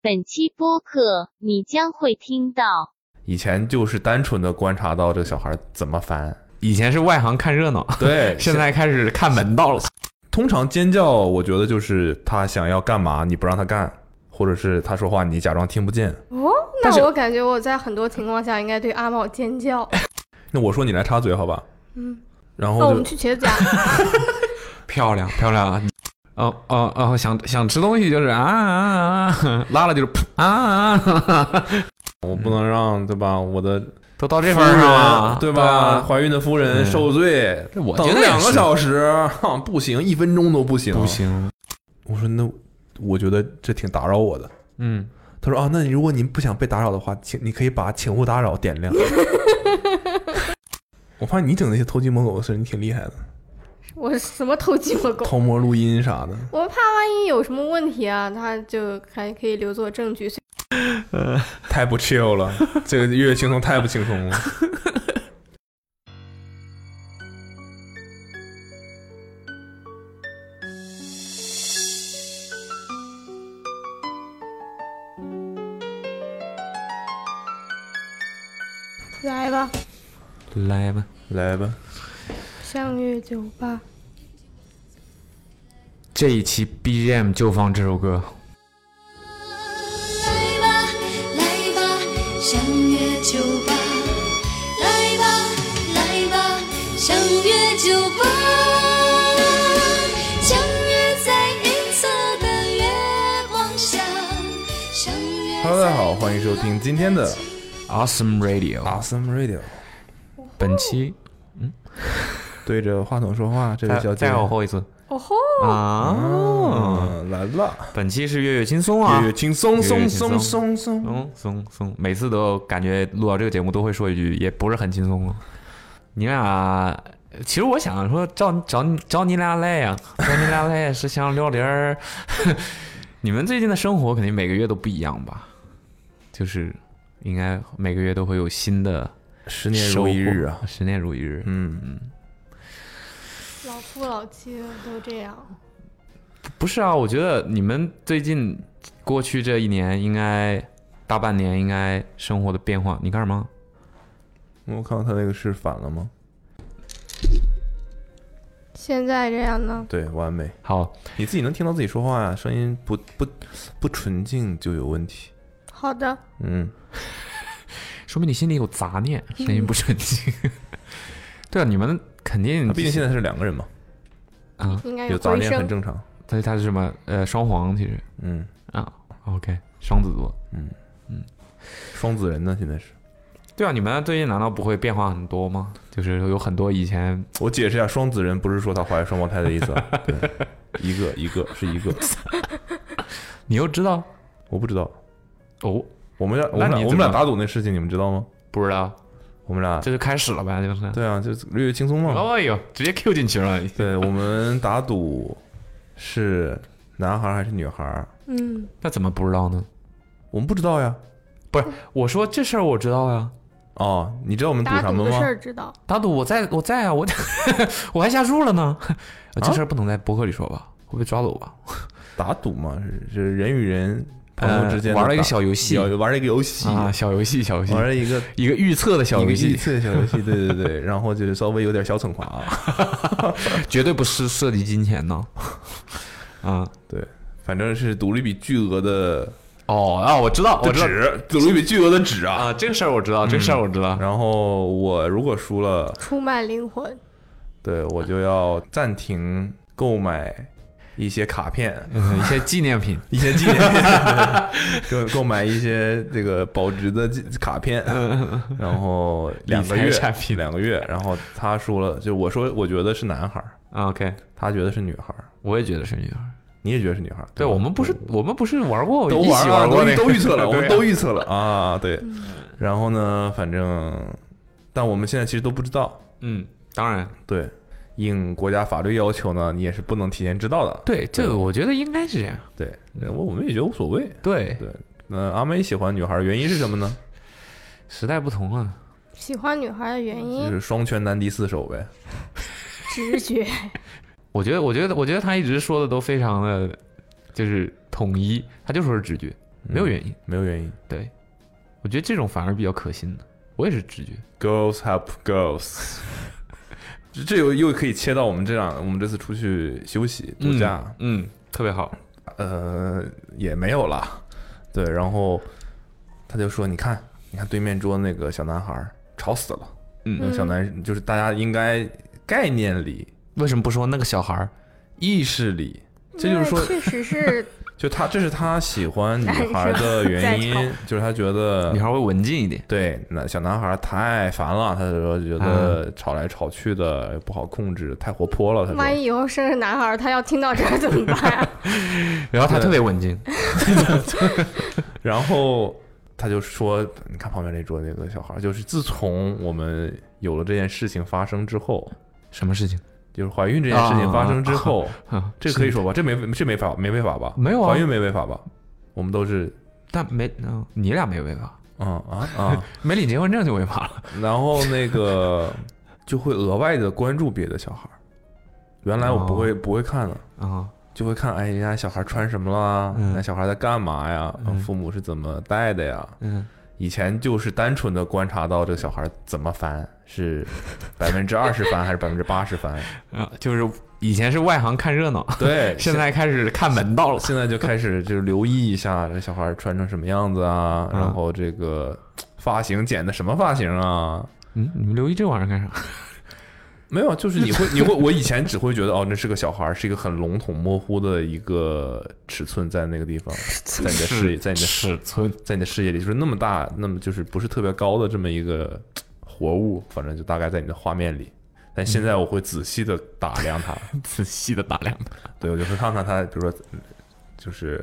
本期播客你将会听到以前就是单纯的观察到这小孩怎么翻，以前是外行看热 闹， 对，现在开始看门道了。通常尖叫，我觉得就是他想要干嘛，你不让他干，或者是他说话你假装听不见。哦，但是那我感觉我在很多情况下应该对阿茂尖叫。那我说你来插嘴好吧？嗯，然那我后们就去茄 子家， 漂亮漂亮啊！哦哦哦，想想吃东西就是啊啊啊 啊，拉了就是噗啊啊啊啊， 我不能让对吧？我的都到这夫份儿人上了，对吧？吧？怀孕的夫人嗯受罪，这我等觉得两个小时啊不行，一分钟都不行，不。行，我说那我觉得这挺打扰我的。嗯，他说啊，那如果您不想被打扰的话，请你可以把“请勿打扰”点亮。我发现你整那些偷鸡摸狗的事，你挺厉害的，我什么偷鸡摸狗？偷摸录音啥的。我怕万一有什么问题啊，他就还可以留作证据。太不 chill 了，这个月轻松太不轻松了。来吧，来吧，来吧，相约酒吧。这一期 BGM 就放这首歌，来吧，来吧，相约酒吧。来吧，来吧，相约酒吧。相约在银色的月光下。相约。 Hello，大家好，欢迎收听今天的 Awesome Radio，、 Awesome Radio，本期对着话筒说话，这位再小姐再往后一次哦吼，啊，嗯来了，本期是月月轻松啊月，月轻松月松月松轻嗯松松。松松松，每次都感觉录到这个节目都会说一句，也不是很轻松啊。你俩，其实我想说找找找你俩来呀、找你俩来是想聊点儿。你们最近的生活肯定每个月都不一样吧？就是应该每个月都会有新的十年收如一日啊获，，十年如一日。嗯，老夫老妻的都这样。不是啊，我觉得你们最近过去这一年应该大半年应该生活的变化，你干什么？我看到他那个是反了吗？现在这样呢？对，完美。好，你自己能听到自己说话呀、声音不不不纯净就有问题。好的，嗯，说明你心里有杂念，声音不纯净。 对啊，你们肯定，毕竟现在是两个人嘛，啊，应该有杂哎回念很声。正常。所以他是什么？呃，双黄其实嗯，啊，OK，双子座。双子人呢？现在是对啊，你们最近难道不会变化很多吗？就是有很多以前我解释一下，双子人不是说他怀双胞胎的意思、 啊，对，一个一个是一个，你又知道我不知道。哦，我们俩我那们俩你我怎们么俩打赌那事情你们知道吗？不知道，我们俩这就开始了呗，就是。对啊，就是略微轻松嘛。哎呦，直接 Q 进去了。 对我们打赌是男孩还是女孩，嗯，那怎么不知道呢？我们不知道呀。我说这事儿我知道呀、哦，你知道我们赌打什赌么的吗事？儿知道。打赌我在我在 啊，我我还下注了呢。这事儿不能在博客里说吧，会被抓走吧？打赌嘛，是是人与人朋友之间的呃玩了一个打小游戏小玩了一个游戏，啊，小游戏，小游戏，玩了一个一个预测的小一个游预戏，测小游 戏，对对对，然后就是稍微有点小惩罚啊，绝对不是涉及金钱呢。 啊，对，反正是赌了一笔巨额的哦啊，我知道，我知道纸，赌了一笔巨额的纸啊。啊，这个事儿我知道，这个事儿我知道。然后我如果输了，出卖灵魂，对我就要暂停购买一些卡片，嗯 一些纪念品，一些 纪念品，购购买一些这个保值的纪卡片，然后嗯两个月理财产，品两个月，然后他输了，就我说我觉得是男孩儿，啊 OK，他觉得是女孩儿，我也觉得是女孩儿。你也觉得是女孩儿，对吧我们不是，我们不是玩过，都一玩起了，过那都个都预 测了，我们对啊都预测了啊，对。嗯然后呢，反正，但我们现在其实都不知道，嗯，当然，对，应国家法律要求呢，你也是不能提前知道的，对这个我觉得应该是这样。对，我我们也觉得无所谓，对，对。那阿妹喜欢女孩儿原因是什么呢？时代不同啊，喜欢女孩的原就因，是双拳难敌四手呗。直觉。我觉得，我觉得，我觉得他一直说的都非常的，就是统一，他就说是直觉。没有原因。嗯没有原因。对，我觉得这种反而比较可信的。我也是直觉， Girls help girls，这这又又可以切到我们这样，我们这次出去休息度假，嗯，特别好。呃，也没有了。对，然后他就说：“你看，你看对面桌那个小男孩儿吵死了。”那嗯嗯个小男就是大家应该概念里、为什么不说那个小孩儿？意识里，这嗯因就为是说，确实 是就他这是他喜欢女孩儿的在原因吵，就是他觉得女孩会文静一点。对，那小男孩儿太烦了，他就说觉得嗯吵来吵去的不好控制，太活泼了。他万说一以后生个男孩儿，他要听到这儿怎么办？ 啊 然后她特别文静，，然后他就说，你看旁边那桌那个小孩儿，就是自从我们有了这件事情发生之后，什么事情？就是怀孕这件事情发生之后，啊这可以说吧？这没这没法没违法吧？没有啊怀孕没违法吧？我们都是但没，嗯，你俩没违法，嗯啊 啊，没领结婚证就违法 了。然后那个就会额外的关注别的小孩儿，原来我不哦会不会看的。啊，就会看，哎，人家小孩穿什么啦？嗯人家小孩在干嘛呀？父母是怎么带的呀？嗯，以前就是单纯的观察到这个小孩怎么翻， 是百分之二十翻还是百分之八十翻？啊，就是以前是外行看热 闹，对，现在开始看门道了。现在就开始就是留意一下这小孩穿成什么样子啊，嗯然后这个发型剪的什么发型啊？嗯，你们留意这玩意儿 干啥？没有，就是你 会你会，我以前只会觉得哦，那是个小孩，是一个很笼统模糊的一个尺寸在那个地方，在你的视野，在你的尺寸，在你的视野里，就是那么大，那么就是不是特别高的这么一个活物，反正就大概在你的画面里。但现在我会仔细的打量它，仔细的打量它。对我就会看看它，比如说，嗯就是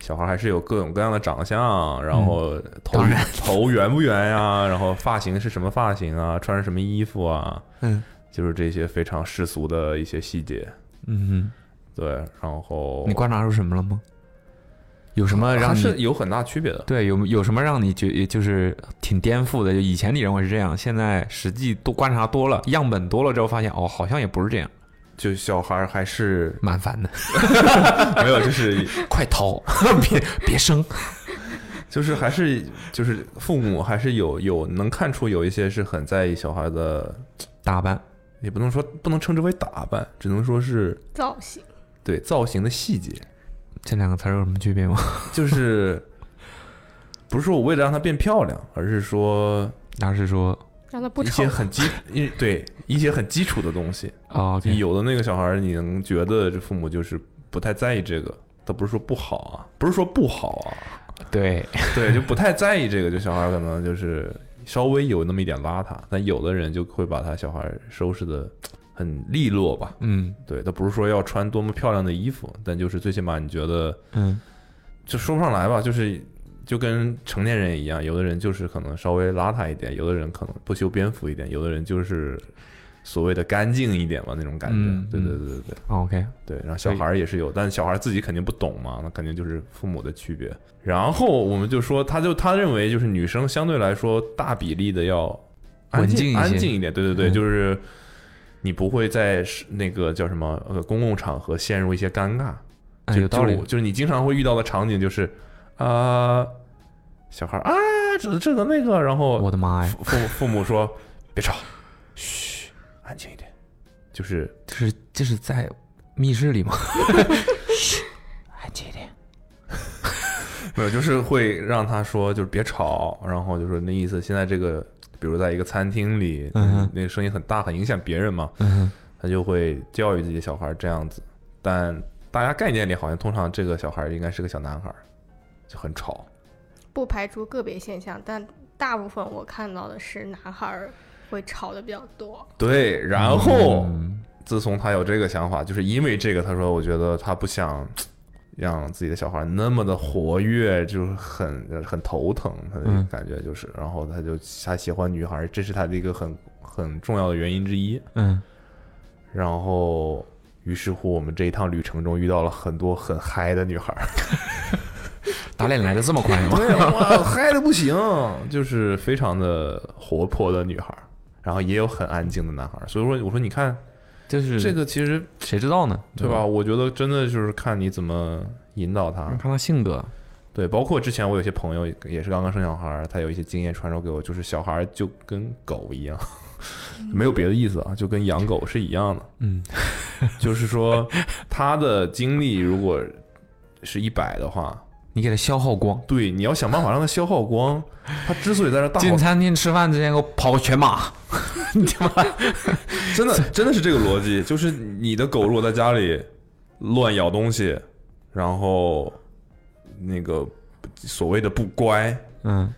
小孩还是有各种各样的长相，然后头、嗯当然头圆不圆呀、 然后发型是什么发型啊，穿着什么衣服啊，嗯就是这些非常世俗的一些细节。嗯，对，然后你观察出什么了吗？有什么它让是你有很大区别的。对有有什么让你觉就是挺颠覆的？就以前你认为是这样，现在实际多观察多了，样本多了之后，发现哦，好像也不是这样，就小孩还是蛮烦的。 没有，就是快逃， 别别生。就是还是就是父母还是有有能看出有一些是很在意小孩的，打扮，也不能说不能称之为打扮，只能说是造型对造型的细节，这两个词儿有什么区 别吗？就是不是说我为了让她变漂亮，而是说而是说让他不一吵些，很基一对一些很基础的东西。哦，有有的那个小孩儿，你能觉得这父母就是不太在意这个，他不是说不好啊，不是说不好啊，对，对，就不太在意这个，就小孩儿可能就是稍微有那么一点邋遢，但有的人就会把他小孩儿收拾的很利落吧。嗯对他不是说要穿多么漂亮的衣服，但就是最起码你觉得嗯就说不上来吧，就是就跟成年人一样，有的人就是可能稍微邋遢一点，有的人可能不修边幅一点，有的人就是所谓的干净一点嘛那种感觉。嗯对对嗯对对对，OK，对，然后小孩儿也是有，但小孩儿自己肯定不懂嘛，那肯定就是父母的区别。然后我们就说，他就他认为就是女生相对来说大比例的要安文静一些安静一点，对对对，嗯就是你不会在是那个叫什么呃公共场合陷入一些尴尬，哎就有道理就就是你经常会遇到的场景就是啊、呃小孩儿啊这这个那个，然后我的妈呀，父父父母说别吵，嘘，安静一点，就是这是这是在密室里吗？安静一点，没有，就是会让他说，就是别吵，然后就是那意思。现在这个，比如在一个餐厅里，嗯哼那个声音很大，很影响别人嘛， 嗯，他就会教育自己的小孩这样子。但大家概念里好像通常这个小孩应该是个小男孩，就很吵。不排除个别现象，但大部分我看到的是男孩儿会吵的比较多。对，然后、嗯自从他有这个想法，就是因为这个，他说我觉得他不想让自己的小孩那么的活跃，就是很很头疼，他的嗯感觉就是，然后他就他喜欢女孩，这是他的一个很很重要的原因之一。嗯，然后，于是乎我们这一趟旅程中遇到了很多很嗨的女孩，打脸来的这么快吗？对，哇，啊嗨的不行， 就是非常的活泼的女孩，然后也有很安静的男孩，所以说我说你看 就是这个其实谁知道呢？嗯对吧？？我觉得真的就是看你怎么引导他。看他性格，对，包括之前我有些朋友也是刚刚生小孩儿，他有一些经验传授给我，就是小孩儿就跟狗一样， 没有别的意思啊，就跟养狗是一样的。嗯，就是说他的精力如果是一百的话，你给它消耗光。对，你要想办法让他消耗光。他之所以在这大进吼，餐厅吃饭之前给我跑个全马，真的真的是这个逻辑，就是你的狗如果在家里乱咬东西，然后那个所谓的不乖，嗯，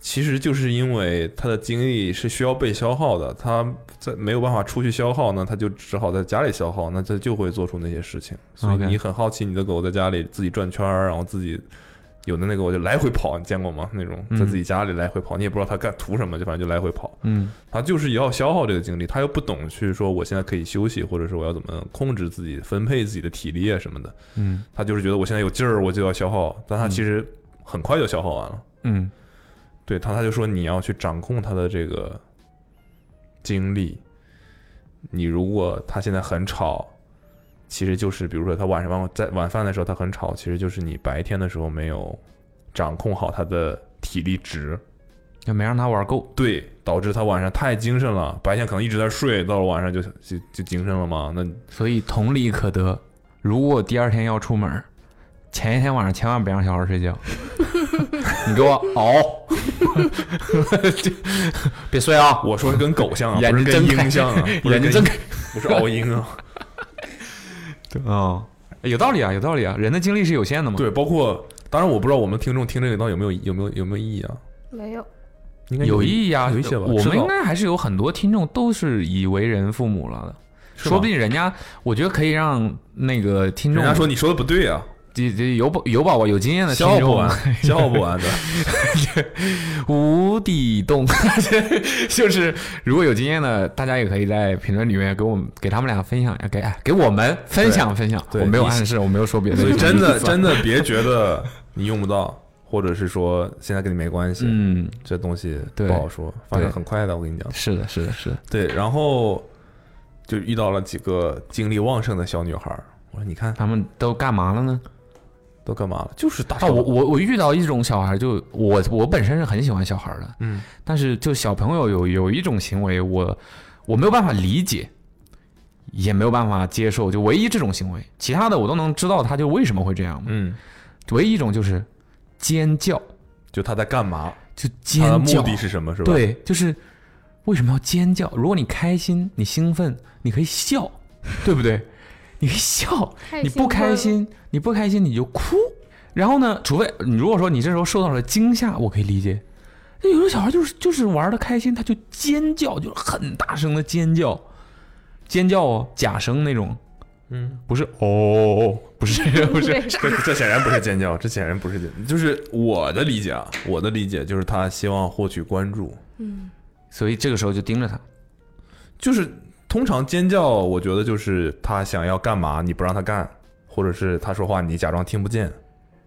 其实就是因为它的精力是需要被消耗的，它在没有办法出去消耗呢，它就只好在家里消耗，那它就会做出那些事情。所以 OK 你很好奇你的狗在家里自己转圈儿，然后自己有的那个我就来回跑，你见过吗？那种嗯在自己家里来回跑，你也不知道它干图什么，就反正就来回跑。嗯，它就是要消耗这个精力，它又不懂去说我现在可以休息，或者是我要怎么控制自己、分配自己的体力啊什么的。嗯它就是觉得我现在有劲儿，我就要消耗，但它其实很快就消耗完了。嗯对他，他就说你要去掌控他的这个精力。你如果他现在很吵，其实就是比如说他晚上在晚饭的时候他很吵，其实就是你白天的时候没有掌控好他的体力值，就没让它玩够。对，导致他晚上太精神了，白天可能一直在睡，到了晚上就就就精神了嘛。 那所以同理可得，如果第二天要出门，前一天晚上千万别让小孩睡 觉，你给我熬， 别睡啊！我说是跟狗像啊，眼不是睛跟睁开鹰像 啊，不是眼睛跟睁开，不是熬鹰啊。 啊、有道理啊，有道理啊，人的精力是有限的嘛。，对，包括当然我不知道我们听众听这个到底有没有有没有有没有意义啊？没有，应该有意意义啊，有一些吧我是吧们应该还是有很多听众都是已为人父母了的，是说吗不定人家，我觉得可以让那个听众人家说你说的不对 啊，这这有宝有宝宝有经验的消耗听不众啊完，消耗不完 的。无底洞， 就是如果有经验的，大家也可以在评论里面给我们给他们俩分享，给哎给我们分享分享。对我没有你暗示，我没有说别的，所以真的的，真的别觉得你用不到，或者是说现在跟你没关系，嗯，这东西对不好说，发展对很快的。我跟你讲，是的，是的，是的，对，然后就遇到了几个精力旺盛的小女孩儿。我说你看他们都干嘛了呢？都干嘛了？就是打啊，我我我遇到一种小孩就，我我本身是很喜欢小孩的，嗯，但是就小朋友有有一种行为我，我没有办法理解，也没有办法接受，就唯一这种行为，其他的我都能知道他就为什么会这样嘛。嗯，唯一一种就是尖叫，就她在干嘛？就她的尖目叫，的是什么？是吧？，对，就是为什么要尖叫？如果你开心，你兴奋，你可以笑， 对不对？你可以笑，太你不开心，你不开心你就哭。然后呢，除非你如果说你这时候受到了惊吓，我可以理解。那有的小孩就是就是玩的开心，他就尖叫，就是很大声的尖叫，尖叫哦，假声那种，嗯，不是哦，不 是这个，不是，对这这显然不是尖叫，这显然不是尖，就是我的理解啊，我的理解就是她希望获取关注，所以这个时候就盯着他，就是通常尖叫，我觉得就是他想要干嘛，你不让他干，或者是他说话你假装听不见。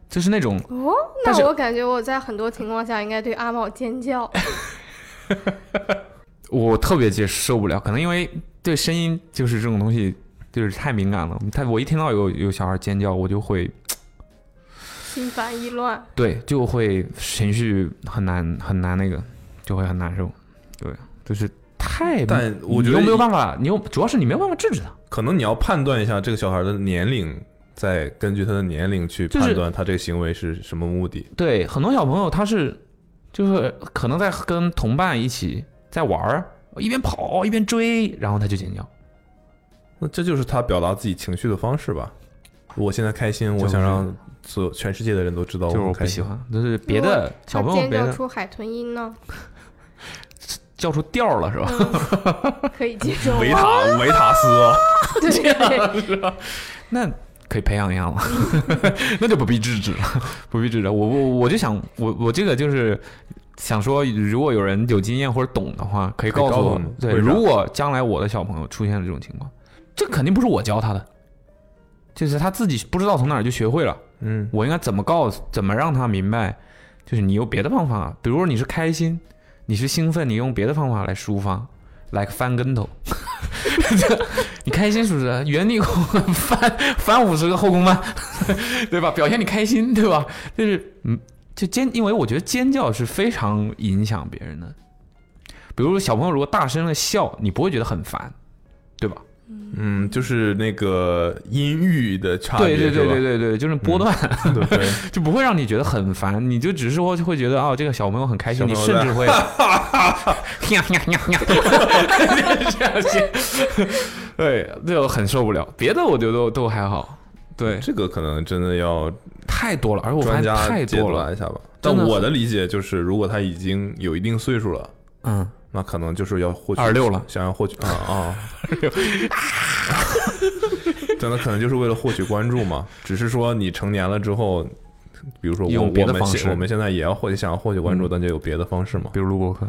就是那种哦，但是那我感觉我在很多情况下应该对阿茂尖叫。 我特别接受不了，可能因为对声音就是这种东西就是太敏感了。他我一听到有有小孩尖叫，我就会心烦意乱，对就会情绪很难很难那个，就会很难受。对，就是太但我觉你得又没有办法，你又主要是你没有办法制止他。可能你要判断一下这个小孩的年龄，再根据他的年龄去就是判断他这个行为是什么目的。对，很多小朋友他是就是可能在跟同伴一起在玩儿，一边跑一边追，然后他就尖叫。那这就是他表达自己情绪的方式吧。我现在开心，就是我想让所有全世界的人都知道就是很我开不喜心。欢，就是别的小他朋友尖别叫的出海豚 音呢，叫出调儿了是吧？嗯可以接受维吗？塔维塔斯啊， 对，那可以培养一下嘛，那就不必制止了， 不必制止了。我我我就想，我我这个就是想说，如果有人有经验或者懂的话，可以可以告诉告诉我我们。对，会的如果将来我的小朋友出现了这种情况，这肯定不是我教他的，就是他自己不知道从哪儿就学会了。嗯，我应该怎么告诉，怎么让他明白？就是你有别的方法，比如说你是开心，你是兴奋，你用别的方法来抒发，来个翻跟头， 你开心是不是？原地 翻翻五十个后空翻， 对吧？表现你开心，对吧？就是嗯，就尖，因为我觉得尖叫是非常影响别人的。比如说小朋友如果大声的笑，你不会觉得很烦，对吧？嗯，就是那个音域的差别，对对嗯对对对对对，就是波段、对对，就不会让你觉得很烦，你就只是说会觉得哦，这个小朋友很开心，小 你朋友甚在至会 呀呀呀呀， 这样子，对，这我很受不了。别的我觉得都都还好，对， 嗯这个可能真的要太多了，而且我发专现家太解多答了，一下吧。但真的我很的理解就是，如果他已经有一定岁数了，嗯，那可能就是要获取26了想要获取啊啊， 真的可能就是为了获取关注嘛。只是说你成年了之后，比如说我用别我的们方现式嗯我们现在也要获取想要获取关注，但就有别的方式嘛。比如录播课，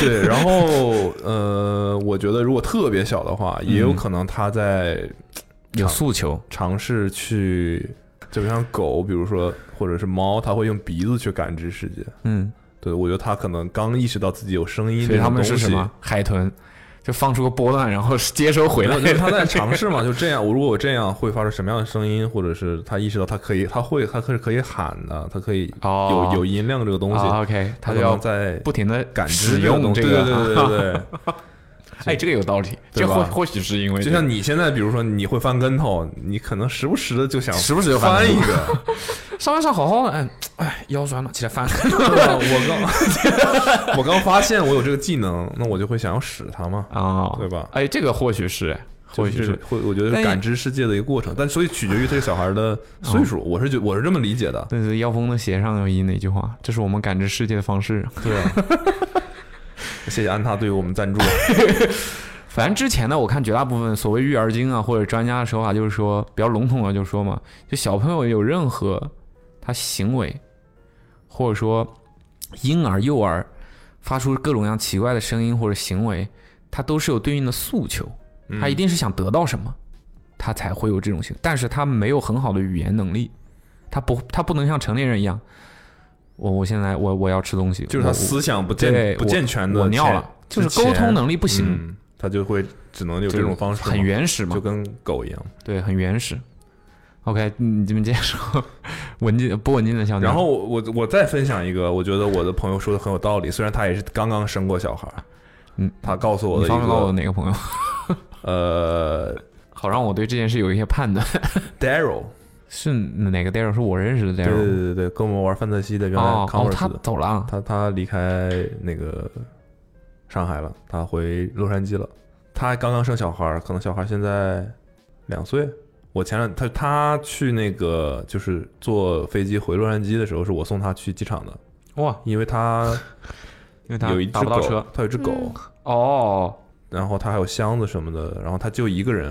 对，然后呃，我觉得如果特别小的话，也有可能他在有诉求，尝试去，就像狗，比如说或者是猫，它会用鼻子去感知世界。嗯，对，我觉得它可能刚意识到自己有声音所这以他种们东西，是什么海豚，就放出个波段，然后接收回没来 啊有，，就是他在尝试嘛，就这样。我如果我这样会发出什么样的声音，或者是他意识到他可以，他会，他可是可以喊的，他可以有、哦有音量这个东西，啊，OK，他他就可能要在不停的感知使这个用东西。这对个，对对对对哎，这个有道理，对这吧或或许是因为对，就这个像你现在，比如说你会翻跟头，你可能时不时的就想时不时就翻翻跟一头个。上班上好好的，哎哎，腰酸了，起来 翻个。我刚我刚发现我有这个技能， 那我就会想要使它嘛， 啊，对吧哎，这个或许是，或许就是是，会，我觉得但是是感知世界的一个过程，但所以取决于这个小孩的嗯岁数，我是觉我是这么理解的。 对对，妖风的鞋上有印的一句话，这是我们感知世界的方式。对啊， 谢谢安踏对于我们 赞助。反正之前呢，我看绝大部分所谓育儿经啊，或者专家的手法，就是说比较笼统的就说嘛，就呃小朋友有任何他行为，或者说婴儿、幼儿发出各种各样奇怪的声音或者行为，他都是有对应的诉求，嗯他一定是想得到什么，他才会有这种行为，但是他没有很好的语言能力，他不，他不能像成年人一样，我我现在我我要吃东西，就是他我思想不对健不我健全的我前，尿了，就是沟通能力不不行。嗯他就会只能有就这种方式嘛，很原始嘛就，跟狗一样。对，很原始。OK，你你们接着说文静不文静的小鸟。然后我我再分享一个，我觉得我的朋友说的很有道理，虽然他也是刚刚生过小孩，嗯，他告诉我你的一方便告诉我个哪个朋友？ 呃好让我对这件事有一些判断。 ，Daryl，是哪个 Daryl？是我认识对的对 Daryl。对对，跟我们玩范特西的原来哦哦， Converse 他的，走了啊。他他离开那个上海了，他回洛杉矶了。他刚刚生小孩儿，可能小孩儿现在两岁。我前两他他去那个就是坐飞机回洛杉矶的时候，是我送他去机场的，哇，因为他因为他有一只打不到狗，车。他有一只狗，哦然后他还有箱子什么的，然后他就一个人，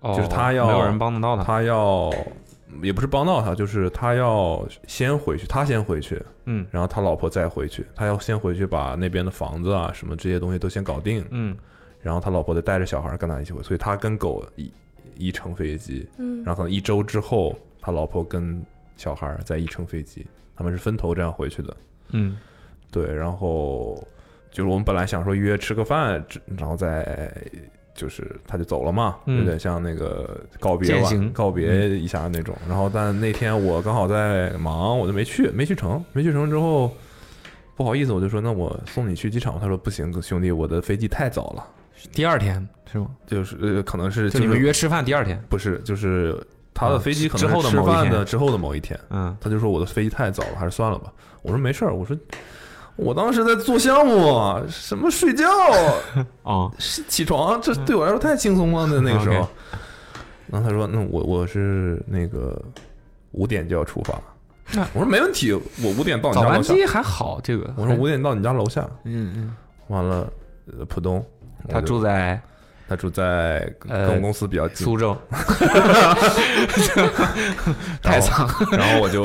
哦，就是他要没有人帮得到他。他要也不是帮到他，就是他要先回去，他先回去，嗯然后他老婆再回去，他要先回去把那边的房子啊什么这些东西都先搞定，嗯，然后他老婆再带着小孩跟他一起回，所以他跟狗一一乘飞机，嗯然后可能一周之后，他老婆跟小孩再一乘飞机，他们是分头这样回去的。嗯，对，然后就是我们本来想说约吃个饭，只然后再就是他就走了嘛，嗯有点像那个告别践晚行嗯告别一下那种。然后但那天我刚好在忙，我就没去，没去成，没去成之后。不好意思，我就说那我送你去机场。他说不行，兄弟，我的飞机太早了，第二天是吗？就是呃，可能是就你是们约吃饭第二天。不是，就是他的啊飞机之可能之后是的吃某一饭的天之后的某一天，嗯，他就说我的飞机太早了，还是算了吧。我说没事儿，我说我当时在做项目，什么睡觉、哦，是起床，这对我来说太轻松了。那那个 时候啊 OK，然后他说那我我是那个五点就要出发那，我说没问题，我五点到哦你早家楼班下。机还好，这个我说五点到你家楼下，嗯嗯，完了，呃浦东，他我就住在他住在跟呃我们公司比较近，苏州， 哦太惨了。然后我就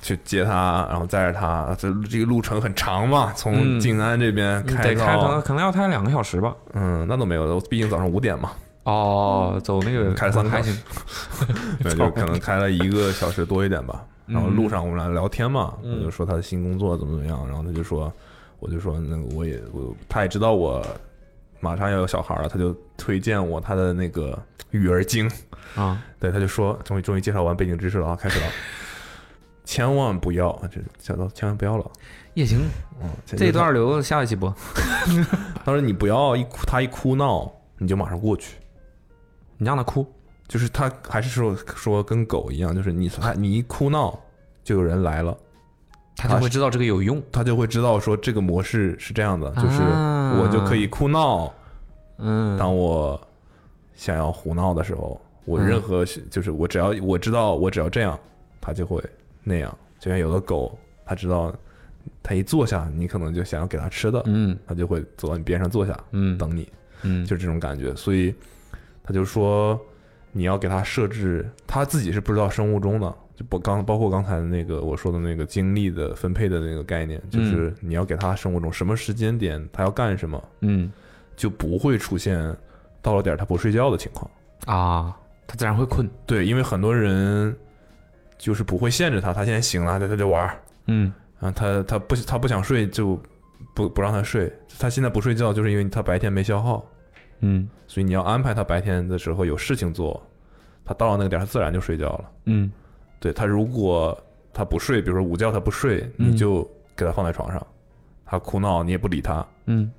去接他，然后载着他，这这个路程很长嘛，从嗯静安这边开得开可能到，可能要开两个小时吧。嗯，那都没有的，毕竟早上五点 嘛，哦，走那个开三个还小时行，对，就可能开了一个小时多一点吧。然后路上我们俩聊天嘛，嗯我就说他的新工作怎么怎么样，然后他就说，我就说那个我也我他也知道我马上要有小孩了，他就推荐我他的那个育儿经， 啊，对，他就说，终于终于介绍完背景知识了啊，开始了，千万不要，这小到千万不要了，夜行嗯，这一段留下一期播。当然你不要一哭，他一哭闹你就马上过去，你让他哭，就是他还是说说跟狗一样，就是你他你一哭闹就有人来了，他啊就会知道这个有用。他就会知道说这个模式是这样的，就是啊我就可以哭闹，嗯，当我想要胡闹的时候，我嗯任何就是我只要我知道我只要这样，它就会那样。就像有的狗，它知道它一坐下，你可能就想要给它吃的，嗯它就会走到你边上坐下，嗯等你，嗯，就这种感觉。所以他就说你要给它设置，它自己是不知道生物钟的。就包刚包括刚才的那个我说的那个精力的分配的那个概念，就是你要给它生物钟，什么时间点它要干什么，嗯就不会出现到了点儿他不睡觉的情况。啊，他自然会困。对，因为很多人就是不会限制他，他现在醒了，他他就玩儿，嗯然后他他不他不想睡就不不让他睡，他现在不睡觉就是因为他白天没消耗，嗯所以你要安排他白天的时候有事情做，他到了那个点儿他自然就睡觉了。嗯对他如果他不睡，比如说午觉他不睡，嗯你就给他放在床上，他哭闹你也不理他，嗯，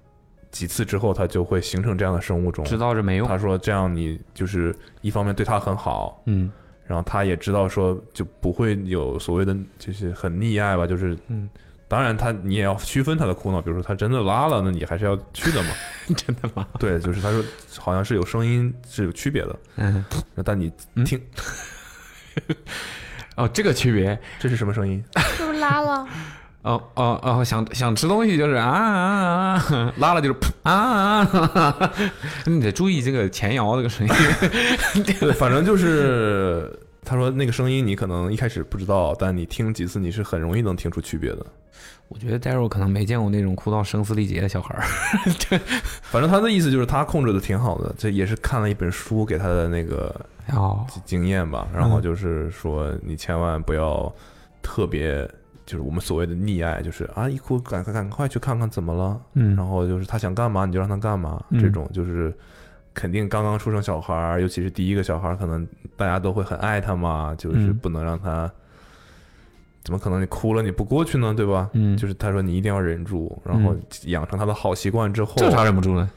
几次之后他就会形成这样的生物钟。知道这没用。他说这样你就是一方面对他很好，嗯然后他也知道说就不会有所谓的就是很溺爱吧，就是嗯，当然他你也要区分他的哭闹，比如说他真的拉了，那你还是要去的嘛。 真的吗？对，就是他说好像是有声音是有区别的，嗯，但你嗯听、哦，这个区别， 这是什么声音？是不是拉了？哦哦哦，想想吃东西就是啊啊啊，拉了就是噗啊啊啊啊， 你得注意这个前摇这个声音。 对，反正就是他说那个声音你可能一开始不知道，但你听几次你是很容易能听出区别的。我觉得 d a r r y 可能没见过那种哭到声嘶力竭的小孩儿。反正他的意思就是他控制的挺好的，这也是看了一本书给他的那个哦，经验吧，然后就是说你千万不要特别，就是我们所谓的溺爱，就是啊一哭赶赶赶快去看看怎么了，嗯然后就是他想干嘛你就让他干嘛，嗯这种就是肯定刚刚出生小孩儿，尤其是第一个小孩儿，可能大家都会很爱他嘛，就是嗯不能让他。怎么可能你哭了你不过去呢？对吧？嗯就是他说你一定要忍住，然后嗯养成他的好习惯之后，这有啥忍不住呢？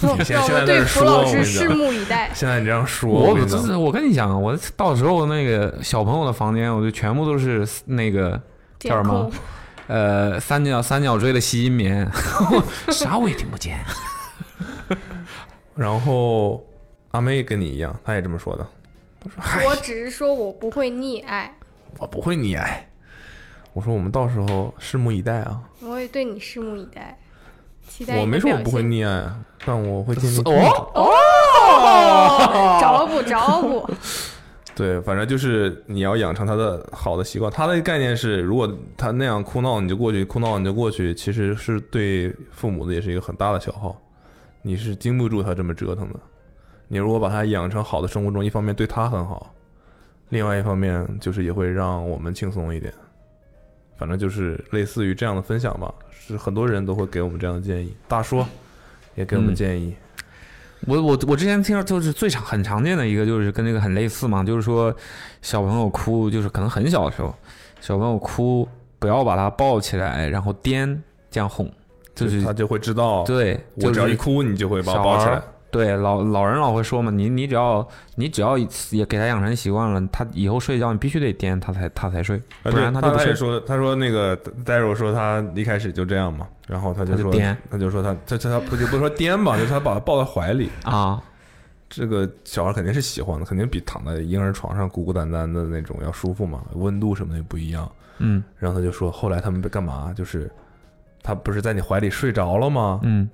你 现现让我在在们对这蒲说，老我跟你师拭讲，目以 待。现在你这样说，我跟你这讲是我跟你讲，我到时候那个小朋友的房间，我就全部都是那个叫什监么控？呃，三角三角锥的吸音棉， 啥我也听不见。然后阿妹跟你一样，她也这么说的。我只是说我不会溺爱，我不会溺爱。我说我们到时候拭目以待啊。我会对你拭目以待，期待你我的没说我表不会现溺爱啊，但我会尽力。哦，哦，着补着 补，对，反正就是你要养成他的好的习惯。他的概念是，如果他那样哭闹，你就过去；哭闹你就过去，其实是对父母的也是一个很大的消耗。你是经不住他这么折腾的。你如果把他养成好的生物钟，一方面对他很好，另外一方面就是也会让我们轻松一点。反正就是类似于这样的分享吧，是很多人都会给我们这样的建议。大叔也给我们嗯建议，我我我之前听到就是最常很常见的一个就是跟这个很类似嘛，就是说小朋友哭，就是可能很小的时候，小朋友哭不要把他抱起来，然后颠这样哄，就是他就会知道，对，我只要就是一哭，你就会把我小抱起孩儿来。对老老人老会说嘛，你你只要你只要也给他养成习惯了，他以后睡觉你必须得颠他才他才睡，啊不然对就他不也睡。说，他说那个 Daryl 说他一开始就这样嘛，然后他就他就说，颠他就说他他他他不就不是说颠吧，就是他把他抱在怀里，啊，这个小孩肯定是喜欢的，肯定比躺在婴儿床上孤孤单单的那种要舒服嘛，温度什么的也不一样。嗯然后他就说，后来他们干嘛？就是他不是在你怀里睡着了吗？嗯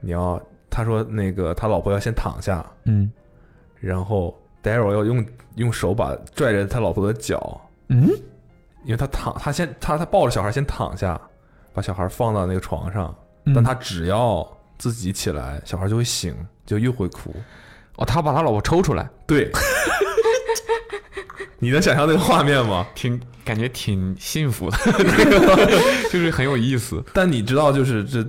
你要他说那个他老婆要先躺下，嗯然后 Daryl 要用用手把拽着他老婆的脚，嗯，因为他躺，他先他他抱着小孩先躺下，把小孩放到那个床上，嗯但他只要自己起来，小孩就会醒，就又会哭。哦，他把他老婆抽出来， 对，你能想象那个画面吗？挺感觉 挺幸福的，就是很有意思。但你知道，就是这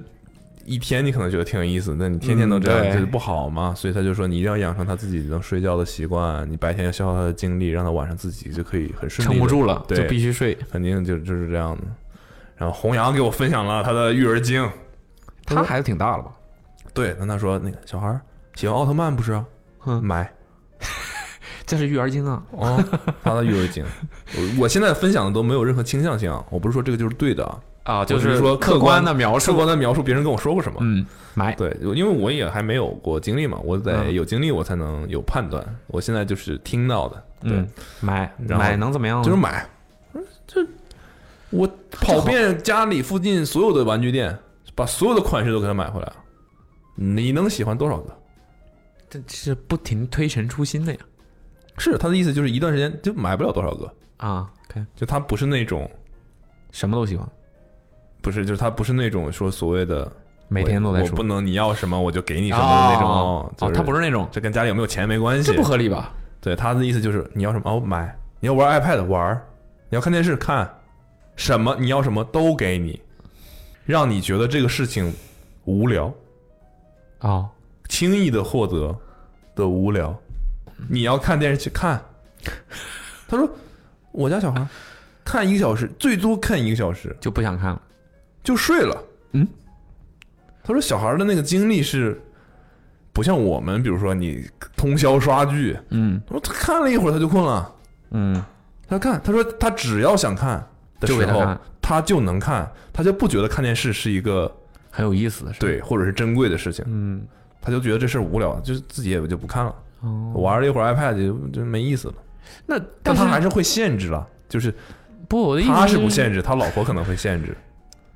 一天你可能觉得挺有意思，但你天天都这嗯对样，这不好嘛。所以他就说，你一定要养成他自己能睡觉的习惯，你白天要消耗他的精力，让他晚上自己就可以很顺利。撑不住，了，对就必须睡。肯定就就是这样的。然后弘扬给我分享了他的育儿经，他孩子挺大了吧？对，那他说那个小孩儿喜欢奥特曼不是啊？哼买这是育儿经啊， 哦，他的育儿经，我我现在分享的都没有任何倾向性啊，我不是说这个就是对的啊，啊，就就是说客客观观的描述客，观的描述别人跟我说过什么。嗯，买，对，因为我也还没有过经历嘛，我得嗯有经历我才能有判断。我现在就是听到的，对，嗯，买，然后买能怎么样呢？就是买。嗯这我跑遍家里附近所有的玩具店，把所有的款式都给他买回来了。你能喜欢多少个？这是不停推陈出新的呀。是他的意思就是一段时间就买不了多少个，啊，OK，就他不是那种，什么都喜欢，不是就是他不是那种说所谓的每天都在我我说不。能你要什么我就给你什么的那种。哦，就是他不是那种，这跟家里有没有钱没关系，这不合理吧？对，他的意思就是你要什么哦买，你要玩 iPad 玩儿，你要看电视看，什么你要什么都给你，让你觉得这个事情无聊，哦，轻易的获得的无聊。你要看电视去看， 他说我家小孩儿看一个小时，最多看一个小时就不想看了。就睡了。嗯，他说小孩儿的那个精力是不像我们，比如说你通宵刷剧，嗯我他看了一会儿他就困了。嗯，他看，他说他只要想看的时就给他候，看他就能看，他就不觉得看电视是一个很有意思的是。，对或者是珍贵的事情，嗯，他就觉得这事儿无聊，就是自己也就不看了，哦，玩了一会儿 iPad 就就没意思了。那但但他还是会限制了，就是不，我的意思他是不限制，他老婆可能会限制，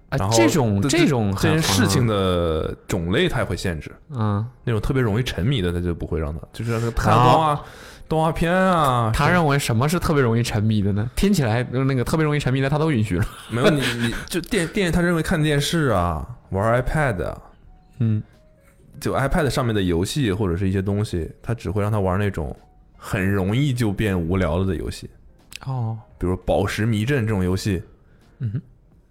啊然，后这种这种这件很事情的，的种类他也会限制，嗯，那种特别容易沉迷的他就不会让他，就是让他看动画动画片啊，他认为什么是特别容易沉迷的呢？听起来那个特别容易沉迷的，他都允许了。没有你你就电电他认为看电视啊，玩 iPad 啊。嗯，就 iPad 上面的游戏或者是一些东西，它只会让他玩那种很容易就变无聊了的游戏，哦，比如宝石迷阵这种游戏，嗯哼，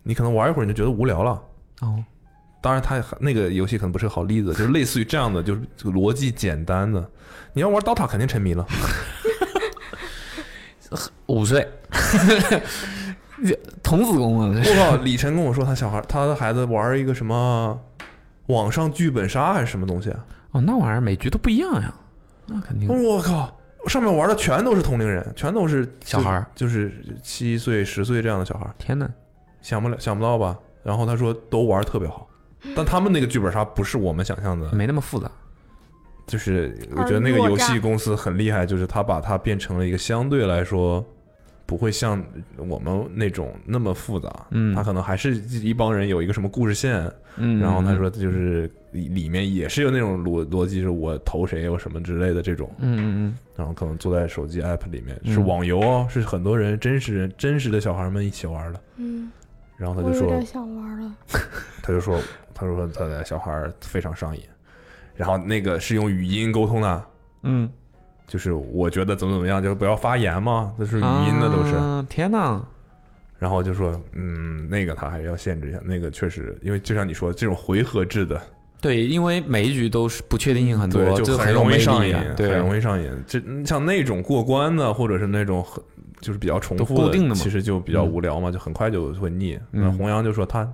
你可能玩一会儿你就觉得无聊了。哦，当然它也很，那个游戏可能不是个好例子， 就是类似于这样的，就是这个逻辑简单的。你要玩 DOTA 肯定沉 迷了，五岁， 童子功啊，这我是靠！李晨跟我说他小孩他的孩子玩一个什么网上剧本杀还是什么东西、啊，哦，那玩意儿每局都不一样呀，那肯定我说我靠！上面玩的全都是同龄人，全都是小孩儿就就是七岁、十岁这样的小孩儿。天哪，想不了，想不到吧？然后他说都玩儿特别好，但他们那个剧本杀不是我们想象的，没那么复杂。就是我尔觉得那个虞我游戏诈公司很厉害，就是他把它变成了一个相对来说不会像我们那种那么复杂，嗯他可能还是一帮人有一个什么故事线，嗯，然后他说就是里里面也是有那种逻逻辑，是我投谁有什么之类的这种，嗯，嗯然后可能坐在手机 app 里面嗯是网游哦，是很多人真实人真实的小孩们一起玩儿的，嗯，然后我他就有说点想玩了。他就说，他说他的小孩儿非常上瘾，然后那个是用语音沟通的，嗯就是我觉得怎么怎么样，就是不要发言嘛，这是语嗯，音的都是。啊天哪，然后就说，嗯，那个他还是要限制一下，那个确实，因为就像你说，这种回合制的，对，因为每一局都是不确定性很多，对，就很有容易魅力上啊瘾，对，很容易上瘾。这像那种过关的，或者是那种很就是比较重复都固定的嘛其实就比较无聊嘛，就很快就会腻。嗯那弘扬就说他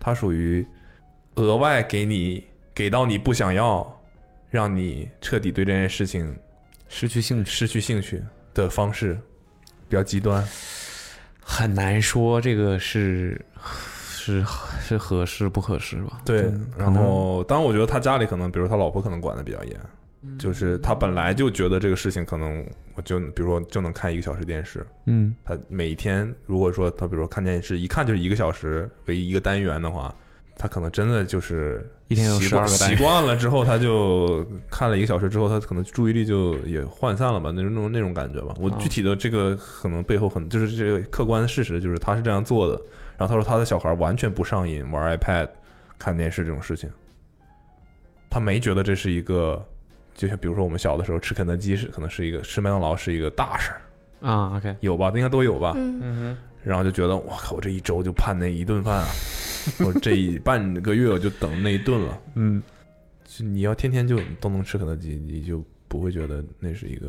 他属于额外给你给到你不想要，让你彻底对这件事情失去兴趣，失去兴趣的方式，比较极端。很难说这个是是是合适不合适吧？对嗯，然后当然我觉得他家里可能，比如他老婆可能管的比较严，就是他本来就觉得这个事情可能我就比如说就能看一个小时电视，嗯他每天如果说他比如说看电视一看就是一个小时为一个单元的话，他可能真的就是一天有习惯12个单习元惯了之后，他就看了一个小时之后，他可能注意力就也涣散了吧，那种那种那种感觉吧。我哦具体的这个可能背后很就是这个客观的事实就是他是这样做的，然后他说他的小孩完全不上瘾玩 iPad、看电视这种事情，他没觉得这是一个。就像比如说我们小的时候吃肯德基是可能是一个吃麦当劳是一个大事儿，啊，OK，有吧？应该都有吧？嗯，嗯然后就觉得我靠，我这一周就盼那一顿饭啊， 我这一半个月我就等那一顿了。嗯，就你要天天就都能吃肯德基，你就不会觉得那是一个，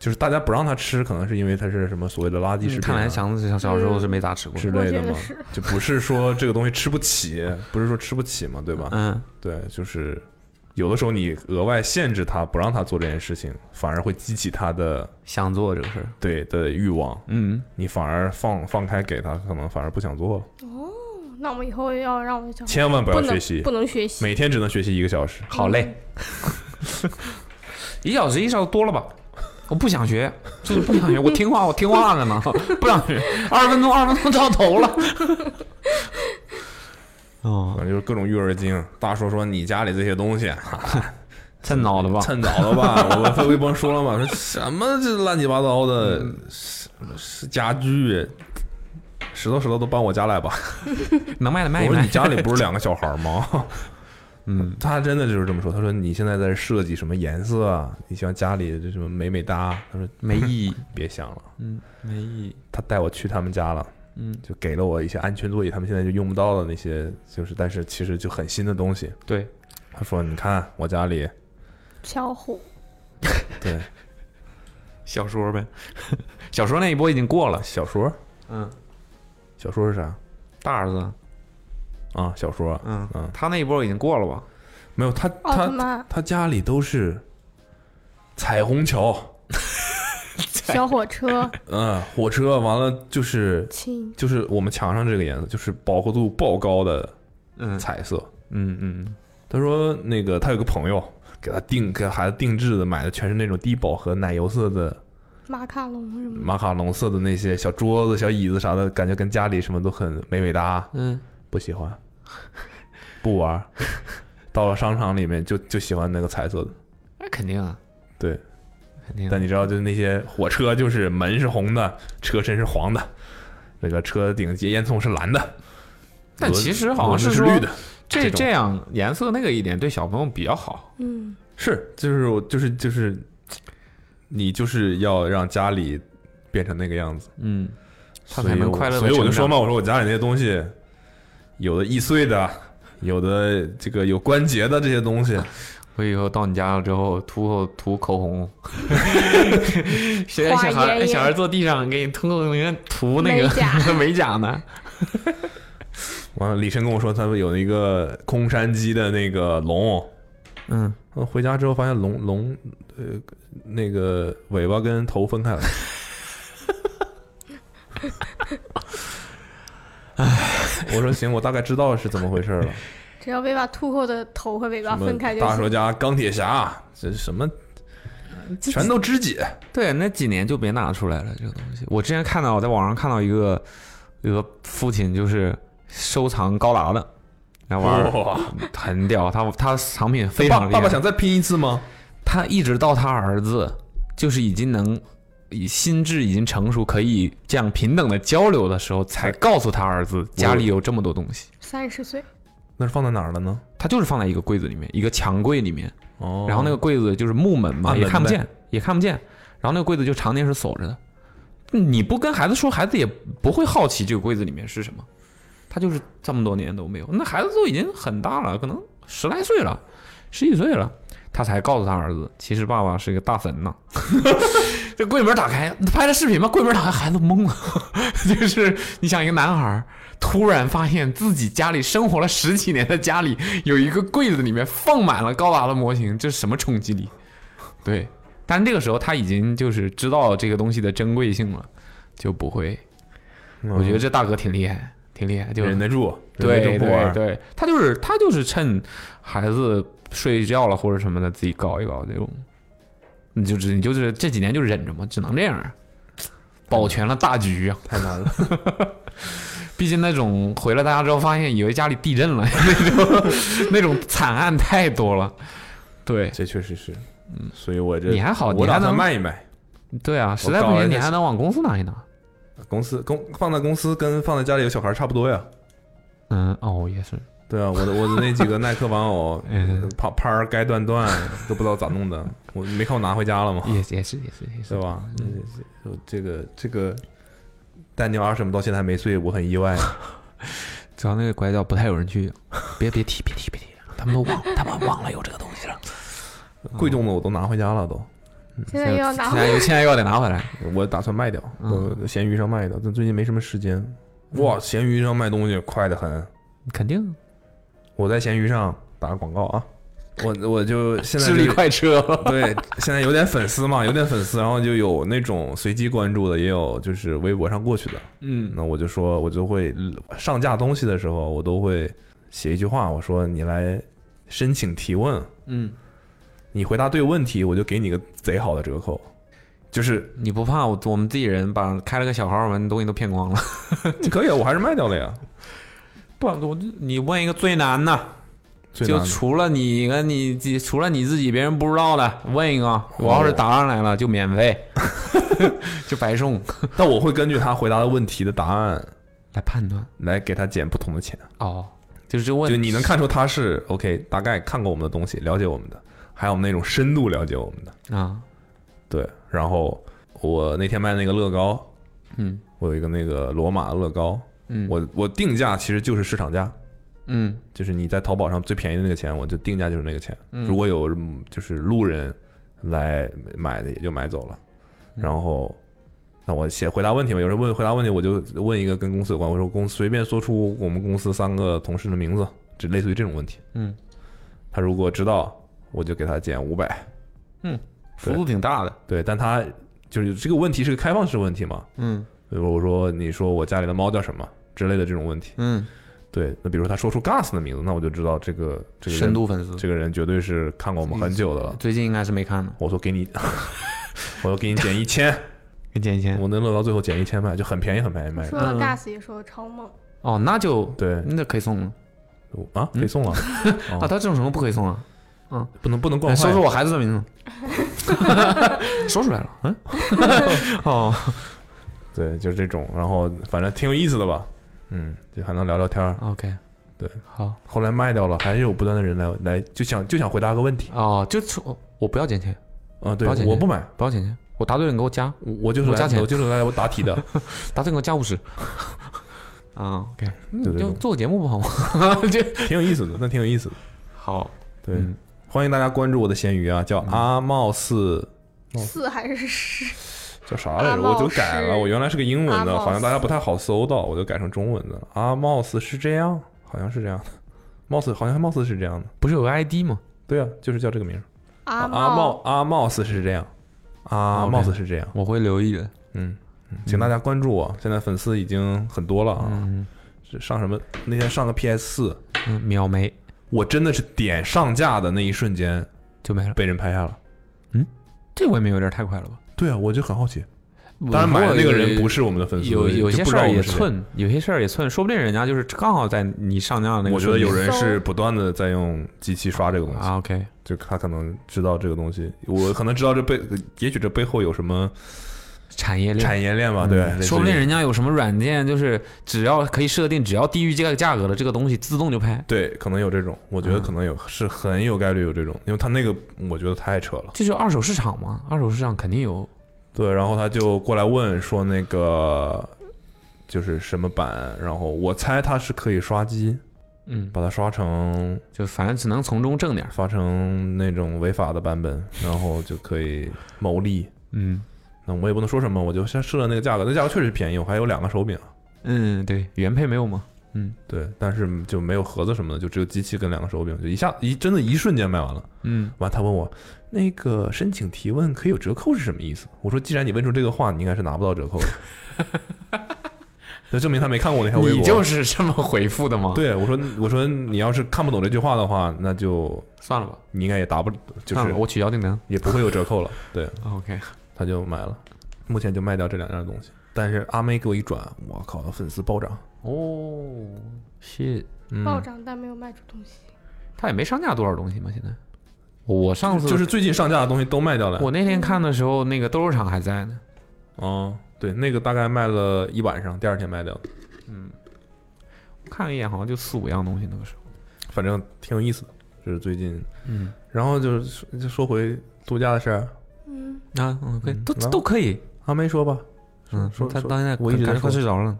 就是大家不让他吃，可能是因为它是什么所谓的垃圾食品啊、看来祥子小小时候嗯是没咋吃过。之类的我觉得嘛是，就不是说这个东西吃不起， 不是说吃不起嘛，对吧？嗯，对，就是有的时候你额外限制他，不让他做这件事情，反而会激起他的想做这个事儿。对的欲望，嗯，你反而放放开给他，可能反而不想做了。那我们以后要让我的小孩千万不要不学能习不，能学习。每天只能学习一个小时。好嘞。一小时一小时多了吧？我不想学，就是不想学。我听话，我听话着呢，不想学。二十分钟，二十分钟到头了。 哦，可能就是各种育儿经，大叔说你家里这些东西，啊趁早了吧？趁早了 吧。我们在微博说了嘛，说什么这乱七八糟的，什哎么是家具，石头石头都搬我家来吧。能卖的卖一我说卖你。家里不是两个小孩儿吗？哎 嗯，他真的就是这么说。他说你现在在设计什么颜色啊？你希望家里这什么美美哒？他说没意义。别想了。嗯，没意义。他带我去他们家了，嗯，就给了我一些安全座椅，他们现在就用不到的那些，就是但是其实就很新的东西。对，他说你看我家里，巧虎，对小说呗， 小说那一波已经过了。小说，嗯，小说是啥大儿子，啊？小说，嗯嗯，他那一波已经过了吧？没有他奥特他曼，他家里都是彩虹桥， 小火车，嗯，火车完了就是亲，就是我们墙上这个颜色，就是饱和度爆高的嗯彩色。嗯嗯，他说那个他有个朋友给他定给孩子定制的，买的全是那种低饱和奶油色的马卡龙什嗯么的，马卡龙色的那些小桌子、小椅子啥的，感觉跟家里什么都很美美哒。嗯，不喜 欢，不玩儿。到了商场里面就就喜欢那个彩色的。那肯定啊，对，肯定啊。但你知道，就是那些火车，就是门是红的，车身是黄的，那个车顶接烟囱是蓝的，但其实好轮像子是说绿的。这这种这样颜色那个一点对小朋友比较好。嗯，是，就是我，就是就是，你就是要让家里变成那个样子，嗯，他所才以能我快乐地所以我就成说长嘛，我说我家里那些东西，有的易碎的，有的这个有关节的这些东西，我以后到你家了之后涂口涂口红， 现在花小爷孩爷小孩坐地上给你涂口红，涂那个美甲 美甲呢。完了，李晨跟我说他们有一个空山鸡的那个笼，嗯，呃回家之后发现笼笼呃那个尾巴跟头分开了， 唉，我说行，我大概知道是怎么回事了。只要被把兔后的头和尾巴什么分开就大行说。家、钢铁侠，啊这什么嗯全都肢解。对，那几年就别拿出来了这个东西。我之前看到，我在网上看到一个有个父亲就是收藏高达的，那玩意儿哇！很屌，他他藏品非哦爸常厉害。爸爸想再拼一次吗？他一直到他儿子就是已经能以心智已经成熟，可以这样平等的交流的时候，才告诉他儿子家里有这么多东西。三十岁，那是放在哪儿了呢？他就是放在一个柜子里面，一个墙柜里面，哦然后那个柜子就是木门嘛，暗门也看不呗见，也看不见。然后那个柜子就常年是锁着的，你不跟孩子说，孩子也不会好奇这个柜子里面是什么。他就是这么多年都没有，那孩子都已经很大了，可能十来岁了，十几岁了，他才告诉他儿子，其实爸爸是一个大神呐。 这柜门打开，拍了视频嘛，柜门打开，孩子懵了， 就是你想一个男孩儿突然发现自己家里生活了十几年的家里有一个柜子里面放满了高达的模型，这是什么冲击力？对，但这个时候他已经就是知道这个东西的珍贵性了，就不会。嗯我觉得这大哥挺厉害，挺厉害，就忍得住，对忍得对住不玩对儿。他就是他就是趁孩子睡觉了或者什么的，自己搞一搞这种，你就只你就是这几年就忍着嘛，只能这样啊，保全了大局啊。太难了。毕竟那种回了大家之后发现以为家里地震了 那种那种惨案太多了。对 这确实是，嗯，所以我这你还好我你还打算能卖一卖。对啊，实在搞不了行一你个还能往公司拿一拿。公司公放在公司跟放在家里有小孩差不多呀。嗯，哦，也是，对啊，我的我的那几个耐克玩偶 嗯，啪拍儿该断断，都不知道咋弄的。我没看我拿回家了吗？也是也是也是也是对？吧？嗯 这这这个这个，丹尼尔什么到现在还没睡，我很意外。只要那个拐角不太有人去，别别提，别提，别提，他们都忘，他们忘了有这个东西了。贵重的我都拿回家了都，现在又要拿现在回又现在又要得拿回来，我打算卖掉，嗯我闲鱼上卖的，但最近没什么时间。哇，闲鱼上卖东西快得很，肯定我在闲鱼上打个广告啊，我我就现在智力就快车。对，现在有点粉丝嘛，有点粉丝，然后就有那种随机关注的，也有就是微博上过去的。嗯，那我就说，我就会上架东西的时候，我都会写一句话，我说你来申请提问，嗯，你回答对问题，我就给你个贼好的折 扣。就是你不怕我我们自己人把开了个小号，把你东西都骗光了？可以，啊，我还是卖掉了呀。不，我就你问一个最难的，最就难的除了你跟你自己除了你自己，别人不知道的，问一个，我要是答上来了就免费， 就白送但我会根据他回答的问题的答案来判断。来给他减不同的钱。哦，就是这问就你能看出他是 OK，大概看过我们的东西，了解我们的，还有我们那种深度了解我们的。啊，对，然后我那天卖那个乐高，嗯我有一个那个罗马的乐高，嗯，我我定价其实就是市场价，嗯就是你在淘宝上最便宜的那个钱，我就定价就是那个钱。嗯如果有嗯就是路人来买的，也就买走了。嗯然后，那我写回答问题嘛，有人问回答问题，我就问一个跟公司有关，我说公司随便说出我们公司三个同事的名字，就类似于这种问题。嗯，他如果知道，我就给他减五百。幅度挺大的，对，但他就是这个问题是个开放式问题嘛，嗯比如我说你说我家里的猫叫什么之类的这种问题。嗯，对，那比如说他说出 Gus 的名字，那我就知道这个这个人深度粉丝这个人绝对是看过我们很久的了。最近应该是没看呢，我说给你， 我说给你减一千，跟钱钱我那乐高最后减一千卖，就很便宜很便宜卖来。。说嗯了 gas 也说了超梦，哦，那就对那可以送了我啊，可以送了，哦啊，他这种什么不可以送啊？不能不能哎惯说坏出。我孩子 的名字，说出来了，嗯， 哦， 对，就是这种，然后反正挺有意思的吧，嗯，就还能聊聊天儿。哦 OK，对，好后来卖掉了，还是有不断的人来来，就想就想回答个问题哦，就出我不要减钱，啊，对了解，你我不买，不要减钱，我答对了你给我加，我我就是我加来钱我就是来我答题 的，答对你给我加五十。 啊，OK，对你对就对做个节目不好吗？ 就挺有意思的，那挺有意思的。好，对嗯，欢迎大家关注我的闲鱼啊，叫阿茂四。四还是十？叫啥来阿着？茂我就改了，斯我原来是个英文的，阿茂斯好像大家不太好搜到，我就改成中文的。阿茂斯是这样，好像是这样的，貌似好像貌似是这样的。不是有个 ID 吗？对啊，就是叫这个名儿。阿阿茂阿茂斯是这样，阿哦 OK 貌似是这样。我会留意的。嗯，嗯请大家关注我，现在粉丝已经很多了啊。嗯是上什么？那天上个 PS 四，嗯，秒没我真的是点上架的那一瞬间就没了。被人拍下了。这未免有点太快了吧？对啊，我就很好奇。当然，买的那个人不是我们的粉丝，有有就些不知事道儿我也们是谁寸，有些事儿也寸，说不定人家就是刚好在你上架的那个我觉得瞬间。有人搜是不断的在用机器刷这个东西，啊，OK，就他可能知道这个东西，我可能知道这背，也许这背后有什么产业链，啊产业链吧，对，嗯类似于说不定人家有什么软件，就是只要可以设定，只要低于这个价格的这个东西自动就拍。对，可能有这种，我觉得可能有，是很有概率有这种，因为他那个我觉得太扯了，这就是二手市场嘛，二手市场肯定有。对，然后他就过来问说那个就是什么版，然后我猜他是可以刷机，嗯，把它刷成就反正只能从中挣点儿。刷成那种违法的版本，然后就可以牟利。嗯那我也不能说什么，我就先设了那个价格，那价格确实便宜，我还有两个手柄，嗯，对，原配没有吗？对，但是就没有盒子什么的，就只有机器跟两个手柄，就一下一真的一瞬间卖完了。嗯，完，他问我那个申请提问可以有折扣是什么意思？我说既然你问出这个话，你应该是拿不到折扣的。 那证明他没看过我那条微博。你就是这么回复的吗？，对我说，我说你要是看不懂这句话的话，那就 算了吧，你应该也答不，就算是了，我取消订单。也不会有折扣了。对， OK，他就买了，目前就卖掉这两样东西。但是阿妹给我一转，我靠，粉丝暴涨。哦，是，嗯，暴涨，但没有卖出东西。他也没上架多少东西嘛，现在。我上次就是最近上架的东西都卖掉了。我那天看的时候，那个斗兽场还在呢。哦，对，那个大概卖了一晚上，第二天卖掉的，看了一眼，好像就四五样东西。那个时候，反正挺有意思的。就是最近，嗯，然后就是说就说回度假的事儿，嗯，啊，嗯，可以，嗯都然后都可以。阿梅说吧，嗯，说他说当现在我一直在感觉快说睡着了。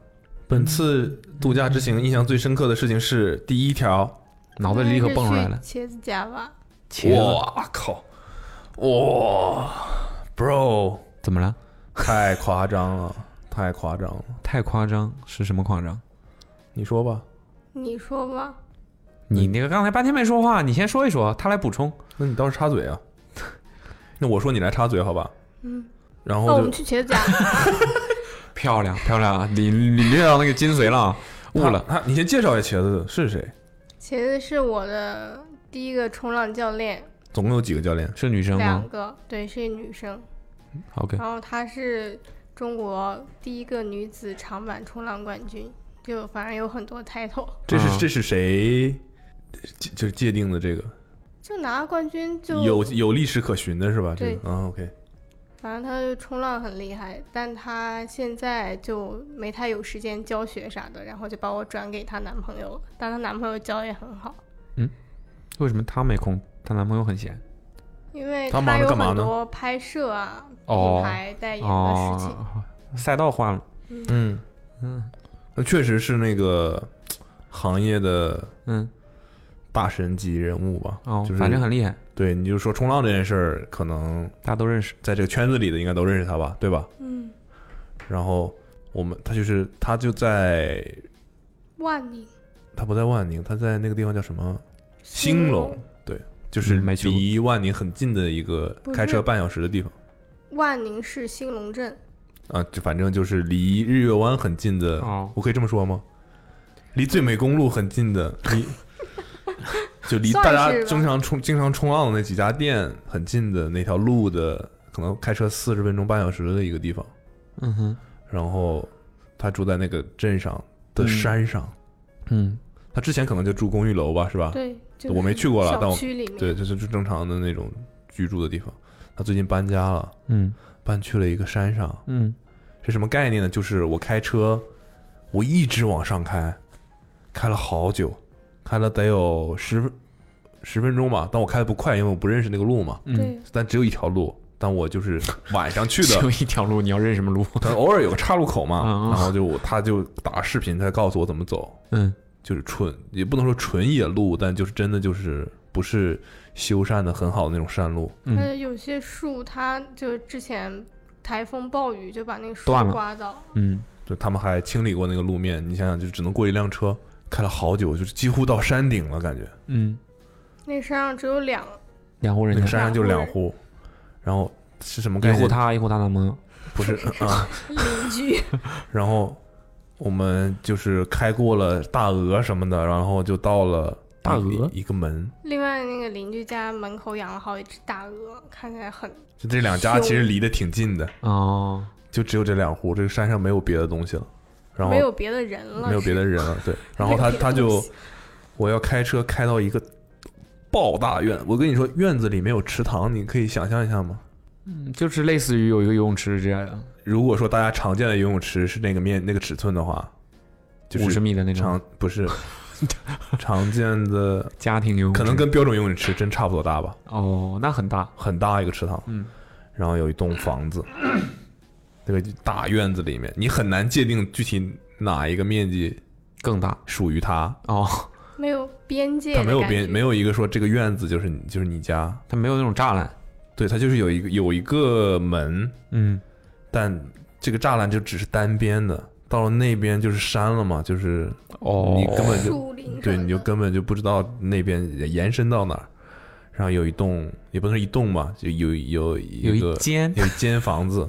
本次度假之行印象最深刻的事情是第一条，脑子里立刻蹦出来了应该。是去茄子家吧，茄子哇靠，哇，bro，怎么了？太夸张了，太夸张了，太夸张是什么夸张？你说吧，你说吧，你那个刚才半天没说话，你先说一说，他来补充。那你倒是插嘴啊， 那我说你来插嘴好吧，嗯，然那我后们哦就去茄子家，漂亮漂亮，啊你你掠到那个精髓了，啊悟他了。他，你先介绍一下茄子是谁，茄子是我的第一个冲浪教练，总共有几个教练？是女生吗两个，对，是一女生， ？OK，然后她是中国第一个女子长板冲浪冠军，就反正有很多 title， 这是嗯这是谁？就就是界定的这个就拿冠军就有有历史可循的是吧？这对个啊，OK，反正他就冲浪很厉害，但他现在就没太有时间教学啥的，然后就把我转给她男朋友了。但她男朋友教也很好，为什么她没空？她男朋友很闲。因为她她忙着有干嘛很呢多拍摄啊、哦品牌代言哎的事情。哦，赛道换了。嗯嗯那确实是那个嘖行业的嗯，大神级人物吧？哦就，是反正很厉害，对，你就说冲浪这件事儿，可能大家都认识。在这个圈子里的应该都认识他吧，对吧？嗯，然后我们他就是他就在万宁他不在万宁，他在那个地方叫什么？兴隆，对，就是嗯没去过离万宁很近的一个不是开车半小时的地方万宁市兴隆镇，啊，就反正就是离日月湾很近的哦，我可以这么说吗？离最美公路很近的， 离就离大家算是吧经常冲经常冲浪的那几家店很近的那条路的，可能开车四十分钟半小时的一个地方。嗯哼，然后他住在那个镇上的嗯山上，嗯，他之前可能就住公寓楼吧，是吧？对，就啊我没是去过了但小我区里面，对，就是正常的那种居住的地方。他最近搬家了，嗯搬去了一个山上，嗯，是什么概念呢？就是我开车，我一直往上开，开了好久，开了得有十分十分钟吧。但我开的不快，因为我不认识那个路嘛。嗯对但只有一条路，但我就是晚上去只有的，一条路，你要认什么路？可能偶尔有个岔路口嘛。嗯嗯然后就我他就打视频，他告诉我怎么走，嗯，就是纯也不能说纯野路，但就是真的就是不是修缮的很好的那种山路。嗯但是有些树它就之前台风暴雨就把那个树断了刮倒，嗯，就他们还清理过那个路面，你想想，就只能过一辆车，开了好久，就是几乎到山顶了，感觉。嗯，那山上只有两两户人那个家，山上就两户，然后是什么概一念？户她，一户她男朋友。不是啊，邻 居，然后我们就是开过了大鹅什么的，然后就到了大一鹅一个门。另外那个邻居家门口养了好几只大鹅，看起来很就这两家其实离得挺近的，哦，就只有这两户，这个山上没有别的东西了，然后没有别的人了，没有别的人了，对。然后他他就我要开车开到一个爆大院，我跟你说，院子里没有池塘，你可以想象一下吗？嗯就是类似于有一个游泳池之类的，如果说大家常见的游泳池是那个面那个尺寸的话，就五是十米的那种常 不 是常见的，家庭游泳池，可能跟标准游泳池真差不多大吧，哦，那很大，很大一个池塘，嗯，然后有一栋房子， 那个大院子里面，你很难界定具体哪一个面积更大属于它，哦，没有边界，它没有边没有，有一个说这个院子就是你就是你家，它没有那种栅栏，对，它就是有一个有一个门，嗯，但这个栅栏就只是单边的，到了那边就是山了嘛，就是哦，你根本就树林对，什么你就的根本就不知道那边延伸到哪儿。然后有一栋，也不能说一栋吧，就有有有一个一间，有一间房子，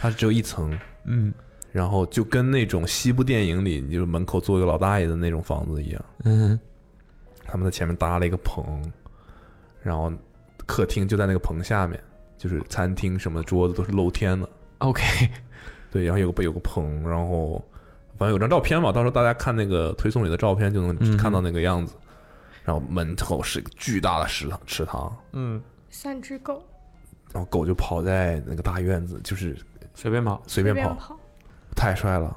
它只有一层，嗯然后就跟那种西部电影里，就是门口坐一个老大爷的那种房子一样。嗯，他们在前面搭了一个棚，然后客厅就在那个棚下面，就是餐厅什么的桌子都是露天的。 OK，对，然后有个有个棚，然后反正有张照片嘛，到时候大家看那个推送里的照片就嗯能看到那个样子。然后门口是一个巨大的池塘，池塘，嗯，三只狗然后狗就跑在那个大院子，就是随便跑，随随便跑，跑，太帅了。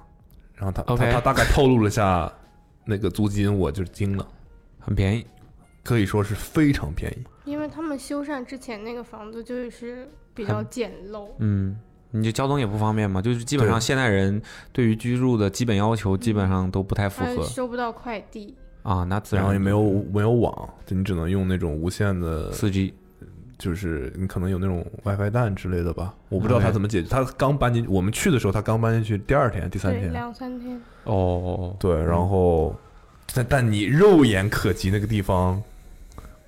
然后他 OK 他他大概透露了一下那个租金，我就惊了，很便宜，可以说是非常便宜。因为他们修缮之前那个房子就是比较很简陋，嗯，你就交通也不方便嘛，就是基本对上现代人对于居住的基本要求基本上都不太符还合收不到快递，啊，那自然后也然没有没有网，就你只能用那种无线的，四 G 就是你可能有那种 WiFi 蛋之类的吧，我不知道他 OK 怎么解决。他刚搬进，我们去的时候他刚搬进去，第二天、第三对，天，两三天。哦，对，然后但但你肉眼可及那个地方。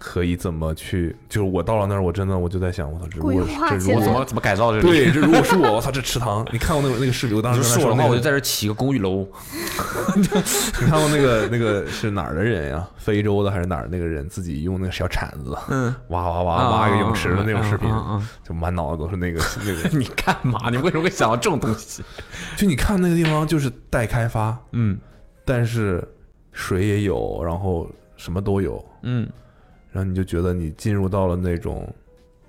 可以怎么去？就是我到了那儿，我真的我就在想，我操，这如规果划这如起果来我怎么怎么改造这里？对，这如果是我，我操，这池塘，你看过那个那个视频？我当你时跟他说是我的那话，个我就在这儿起个公寓楼。你看过那个那个是哪儿的人呀、非洲的还是哪儿那个人自己用那个小铲子，嗯，挖挖挖挖个泳池的那种视频啊啊啊啊啊，就满脑子都是那个那个。你干嘛？你为什么会想到这种东西？就你看那个地方就是待开发，嗯但是水也有，然后什么都有，嗯，然后你就觉得你进入到了那种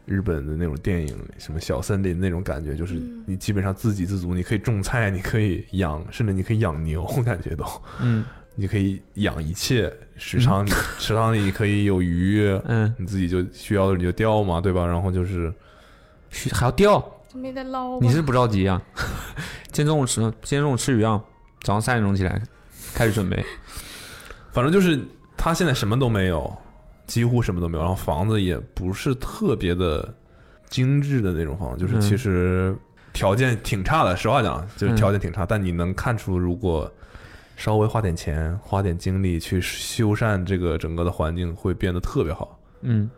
日本的那种电影，什么小森林那种感觉，就是你基本上自给自足，你可以种菜，你可以养， 甚至你可以养牛，感觉都， 嗯，你可以养一切，池塘里池塘里可以有鱼，嗯你自己就需要的你就钓嘛，对吧？然后就是嘘还要钓？就没得捞吧你？是不着急啊？ 今天中午吃，今天中午吃鱼啊，早上三点钟起来开始准备。反正就是他现在什么都没有，几乎什么都没有，然后房子也不是特别的精致的那种房子，就是嗯其实条件挺差的。实话讲，就是嗯条件挺差，但你能看出，如果稍微花点钱、花点精力去修缮这个整个的环境，会变得特别好。嗯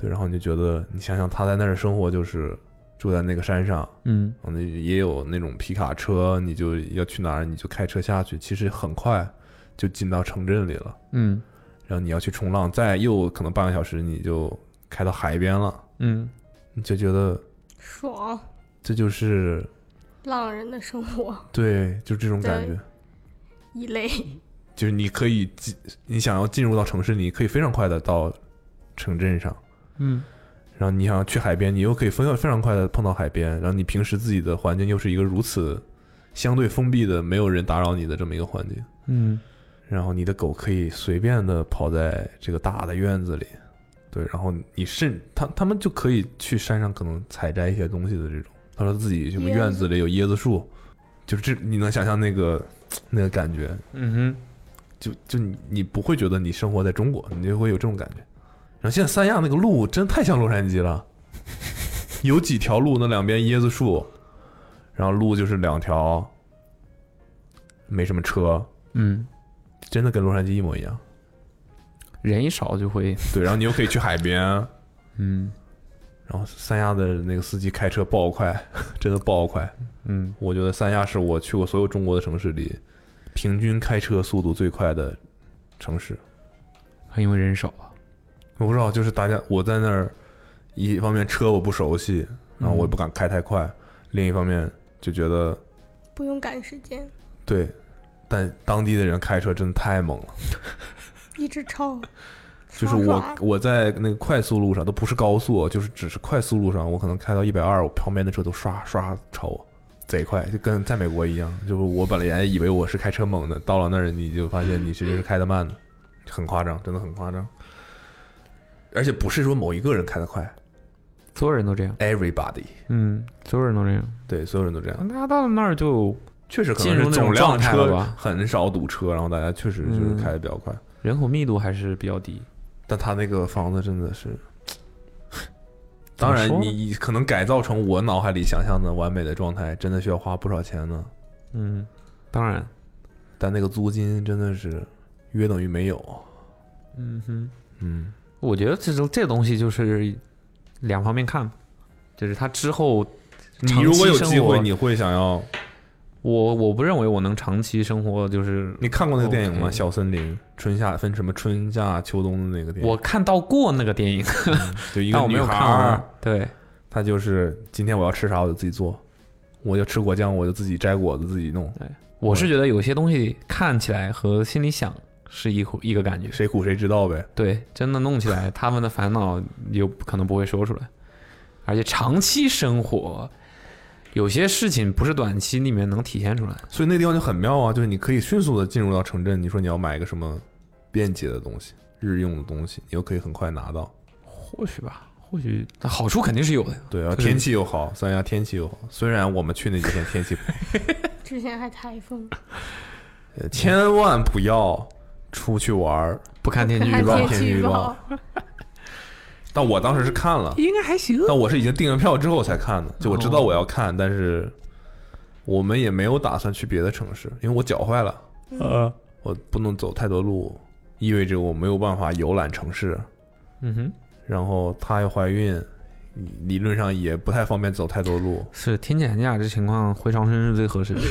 对，然后你就觉得，你想想他在那儿生活，就是住在那个山上，嗯嗯，那也有那种皮卡车，你就要去哪儿，你就开车下去，其实很快就进到城镇里了。嗯然后你要去冲浪，再又可能半个小时你就开到海边了，嗯，你就觉得爽，这就是浪人的生活 对，就这种感觉对，一类。就是你可以进，你想要进入到城市，你可以非常快的到城镇上，嗯，然后你想要去海边，你又可以非常非常快的碰到海边，然后你平时自己的环境又是一个如此相对封闭的，没有人打扰你的这么一个环境。嗯然后你的狗可以随便的跑在这个大的院子里，对，然后你甚他他们就可以去山上可能采摘一些东西的这种。他说自己什么椰子院子里有椰子树，就是这你能想象那个那个感觉，嗯就就你你不会觉得你生活在中国，你就会有这种感觉。然后现在三亚那个路真太像洛杉矶了， 有几条路那两边椰子树，然后路就是两条，没什么车，哼嗯，真的跟洛杉矶一模一样。人一少就会对，然后你又可以去海边，嗯然后三亚的那个司机开车爆快， 真的爆快。嗯我觉得三亚是我去过所有中国的城市里，平均开车速度最快的城市。还因为人少啊。我不知道，就是大家我在那儿，一方面车我不熟悉，然后我也不敢开太快；另一方面就觉得不用赶时间，对，但当地的人开车真的太猛了。一直超。就是爽我爽我在那个快速路上都不是高速，哦就是只是快速路上，我可能开到一百二，我旁边的车都刷刷超我，贼快，就跟在美国一样。就是我本来以为我是开车猛的，到了那儿你就发现你其实是开的慢的，很夸张，真的很夸张。而且不是说某一个人开的快所有人都这样， ，everybody 嗯，所有人都这样。对所有人都这样，大家到了那儿就确实可进能入是那种总状量态了车吧很少堵车，然后大家确实就是嗯开的比较快。人口密度还是比较低。但他那个房子真的是，怎当么然说呢你可能改造成我脑海里想象的完美的状态，真的需要花不少钱呢。嗯，当然，但那个租金真的是约等于没有。嗯哼。嗯，我觉得这种这东西就是两方面看，就是他之后你长期如果有机生活会，你会想要？我我不认为我能长期生活，就是你看过那个电影吗？ OK 小森林》春夏分什么春夏秋冬的那个电影？我看到过那个电影，就一个但我没女有孩看完儿，。对，她就是今天我要吃啥我就自己做，我就吃果酱我就自己摘果子自己弄，我是觉得有些东西看起来和心里想是一一个感觉。谁苦谁知道呗。对，真的弄起来，他们的烦恼有可能不会说出来，而且长期生活，有些事情不是短期里面能体现出来。所以那地方就很妙啊，就是你可以迅速的进入到城镇。你说你要买一个什么便捷的东西、日用的东西，你又可以很快拿到。或许吧，或许它好处肯定是有的。对，然后就是天气又好，三亚天气又好。虽然我们去那几天天气不好，之前还台风，呃千万不要出去玩儿。不看天气还预报，天天气气预预报 报，但我当时是看了，应该还行。但我是已经订了票之后才看的，就我知道哦我要看，但是我们也没有打算去别的城市，因为我脚坏了，呃，我不能走太多路，意味着我没有办法游览城市。嗯哼，然后她又怀孕，理论上也不太方便走太多路。是天减价这情况回长春是最合适的。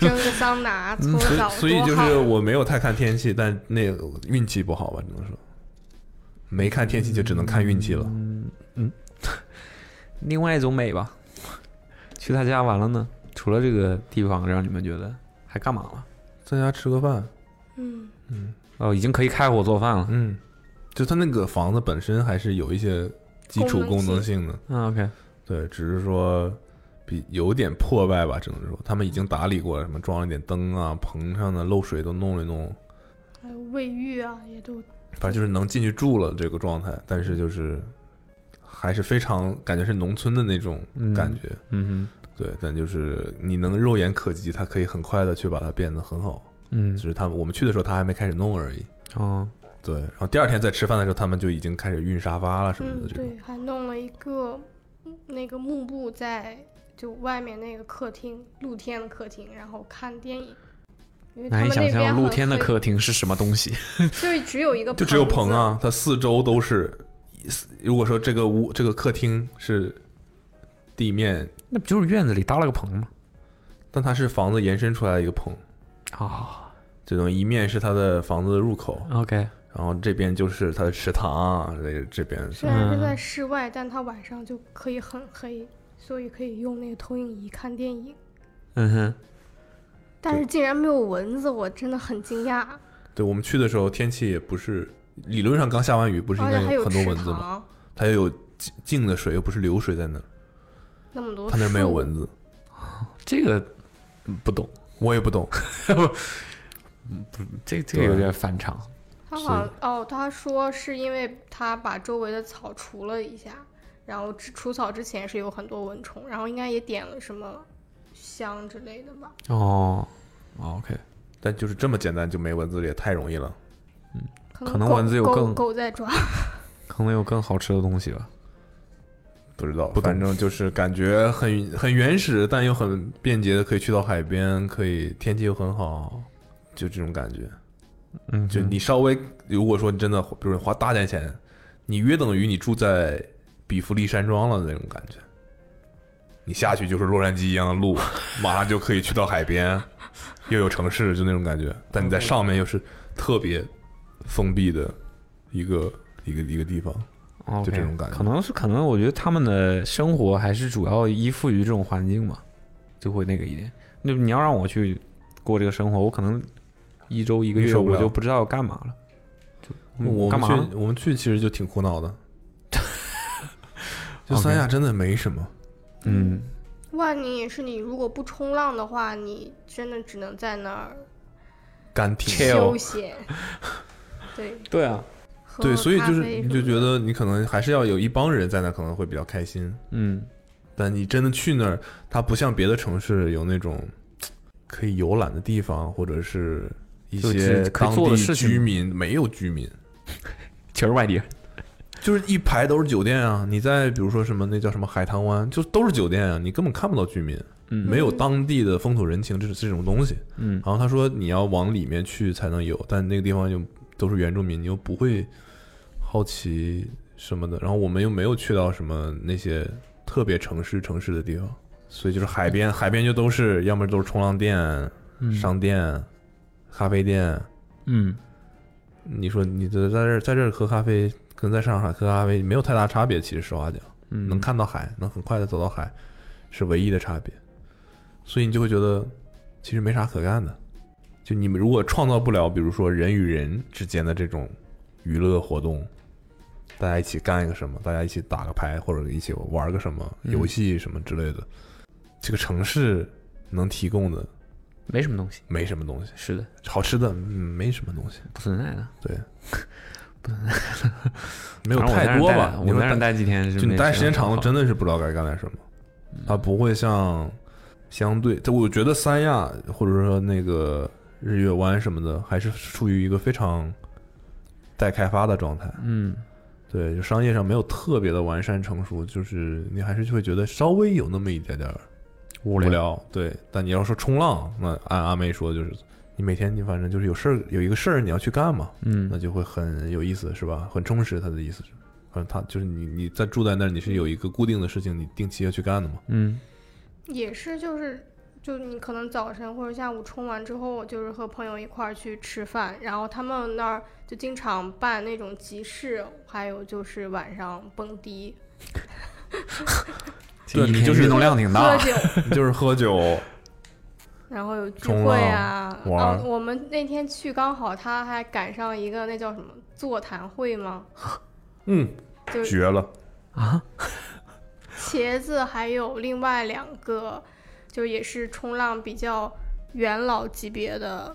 蒸个桑拿，搓个澡，嗯所以多就是好我没有太看天气，但那个运气不好吧，只能说没看天气就只能看运气了。另外一种美吧，去他家完了呢，除了这个地方让你们觉得还干嘛了？在家吃个饭，嗯，哦，已经可以开火做饭了。嗯，就它那个房子本身还是有一些基础功功能能性的，嗯，OK，对，只是说比有点破败吧，只能说他们已经打理过了，什么装了点灯啊，棚上的漏水都弄了一弄，还有卫浴啊，也都反正就是能进去住了这个状态，但是就是还是非常感觉是农村的那种感觉，嗯对，但就是你能肉眼可及，它可以很快的去把它变得很好，哼，嗯只，是他们我们去的时候他还没开始弄而已。哦，对，然后第二天在吃饭的时候，他们就已经开始运沙发了什么嗯的这种。对，还弄了一个嗯那个幕布在就外面那个客厅，露天的客厅，然后看电影。因为他难们以那想边象很露天的黑，客厅是什么东西。 就是只有一 个就只有棚棚子，啊，它四周都是。如果说这个屋这个客厅是地面，那不就是院子里搭了个棚吗？但它是房子延伸出来的一个棚，啊、这种一面是它的房子的入口， o k 然后这边就是它的食堂，这这边是虽然嗯是在室外，但它晚上就可以很黑，所以可以用那个投影仪看电影。嗯哼，但是竟然没有蚊子，我真的很惊讶。对我们去的时候天气也不是，理论上刚下完雨，不是应而且该哦还很多池蚊子吗？塘，它又有静静的水，又不是流水在那儿，那么多它那儿没有树蚊子，这个嗯不懂，我也不懂。 这这个有点反常。他好像哦，他说是因为他把周围的草除了一下，然后除除草之前是有很多蚊虫，然后应该也点了什么香之类的吧。哦哦，OK，但就是这么简单就没蚊子了，也太容易了。可可能狗蚊子有更狗狗在抓， 可能有更好吃的东西吧。不知道，不懂反正就是感觉很很原始，但又很便捷的，可以去到海边，可以天气又很好，就这种感觉。嗯哼，就你稍微，如果说你真的，比如你花大价钱，你约等于你住在比弗利山庄了的那种感觉。你下去就是洛杉矶一样的路，马上就可以去到海边，又有城市，就那种感觉。但你在上面又是特别封闭的一个一个一个地方。 o 就这种感觉可能是可能，我觉得他们的生活还是主要依附于这种环境吧，就会那个一点。那你要让我去过这个生活，我可能一周一个你月受不我了就不知道干嘛了。就嗯我干们嘛呢去我们去其实就挺苦恼的，就三亚真的没什么。嗯，万宁也是你如果不冲浪的话，你真的只能在那儿干挺 Chill 休闲。 对，对啊，喝对，喝所以就咖是啡你什就么觉得你可能还是要有一帮人在那，可能会比较开心。嗯，但你真的去那儿，它不像别的城市有那种可以游览的地方，或者是一就是些可以当做的地事情居民没有居民，全是外地人。啊就是一排都是酒店啊。你在比如说什么那叫什么海棠湾，就都是酒店啊，你根本看不到居民，嗯没有当地的风土人情这这种东西。嗯，然后他说你要往里面去才能有，但那个地方又都是原住民，你又不会好奇什么的。然后我们又没有去到什么那些特别城市城市的地方，所以就是海嗯边，海边就都是要么都是冲浪店、商店、咖啡店。嗯，你说你在在这儿在这儿喝咖啡，跟在上海喝咖啡没有太大差别。其实实话讲，嗯能看到海，能很快的走到海，是唯一的差别。所以你就会觉得其实没啥可干的。就你们如果创造不了，比如说人与人之间的这种娱乐活动，大家一起干一个什么，大家一起打个牌或者一起玩个什么嗯游戏什么之类的，这个城市能提供的没什么东西。没什么东西，是的，好吃的嗯没什么东西。不存在的。对，没有反正我在太那多儿待吧。你我说在那儿待几天是就你没待事时间长了，好嗯真的是不知道该干点什么。它不会像相对，它我觉得三亚或者说那个日月湾什么的，还是处于一个非常待开发的状态。嗯，对，就商业上没有特别的完善成熟，就是你还是会觉得稍微有那么一点点儿无无聊，聊。对，但你要说冲浪，那按阿妹说就是，你每天你反正就是有事儿，有一个事儿你要去干嘛，那嗯，就会很有意思，是吧？很充实，他的意思是，反正他就是你你在住在那儿，你是有一个固定的事情，你定期要去干的嘛。嗯，也是就是就你可能早晨或者下午冲完之后，就是和朋友一块儿去吃饭，然后他们那儿就经常办那种集市，还有就是晚上蹦迪、对一你天就是运动量挺喝大，酒，就是喝 酒，然后有聚冲会浪啊。玩啊儿，我们那天去刚好他还赶上一个那叫什么座谈会吗？嗯，就是绝了。茄子还有另外两个，就也是冲浪比较元老级别的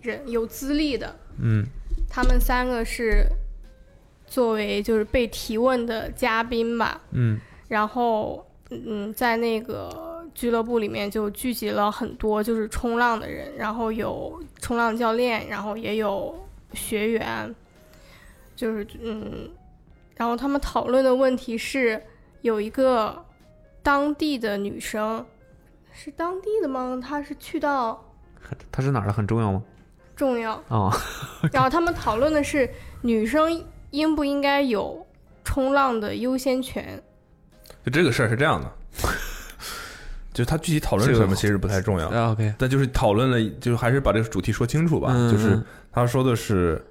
人，有资历的。嗯，他们三个是作为就是被提问的嘉宾吧，嗯，然后嗯，在那个俱乐部里面就聚集了很多就是冲浪的人，然后有冲浪教练，然后也有学员，就是嗯，然后他们讨论的问题是有一个当地的女生，是当地的吗？她是去到它是哪儿的很重要吗？重要。哦，啊然后他们讨论的是女生应不应该有冲浪的优先权。就这个事儿是这样的， 就是他具体讨论这什个么其实不太重要，啊 OK，但就是讨论了，就是还是把这个主题说清楚吧。嗯就是嗯他说的是，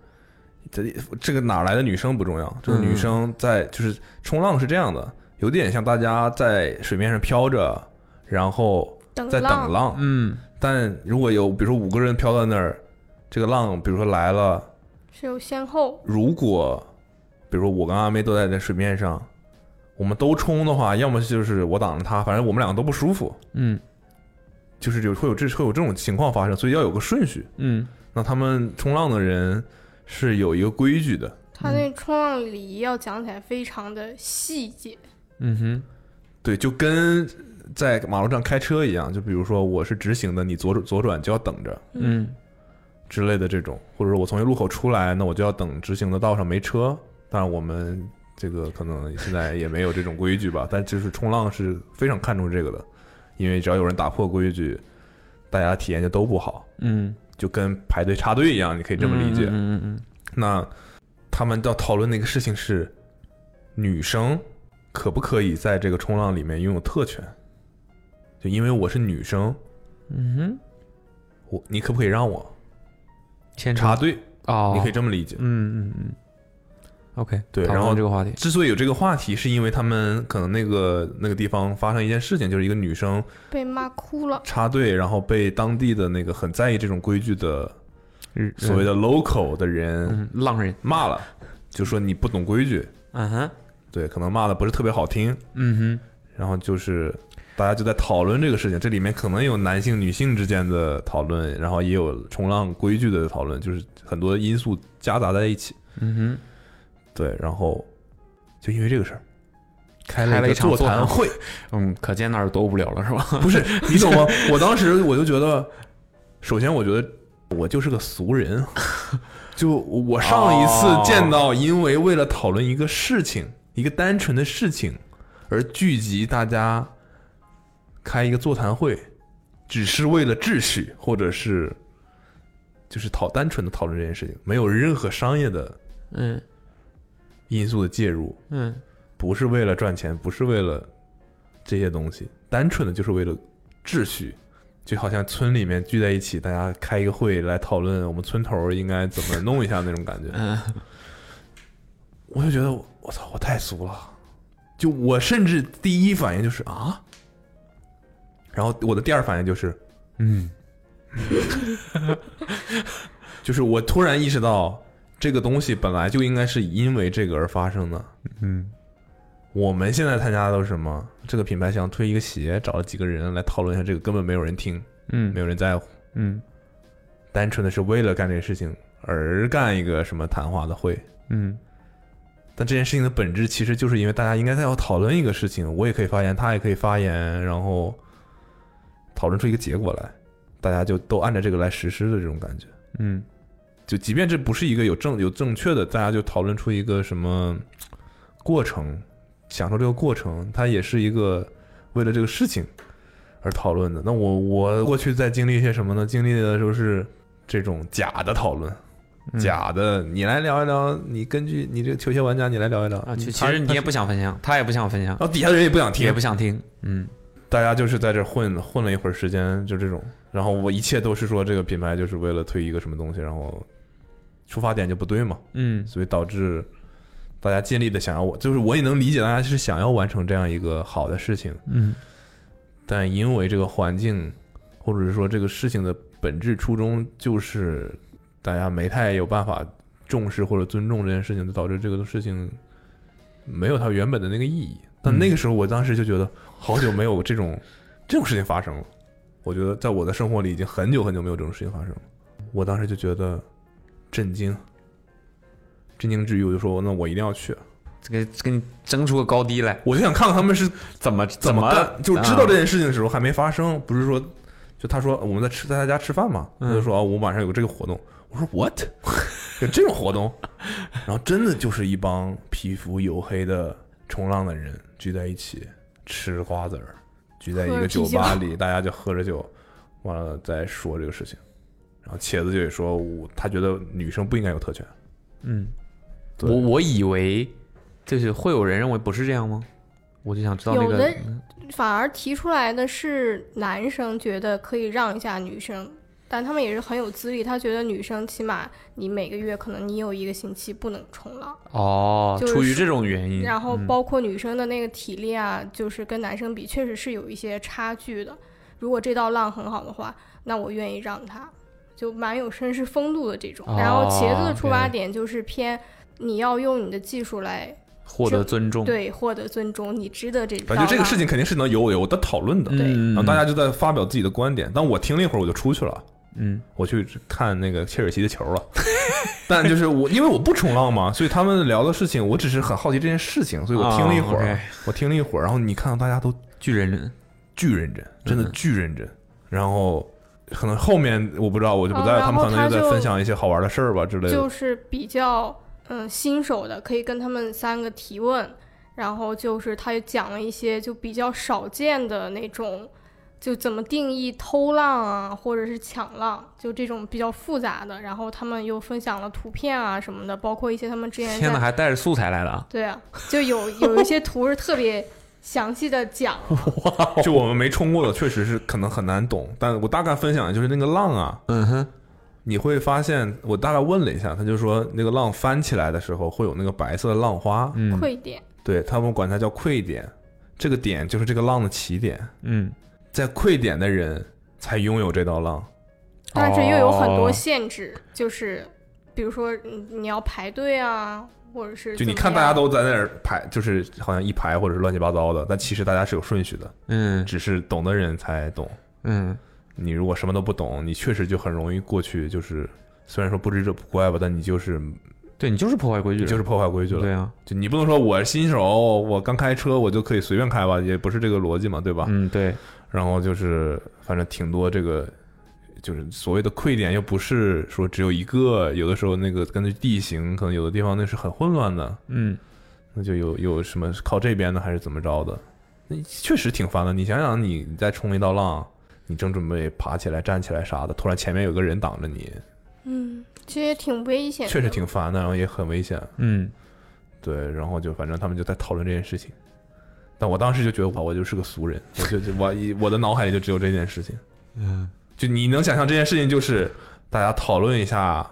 这这个哪来的女生不重要，就是女生在就是冲浪是这样的，有点像大家在水面上漂着，然后等在等浪，浪。嗯，但如果有比如说五个人飘到那儿，这个浪比如说来了，是有先后，如果比如说我跟阿妹都在这水面上，我们都冲的话，要么就是我挡着她，反正我们两个都不舒服。嗯就是有会有这会有这种情况发生，所以要有个顺序。嗯那他们冲浪的人是有一个规矩的，他那冲浪礼仪要讲起来非常的细节。嗯哼，对，就跟在马路上开车一样，就比如说我是直行的，你左左转就要等着嗯之类的这种，或者说我从一路口出来，那我就要等直行的道上没车。当然我们这个可能现在也没有这种规矩吧， 但就是冲浪是非常看重这个的，因为只要有人打破规矩，大家体验就都不好，嗯，就跟排队插队一样，你可以这么理解。嗯嗯嗯那他们要讨论那个事情是，女生可不可以在这个冲浪里面拥有特权？就因为我是女生，嗯哼，我你可不可以让我先插队？哦，你可以这么理解。嗯嗯嗯，OK，对讨论然后这个话题，之所以有这个话题，是因为他们可能那个那个地方发生一件事情，就是一个女生被骂哭了，插队，然后被当地的那个很在意这种规矩的日所谓的 local 的人嗯浪人，骂了，就说你不懂规矩，嗯哼，对，可能骂的不是特别好听，嗯然后就是大家就在讨论这个事情，这里面可能有男性、女性之间的讨论，然后也有冲浪规矩的讨论，就是很多因素夹杂在一起。哼，嗯哼，对，然后就因为这个事儿，开开了了一个场座谈会会，嗯，可见那儿多无聊了是吧？ 不是你懂吗？我当时我就觉得，首先我觉得我就是个俗人，就我上一次哦见到，因为为了讨论一个事情，一个单纯的事情而聚集大家开一个座谈会，只是为了秩序，或者是就是讨单纯的讨论这件事情，没有任何商业的嗯因素的介入，嗯不是为了赚钱，不是为了这些东西，单纯的就是为了秩序。就好像村里面聚在一起，大家开一个会来讨论我们村头儿应该怎么弄一下那种感觉。嗯 我就觉得我我操，我太俗了。就我甚至第一反应就是啊，然后我的第二反应就是，嗯就是我突然意识到这个东西本来就应该是因为这个而发生的。嗯我们现在参加的都是什么？这个品牌想推一个鞋，找了几个人来讨论一下这个，根本没有人听，没嗯有人在乎，嗯单纯的是为了干这个事情而干一个什么谈话的会，嗯，但这件事情的本质其实就是因为大家应该在要讨论一个事情，我也可以发言，他也可以发言，然后讨论出一个结果来，大家就都按照这个来实施的这种感觉。嗯，就即便这不是一个有正有正确的，大家就讨论出一个什么过程，享受这个过程，它也是一个为了这个事情而讨论的。那我我过去在经历一些什么呢？经历的就是这种假的讨论，嗯假的你来聊一聊，你根据你这个球鞋玩家，你来聊一聊啊，其他其实你也不想分享，他也不想分享然，后底下的人也不想听，也不想听。嗯，大家就是在这混混了一会儿时间，就这种。然后我一切都是说这个品牌就是为了推一个什么东西，然后出发点就不对嘛，嗯所以导致大家尽力的想要我，就是我也能理解大家是想要完成这样一个好的事情，嗯但因为这个环境，或者是说这个事情的本质初衷就是大家没太有办法重视或者尊重这件事情，就导致这个事情没有它原本的那个意义。但那个时候，我当时就觉得好久没有这种这种事情发生了。我觉得在我的生活里已经很久很久没有这种事情发生了。我当时就觉得震惊，震惊之余，我就说那我一定要去，这个给你争出个高低来，我就想看看他们是怎么怎么干，干就知道这啊件事情的时候还没发生，不是说，就他说我们在吃在他家吃饭嘛，他嗯就说啊我晚上有个这个活动，我说 what，有这种活动，然后真的就是一帮皮肤黝黑的冲浪的人聚在一起吃瓜子儿，聚在一喝个着酒啤酒吧里，大家就喝着酒，完了再说这个事情，然后茄子就也说我他觉得女生不应该有特权，嗯，对我我以为就是会有人认为不是这样吗？我就想知道那有的个反而提出来的是男生觉得可以让一下女生，但他们也是很有资历，他觉得女生起码你每个月可能你有一个星期不能冲浪，哦，就是出于这种原因，然后包括女生的那个体力啊，就是跟男生比确实是有一些差距的。如果这道浪很好的话，那我愿意让他，就蛮有绅士风度的这种。然后茄子的出发哦点就是偏你要用你的技术来获得尊重，对获得尊重，你值得这道感浪。觉这个事情肯定是能有有的讨论的，嗯，然后嗯大家就在发表自己的观点，但我听了一会儿我就出去了。嗯我去看那个切尔西的球了， 但就是我因为我不冲浪嘛，所以他们聊的事情，我只是很好奇这件事情，所以我听了一会哦儿，OK，我听了一会儿，然后你看到大家都巨人巨认真，真的巨认真，然后可能后面我不知道，我就不在了，哦然他们后可能他在就分享一些好玩的事儿吧之类的就，是比较嗯新手的，可以跟他们三个提问，然后就是他也讲了一些就比较少见的那种，就怎么定义偷浪啊，或者是抢浪，就这种比较复杂的。然后他们又分享了图片啊什么的，包括一些他们之前天哪，在还带着素材来了啊！对啊，就有有一些图是特别详细的讲了，就我们没冲过的，确实是可能很难懂，但我大概分享就是那个浪啊，嗯哼，你会发现我大概问了一下，他就说那个浪翻起来的时候会有那个白色的浪花，嗯溃点。对他们管它叫溃点，这个点就是这个浪的起点。嗯，在溃点的人才拥有这道浪。但是又有很多哦限制，就是比如说你你要排队啊，或者是就你怎么看大家样都在那儿排，就是好像一排或者是乱七八糟的，但其实大家是有顺序的，嗯只是懂的人才懂。嗯，你如果什么都不懂，你确实就很容易过去，就是虽然说不知者不怪吧，但你就是对你就是破坏规矩你了，就是破坏规矩了。对啊，就你不能说我新手，我刚开车我就可以随便开吧，也不是这个逻辑嘛，对吧？嗯对，然后就是反正挺多这个，就是所谓的溃点，又不是说只有一个，有的时候那个根据地形，可能有的地方那是很混乱的，嗯那就有有什么靠这边的还是怎么着的，那确实挺烦的。你想想，你再冲一道浪，你正准备爬起来、站起来啥的，突然前面有个人挡着你，嗯，其实也挺危险的，确实挺烦的，然后也很危险。嗯对，然后就反正他们就在讨论这件事情，但我当时就觉得我我就是个俗人，我就就我我的脑海里就只有这件事情。嗯就你能想象这件事情，就是大家讨论一下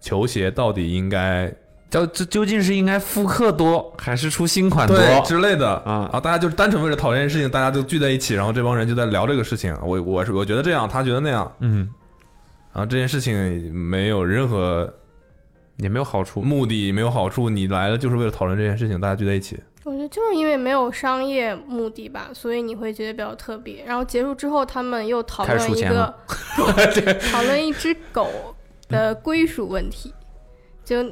球鞋到底应该究究究竟是应该复刻多还是出新款多？之类的啊啊，大家就是单纯为了讨论这件事情，大家就聚在一起，然后这帮人就在聊这个事情。啊我我是我觉得这样，他觉得那样，嗯，然后这件事情没有任何也没有好处。目的，没有好处。你来了就是为了讨论这件事情，大家聚在一起。我觉得就是因为没有商业目的吧，所以你会觉得比较特别。然后结束之后，他们又讨开始论数一钱个了讨论一只狗的归属问题，就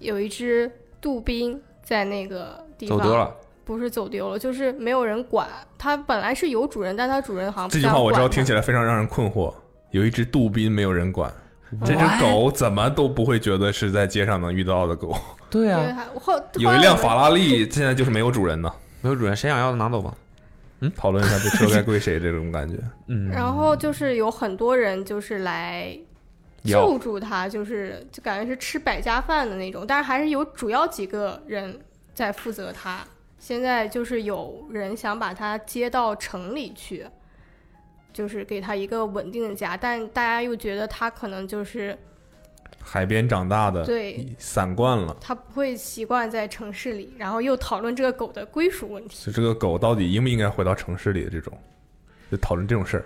有一只杜宾在那个地走方丢了，不是走丢了，就是没有人管它。本来是有主人，但它主人好像不这句想话我知道管它听起来非常让人困惑。有一只杜宾没有人管，这只狗怎么都不会觉得是在街上能遇到的狗。对因为啊，它后有一辆法拉利，现在就是没有主人呢。嗯没有主人，谁想要的拿走吧。讨论一下这车该归 谁这种感觉。嗯，然后就是有很多人就是来要救助他，就是就感觉是吃百家饭的那种，但是还是有主要几个人在负责他。现在就是有人想把他接到城里去，就是给他一个稳定的家，但大家又觉得他可能就是海边长大的，对，散惯了。他不会习惯在城市里，然后又讨论这个狗的归属问题。就这个狗到底应不应该回到城市里的这种，就讨论这种事儿。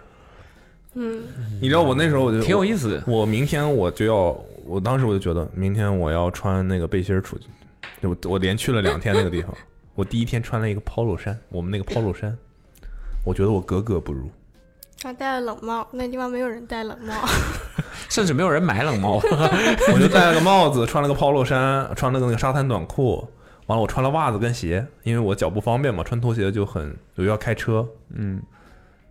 嗯，你知道我那时候我就挺有意思的。我明天我就要，我当时我就觉得明天我要穿那个背心儿出去。就我我连去了两天那个地方，我第一天穿了一个 polo 衫，我们那个 polo 衫，我觉得我格格不入。他戴了冷帽，那地方没有人戴冷帽。甚至没有人买冷帽。 我就戴了个帽子，穿了个 polo 衫，穿了个那个沙滩短裤，完了我穿了袜子跟鞋，因为我脚不方便嘛，穿拖鞋就很我又要开车， 嗯，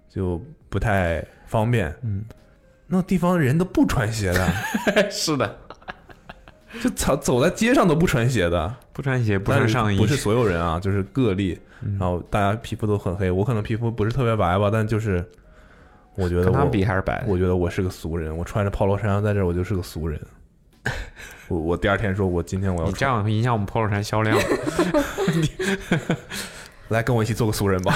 就不太方便。嗯，那地方人都不穿鞋的，是的，就走走在街上都不穿鞋的，不穿鞋，不穿上衣，嗯但是不是所有人啊，就是个例。然后大家皮肤都很黑，我可能皮肤不是特别白吧，但就是我觉得跟他我比还是白。我觉得我是个俗人，我穿着 polo 衫在这儿我就是个俗 人。我我第二天说，我今天我要你穿这样影响我们 polo 衫 销量。来跟我一起做个俗人吧。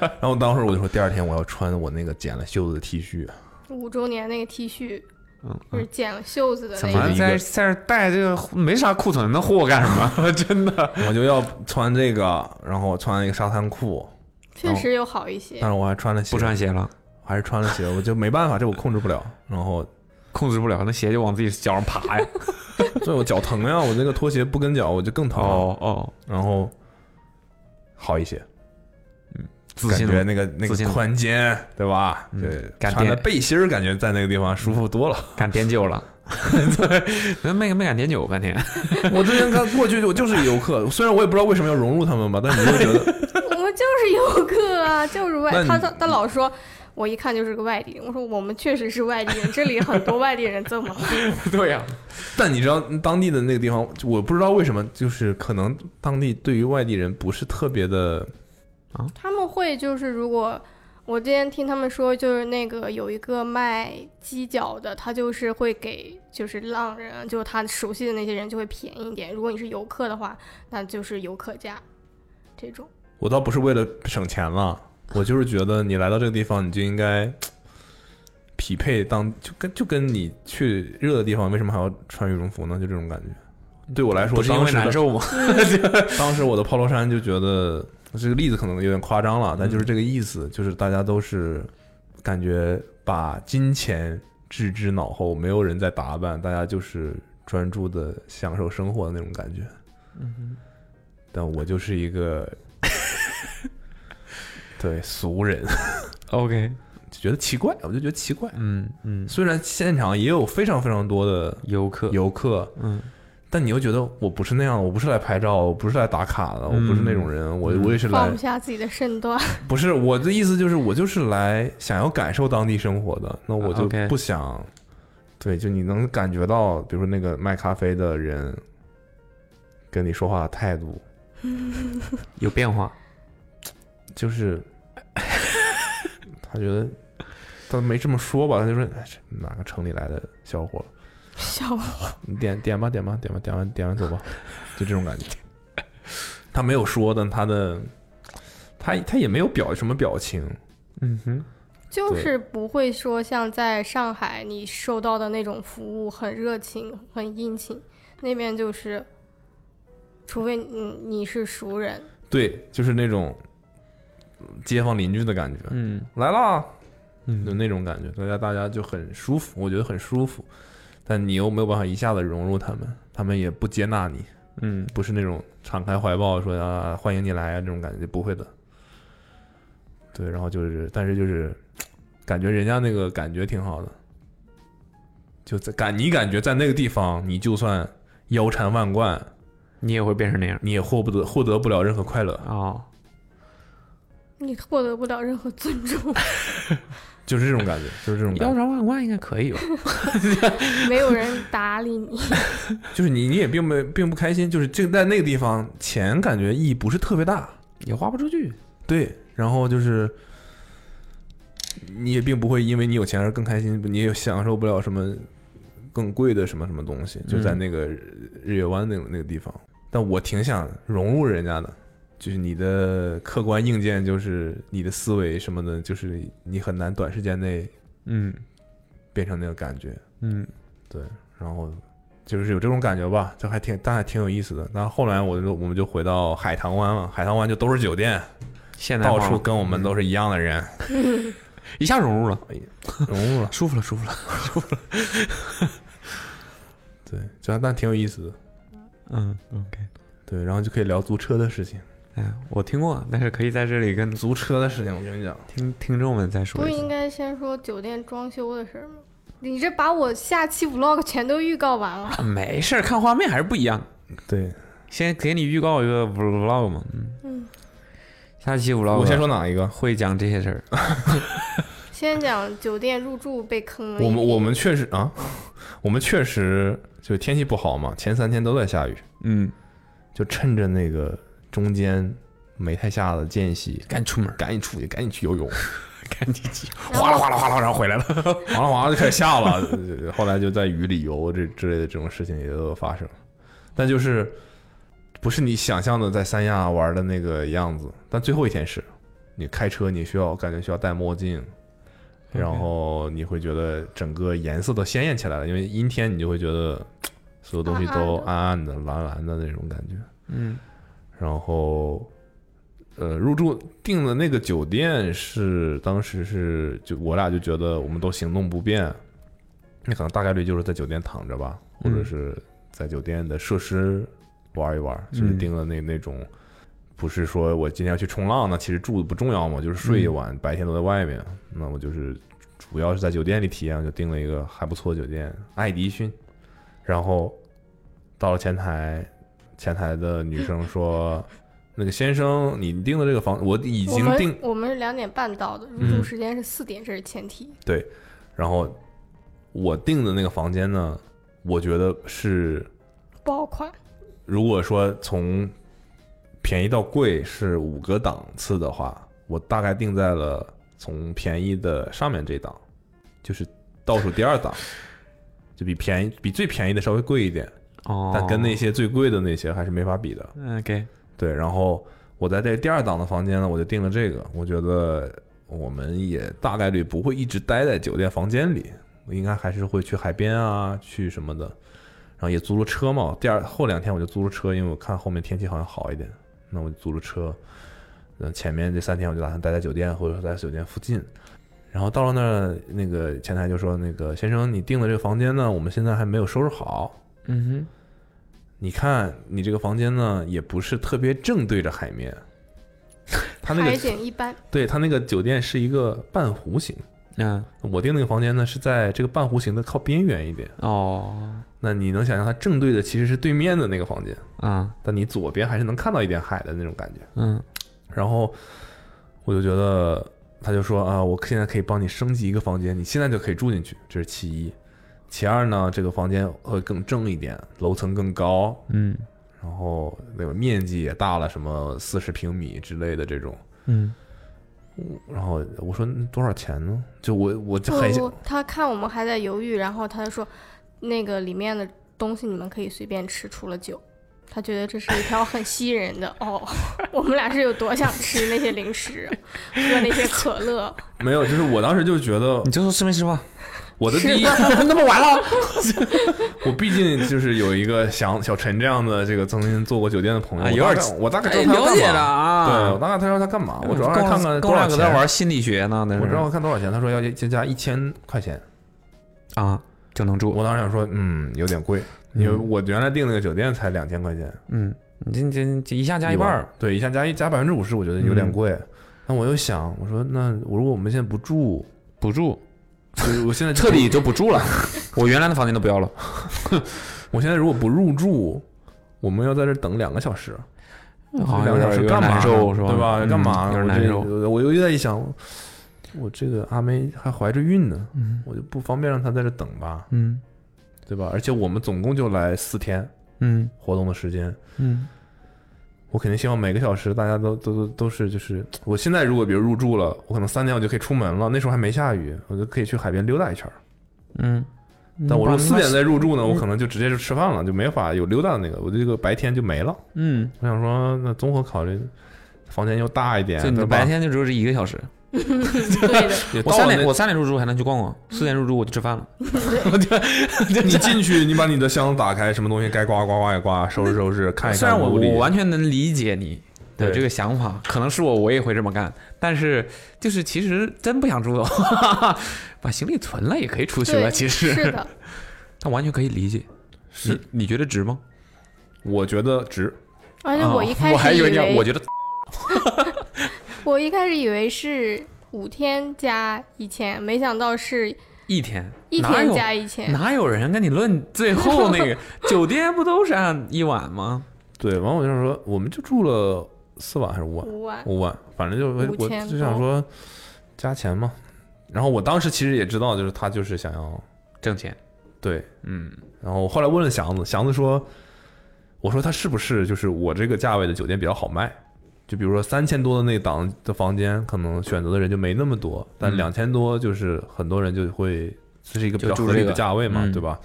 然后当时我就说，第二天我要穿我那个剪了袖子的 T 恤，五周年那个 T 恤，嗯，就是剪了袖子的怎那么个，反正在在这带这个没啥库存的货干什么？ 真的，我就要穿这个，然后我穿了一个沙滩裤，确实有好一些。但是我还穿了鞋，不穿鞋了，我还是穿了鞋，我就没办法，这我控制不了。然后，控制不了，那鞋就往自己脚上爬 呀。所以我脚疼呀，我那个拖鞋不跟脚，我就更疼了。哦哦，然后好一些，自感信觉了。那个那自信个了宽肩，对吧？嗯对，感穿的觉背心儿，感觉在那个地方舒服多了。敢点酒 了，对， 没没敢点酒半 天。我之前刚过去，我就是游客，虽然我也不知道为什么要融入他们吧，但你就觉得我们就是游客啊，就是外那你他他他老说，我一看就是个外地人。我说我们确实是外地人，这里很多外地人这么对呀、但你知道当地的那个地方，我不知道为什么，就是可能当地对于外地人不是特别的， 他们会就是如果我今天听他们说，就是那个有一个卖鸡脚的，他就是会给就是浪人，就是他熟悉的那些人就会便宜一点。如果你是游客的话，那就是游客价这种。我倒不是为了省钱了，我就是觉得你来到这个地方，你就应该匹配当就跟就跟你去热的地方，为什么还要穿羽绒服呢？就这种感觉。对我来说，不是因当为时的难受吗？当时我的 polo 衫就觉得这个例子可能有点夸张了，但就是这个意思，就是大家都是感觉把金钱置之脑后，没有人在打扮，大家就是专注的享受生活的那种感觉。嗯但我就是一个对俗人， OK，就觉得奇怪，我就觉得奇怪。嗯嗯，虽然现场也有非常非常多的游客，游客，嗯，但你又觉得我不是那样的，我不是来拍照，我不是来打卡的，我不是那种人，我我也是来放不下自己的身段， 不是我的意思，就是我就是来想要感受当地生活的，那我就 OK 不想。对，就你能感觉到，比如说那个卖咖啡的人跟你说话的态度，有变化。就是 他觉得他没这么说吧，他就说哎这哪个城里来的小伙，笑话。你点点吧，点吧，点吧，点完点完走吧，就这种感觉。 他没有说，但他的他他也没有表什么表情，嗯哼，就对是不会说像在上海你受到的那种服务很热情、很殷勤，那边就是，除非你你是熟人，对，就是那种街坊邻居的感觉，嗯来啦，就嗯，那种感觉，大家大家就很舒服，我觉得很舒服，但你又没有办法一下子融入他们，他们也不接纳你，嗯，不是那种敞开怀抱说啊欢迎你来啊这种感觉，不会的。对，然后就是，但是就是，感觉人家那个感觉挺好的，就在感你感觉在那个地方，你就算腰缠万贯，你也会变成那样你也获不得获得不了任何快乐，啊哦。你获得不了任何尊重，就是这种感觉，就是这种腰感觉，缠万贯应该可以吧？没有人搭理 你。就是你你也并没并不开心，就是这在那个地方钱感觉意义不是特别大，也花不出去。对，然后就是你也并不会因为你有钱而更开心，你也享受不了什么更贵的什么什么东西，就在嗯那个日日月湾那种那个地方。但我挺想融入人家的，就是你的客观硬件，就是你的思维什么的，就是你很难短时间内嗯变成那个感觉。嗯，对，然后就是有这种感觉吧，这还挺，但还挺有意思的。那后来我就我们就回到海棠湾了，海棠湾就都是酒店，现在到处跟我们都是一样的人，一下融入了，融入了。舒服了，舒服了。 对，这但挺有意思的。嗯，OK。对，然后就可以聊租车的事情。哎，我听过，但是可以在这里跟租车的事情，我跟你讲，听听众们再说不一是应下。该先说酒店装修的事儿吗？你这把我下期 vlog 全都预告完了。啊没事儿，看画面还是不一样。对，先给你预告一个 vlog 嘛，嗯嗯，下期 vlog 我先说哪一个？会讲这些事儿。先讲酒店入住被坑了一我笔。们我们确实啊，我们确实就天气不好嘛，前三天都在下雨，嗯，就趁着那个中间没太下的间隙，赶紧出门，赶紧出去，赶紧去游泳，赶紧去。哗啦哗啦哗啦，然后回来了，哗啦哗啦就开始下了。呃后来就在雨里游这之类的这种事情也都有发生，但就是不是你想象的在三亚玩的那个样子。但最后一天是，你开车你需要感觉需要戴墨镜，然后你会觉得整个颜色都鲜艳起来了，因为阴天你就会觉得嘖所有东西都暗暗的、蓝蓝的那种感觉。嗯，然后，呃，入住订的那个酒店是当时是就我俩就觉得我们都行动不便，那可能大概率就是在酒店躺着吧，或者嗯是在酒店的设施玩一玩，所以嗯订了那那种。不是说我今天要去冲浪，那其实住的不重要嘛，就是睡一嗯晚，白天都在外面。那我就是主要是在酒店里体验，就订了一个还不错的酒店——爱迪逊。然后到了前台，前台的女生说：“那个先生，你订的这个房，我已我经嗯订们。我们是两点半到的，入住时间是四点，这是前提。”然后我订的那个房间呢，我觉得是爆款，如果说从便宜到贵是五个档次的话，我大概定在了从便宜的上面这档，就是倒数第二档，就比便宜比最便宜的稍微贵一点，哦，但跟那些最贵的那些还是没法比的。嗯 OK，对，然后我在这第二档的房间呢，我就订了这个。我觉得我们也大概率不会一直待在酒店房间里，应该还是会去海边啊，去什么的。然后也租了车嘛，第二后两天我就租了车，因为我看后面天气好像好一点，那我就租了车。嗯，前面这三天我就打算待在酒店，或者说待在酒店附近。然后到了那儿，那个前台就说：“那个先生，你订的这个房间呢，我们现在还没有收拾好，嗯你看，你这个房间呢，也不是特别正对着海 面，它那海个景一般。对它那个酒店是一个半弧形。哼，嗯我订那个房间呢，是在这个半弧形的靠边缘一点。哦，那你能想象它正对的其实是对面的那个房间，嗯但你左边还是能看到一点海的那种感觉。嗯然后我就觉得，他就说啊，我现在可以帮你升级一个房间，你现在就可以住进去，这是其一。其二呢，这个房间会更正一点，楼层更高，嗯然后那个面积也大了，什么四十平米之类的这种。嗯，然后我说嗯多少钱呢？就我我就很不想不，他看我们还在犹豫，然后他就说，那个里面的东西你们可以随便吃，除了酒。他觉得这是一条很吸引人的哦， 我们俩是有多想吃那些零食，啊喝那些可乐，没有，就是我当时就觉得你就说吃没吃吧？我的第一，那么晚了， 我毕竟就是有一个像小陈这样的这个曾经做过酒店的朋友，啊我有点大概我大概知哎道他要了解干了嘛。对，我啊。大概他说他干嘛？我主要是跟看看跟多我俩少搁那钱。玩心理学呢，那是我知道看多少钱，他说要加加一千块钱。啊，就能住。我当时想说，嗯，有点贵，因为我原来订那个酒店才两千块钱，嗯，你这这这一下加一半儿，，对，一下加一加百分之五十，我觉得有点嗯贵。那我又想，我说那我如果我们现在不住，不住，就是我现在就 彻底就不住了。我原来的房间都不要了，我现在如果不入住，我们要在这儿等两个小时，好像两有个小点时有点干嘛呢？难受是吧？对吧？嗯干嘛？有我点难这呃受。我我又在一想，我这个阿梅还怀着孕呢，嗯我就不方便让她在这等吧，嗯对吧？而且我们总共就来四天嗯活动的时间，嗯我肯定希望每个小时大家都都都都是就是，我现在如果比如入住了，我可能三点我就可以出门了，那时候还没下雨，我就可以去海边溜达一圈儿。嗯。但我如果四点再再入住嗯呢，我可能就直接就吃饭了，就没法有溜达的那个，我这个白天就没了。嗯，我想说，那综合考虑，房间又大一点，就你的对吧白天就只有这一个小时。对的，也到 我三了点那我三点入住还能去逛逛，四点入住我就吃饭了。 你进去，你把你的箱打开，什么东西该刮刮刮也刮，收拾收拾，看一看。虽然我屋里我完全能理解你的对这个想法，可能是我我也会这么干，但是就是其实真不想住的话， 把行李存了也可以出去了。对，其实，是的， 但完全可以理解。你你觉得值吗？我觉得值，而且我一开啊我还始以以为你要，为，我觉得我一开始以为是五天加一千，没想到是一天一哪天有加一千。哪有人跟你论最后那个 酒店不都是按一晚吗？对。完，我就说，我们就住了四晚还是五晚？五啊万，五万，反正就五我千就想说加钱嘛。然后我当时其实也知道，就是他就是想要挣钱，对，嗯，然后我后来问了祥子，祥子说，我说他是不是就是我这个价位的酒店比较好卖？就比如说三千多的那档的房间，可能选择的人就没那么多，但嗯两千多就是很多人就会，这是一个比较就住合理这的个价位嘛，嗯对吧？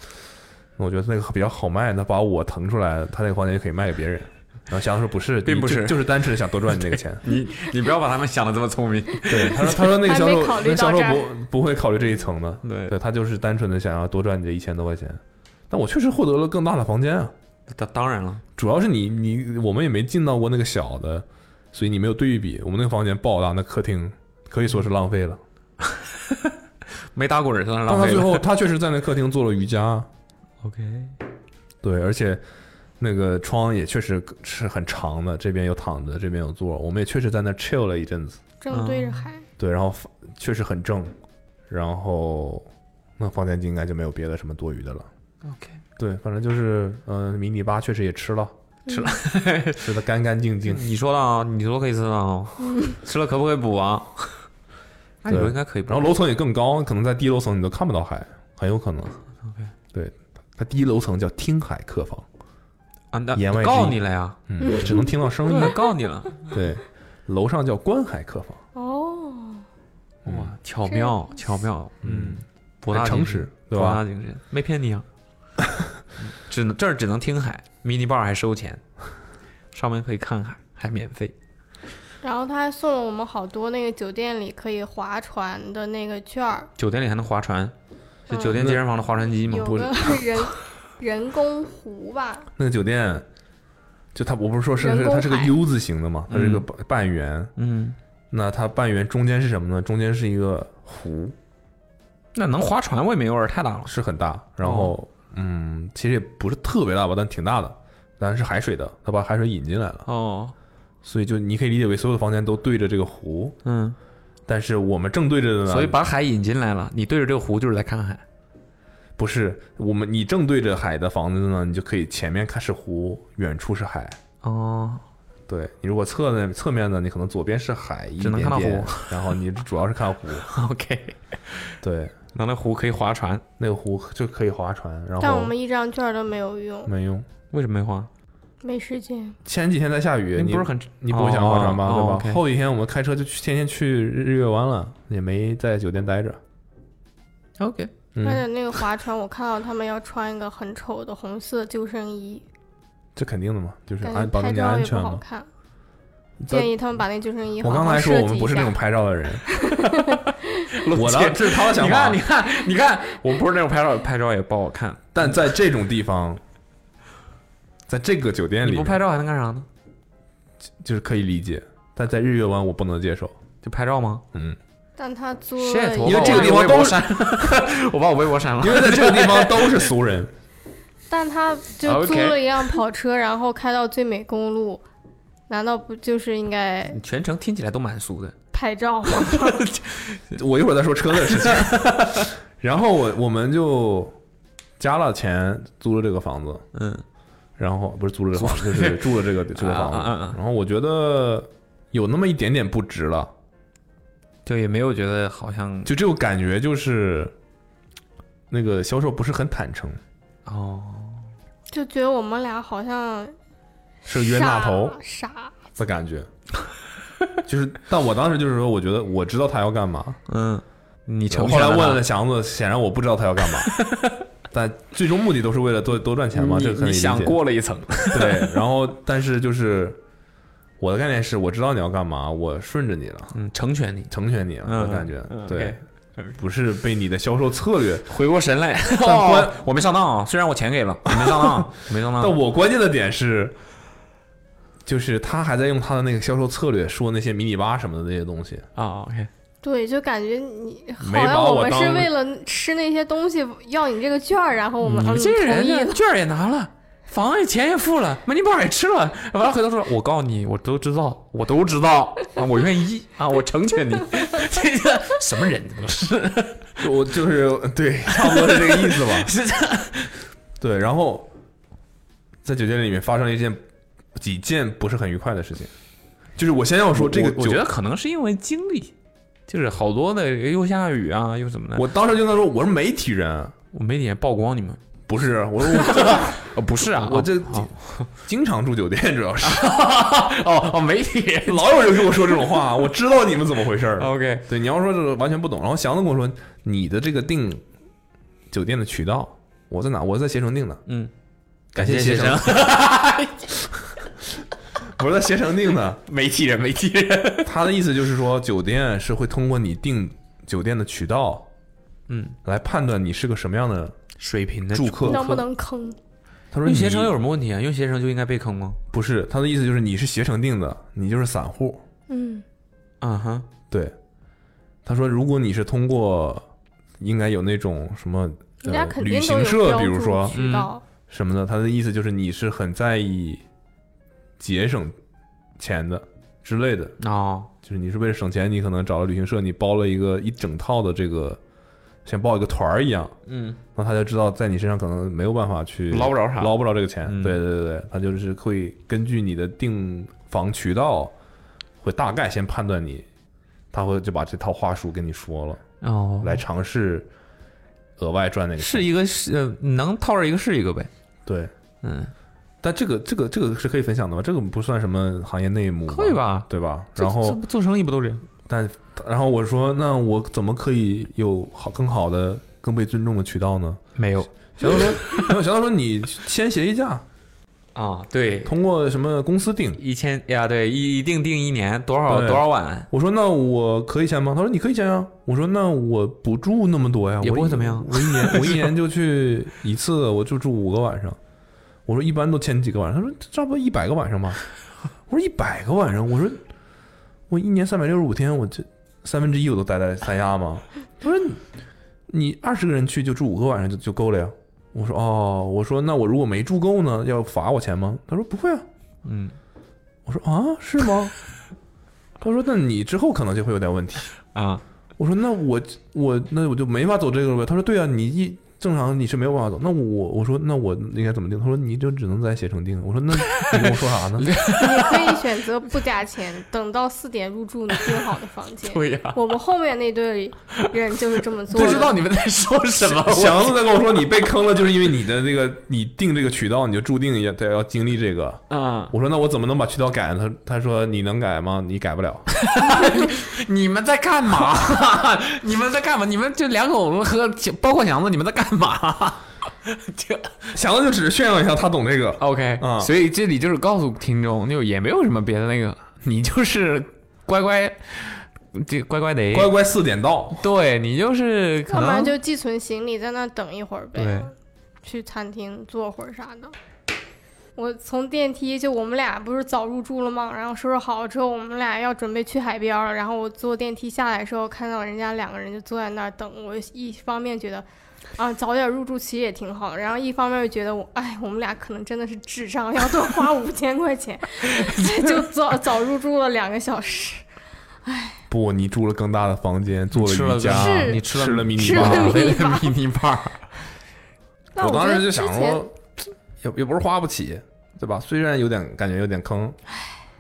那我觉得那个比较好卖，那把我腾出来，他那个房间就可以卖给别人。然后祥子说不是，并你不就是就是单纯想多赚你那个钱。你你不要把他们想的这么聪明，对， 他说他说那个销售还没考虑那销到售这儿不不会考虑这一层的，对，对他就是单纯的想要多赚你这一千多块钱。但我确实获得了更大的房间啊， 当当然了，主要是你你我们也没进到过那个小的，所以你没有对比。我们那个房间爆大，那客厅可以说是浪费了。没打滚儿算但是嗯浪他费最了。后他确实在那客厅做了瑜伽， OK，对，而且那个窗也确实是很长的，这边有躺着，这边有坐，我们也确实在那 chill 了一阵子。正嗯对着海，对，然后发确实很正，然后那房间就应该就没有别的什么多余的了。 OK 对，反正就是，呃，迷你吧确实也吃了，吃了，吃的干干净净。 你说了啊，你说可以吃了啊，吃了可不可以补啊？按理说应该可以补。然后楼层也更高，可能在低楼层你都看不到海，很有可能。对，它低楼层叫听海客房，啊，那言外之意告你了呀，嗯，只能听到声音那。告你了。对，楼上叫观海客房，哦，嗯哇，巧妙巧妙，嗯，博很大诚精实深，，对博大吧？精深，没 骗你啊。只能这儿只能听海，mini bar 还收钱，上面可以看海，还免费。然后他还送了我们好多那个酒店里可以划船的那个券儿，酒店里还能划船，是酒店嗯健身房的划船机吗？有个 人人工湖吧，那个酒店，就它，我不是说是人是工它是个海 U 字形的嘛，它是个嗯半半圆。嗯，那它半圆中间是什么呢？中间是一个湖，那能划船未免有点太大了。是很大，然哦后嗯，其实也不是特别大吧，但挺大的，当然是海水的，它把海水引进来了，哦，所以就你可以理解为所有的房间都对着这个湖，嗯，但是我们正对着的呢，所以把海引进来了，你对着这个湖就是在看海。不是我们你正对着海的房子呢，你就可以前面看是湖，远处是海。哦，对你如果侧面侧面呢，你可能左边是海一只点能点，看到湖然后你主要是看湖。 OK，对，那那湖可以划船，那个湖就可以划船，然但后嗯我们一张券儿都没有用，没用。为什么没划？没时间。前几天在下雨，你不是很你不会想划船吧？哦对吧？哦 OK 后几天我们开车就去天天去日月湾了，也没在酒店待着。 OK，而嗯，且那个划船，我看到他们要穿一个很丑的红色救生衣，这肯定的嘛，就是感安嗯觉保证拍你照安也不全好嘛。看。但建议他们把那救生衣我好刚好才说设我们计不一是那下种拍照的 人，我我的这是他的想你法 看，你。看， 你看，我不是那种拍照，拍照也不好看。但在这种地方，在这个酒店你里不拍照还能干啥呢？就是可以理解，但在日月湾我不能接受。就拍照吗？嗯，但他租谢了头，一因为我把这个我地方微博都是删，我把我微博删 了 因。为在这个地方都是俗人，但他就 OK 租了一辆跑车，然后开到最美公路，难道不就是应该你全程听起来都蛮俗的，拍照吗？ 我一会儿再说车的事情。然后我我们就加了钱租了这个房子，嗯，然后不是租了这个房子，就是住了这个这个房啊啊啊子。然后我觉得有那么一点点不值了，就也没有觉得好像就这种感觉就是那个销售不是很坦诚，哦，就觉得我们俩好像是冤大傻头傻，的感觉。就是，但我当时就是说，我觉得我知道他要干嘛。嗯，你我成后全来问他了祥子，显然我不知道他要干 嘛。但最终目的都是为了多多赚钱嘛，你这可以你理解想过了一层，对，然后但是就是我的概念是我知道你要干嘛，我顺着你了，嗯，成全你，成全你了，嗯我感觉、嗯对 OK，嗯不是被你的销售策略。回过神来，关哦我没上当啊，虽然我钱给了，我没上当 啊，我没上当但啊。我关键的点是，就是他还在用他的那个销售策略说那些迷你吧什么的那些东西，啊，OK，对，就感觉你好没把像我们当是为了吃那些东西要你这个券儿，然后我们嗯你这同人意呢了。券儿也拿了，房也钱也付了，门禁棒也吃了，完了回头说，我告诉你，我都知道，我都知道啊，我愿意啊，我成全你， 这个什么人都是，我就是对，差不多是这个意思吧。 是这样对，然后在酒店里面发生了一件几件不是很愉快的事情，就是我先要说这个我我酒觉得可能是因为经历，就是好多的又下雨啊，又怎么的，我当时就跟他说我是媒体人，啊我没脸曝光你们，不是我说我哦，不是啊，我这哦经常住酒店，主要是哦哦媒体人老有人跟我说这种话，我知道你们怎么回事儿。 ，OK，对，你要说这个完全不懂，然后祥子跟我说你的这个订酒店的渠道，我在哪？我在携程订的，嗯，感谢携程， 我是在携程订的。媒体人，媒体人，他的意思就是说，酒店是会通过你订酒店的渠道嗯，来判断你是个什么样的水平的住客。能不能坑？他说用你携程有什么问题啊？用携程就应该被坑吗？不是他的意思就是你是携程订的，你就是散户。嗯，啊哈，对，他说如果你是通过，应该有那种什么、人家呃、肯定旅都行有社，标比如注说渠道。什么的，他的意思就是你是很在意节省钱的之类的，哦，就是你是为了省钱，你可能找了旅行社，你包了一个一整套的这个，像报一个团儿一样，嗯，那他就知道在你身上可能没有办法去捞不着啥捞不着这个钱。嗯对对对对，他就是会根据你的订房渠道，会大概先判断你，他会就把这套话术跟你说了，哦，来尝试额外赚那个钱。是一个是呃能套着一个是一个呗，对，嗯，但这个这个这个是可以分享的吧？这个不算什么行业内幕，可以？吧？对吧？这然这后不做生意不都这样？但然后我说，那我怎么可以有好更好的、更被尊重的渠道呢？没有小豆说，没有小豆说，你先协议价，啊，对，通过什么公司定？一千呀，对，一一定定一年多少对多少晚，我说那我可以签吗？他说你可以签啊。我说那我不住那么多呀，也不我一会怎么样我一 年我一年就去一次，我就住五个晚上。我说一般都签几个晚上？他说差不多一百个晚上吧。我说一百个晚上，我说我一年三百六十五天，我这三分之一我都待在三亚吗？他说你你二十个人去就住五个晚上就就够了呀。我说哦，我说那我如果没住够呢，要罚我钱吗？他说不会啊。嗯我说啊，是吗？他说那你之后可能就会有点问题。啊，我说那我我那我就没法走这个路呗。他说对啊，你一正常你是没有办法走。那我我说那我应该怎么定？他说你就只能在携程定。我说那你跟我说啥呢？ 你可以选择不加钱，等到四点入住你订好的房间。对呀我们后面那队人就是这么做 不的。知道你们在说什 么，我祥子在跟我说你被坑了，就是因为你的这个你定这个渠道，你就注定要得要经历这个。啊，我说那我怎么能把渠道改呢？他他说你能改吗？你改不了。 你们在干嘛？ 你们在干嘛？你们这两口子和包括祥子，你们在干嘛？ 这祥子就只是炫耀一下他懂这个。 OK，、嗯所以这里就是告诉听众，就也没有什么别的那个，你就是乖乖，这乖乖得乖乖四点到，对你就是可要不然能就寄存行李，在那等一会儿呗对，去餐厅坐会儿啥的。我从电梯就我们俩不是早入住了吗？然后收拾好了之后，我们俩要准备去海边了。然后我坐电梯下来的时候，看到人家两个人就坐在那儿等我，一方面觉得啊早点入住其实也挺好，然后一方面又觉得我哎我们俩可能真的是智障，要多花五千块钱， 就早早入住了两个小时。 不，你住了更大的房间，做了吃了瑜伽，是你吃了 吃了迷你吃了吧迷你吧迷你吧，但我觉当得时就之想前说，也也不是花不起，对吧？虽然有点感觉有点坑，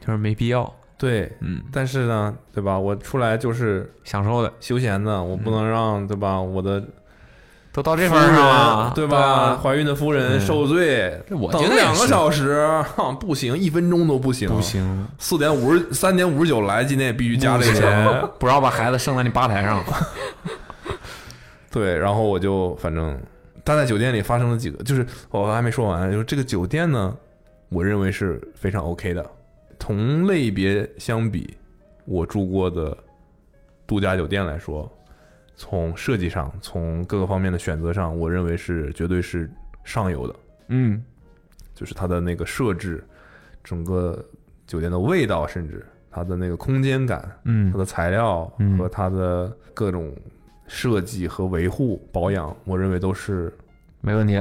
就是没必要，对，嗯，但是呢，对吧？我出来就是享受的休闲的，我不能让对吧我的都嗯到这夫份儿人上了，对吧？吧？怀孕的夫人嗯受罪，我觉等得两也个是小时不行，一分钟都不行， 不，行，四点五十三点五十九来今天也必须加这个钱，不要把孩子生在你吧台上。对，然后我就反正他在酒店里发生了几个，就是我还没说完，就是这个酒店呢，我认为是非常 OK 的，同类别相比，我住过的度假酒店来说，从设计上，从各个方面的选择上，我认为是绝对是上游的， 嗯，就是它的那个设置，整个酒店的味道，甚至它的那个空间感，嗯它的材料嗯和它的各种设计和维护保养，我认为都是没问题。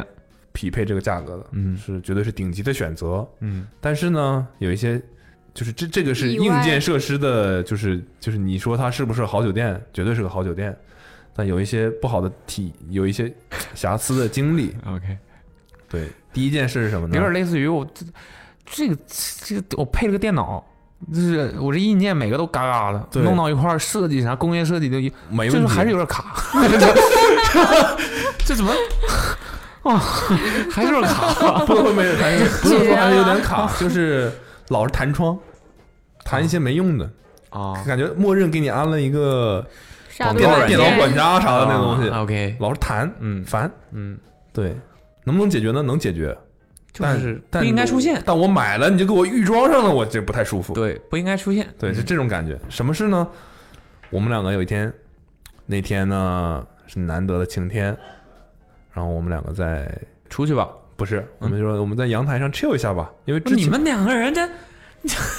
匹配这个价格的，嗯是绝对是顶级的选择。嗯，但是呢，有一些就是这这个是意外硬件设施的，就是就是你说它是不是好酒店，绝对是个好酒店，但有一些不好的体，有一些瑕疵的经历。 OK，对，第一件事是什么呢？有点类似于我这这个这个我配了个电脑，就是我这硬件每个都嘎嘎的，对弄到一块儿设计啥工业设计都一，没就是问题，还是有点卡， 这怎么？ 哇，还是有点 卡，不能说没有弹，不能绝说还是有了点卡，就是老是弹窗，弹一些没用的，啊感觉默认给你安了一个杀毒电脑软电脑件管家啥的那个东西，啊 OK，老是弹，嗯烦。嗯，对，能不能解决呢？能解决，就但是但不应该我出现。但我买了，你就给我预装上了，我这不太舒服。对，不应该出现。对，就这种感觉。什么事呢？我们两个有一天，那天呢是难得的晴天，然后我们两个在出去吧。不是，我嗯们就说我们在阳台上 chill 一下吧，因为之你前们两个人这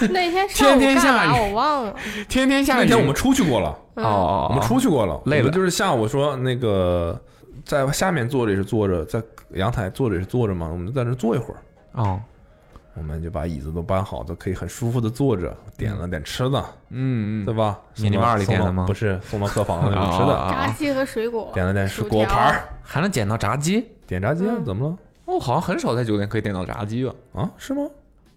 那天上天午天干下嘛雨我忘哦了，嗯天天下那雨，天我们出去过了。哦哦，我们出去过了，累了我们就是下午说那个在下面坐着也是坐着，在阳台坐着也是坐着嘛，我们就在那儿坐一会儿。哦，我们就把椅子都搬好，都可以很舒服的坐着，点了点吃的，嗯对吧？你你送们到二里点的送吗到不是，送到客房了， 嗯，有吃的，炸鸡和水果，点了点水薯果条嗯盘儿，还能捡到炸鸡？点炸鸡啊怎么我好像很少在酒店可以点到炸鸡吧？了？啊，是吗？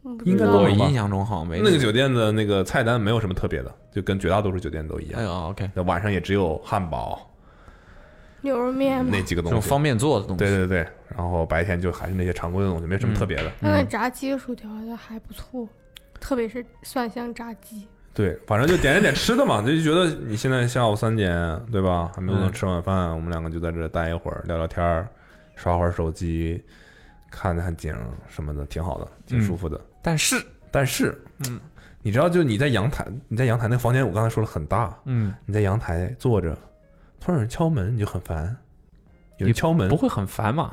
嗯不应该知道都我有吧印象中好像没那个酒店的那个菜单没有什么特别的，就跟绝大多数酒店都一样。哎呦，OK，那晚上也只有汉堡牛肉面嘛那，几个这东种西，方便做的东西，对对对，然后白天就还是那些常规的东西，没什嗯么特别的。那那炸鸡和薯条好像还不错，特别是蒜香炸鸡。对，反正就点了点吃的嘛，就觉得你现在下午三点对吧，还没有能吃晚饭，我们两个就在这待一会儿，聊聊天儿，刷会儿手机，看看景什么的，挺好的，挺舒服的。但是，但是，嗯，你知道，就你在阳台，你在阳台那个房间，我刚才说了很大，嗯，你在阳台坐着，突然有人敲门，你就很烦。有人你敲门不，会很烦嘛？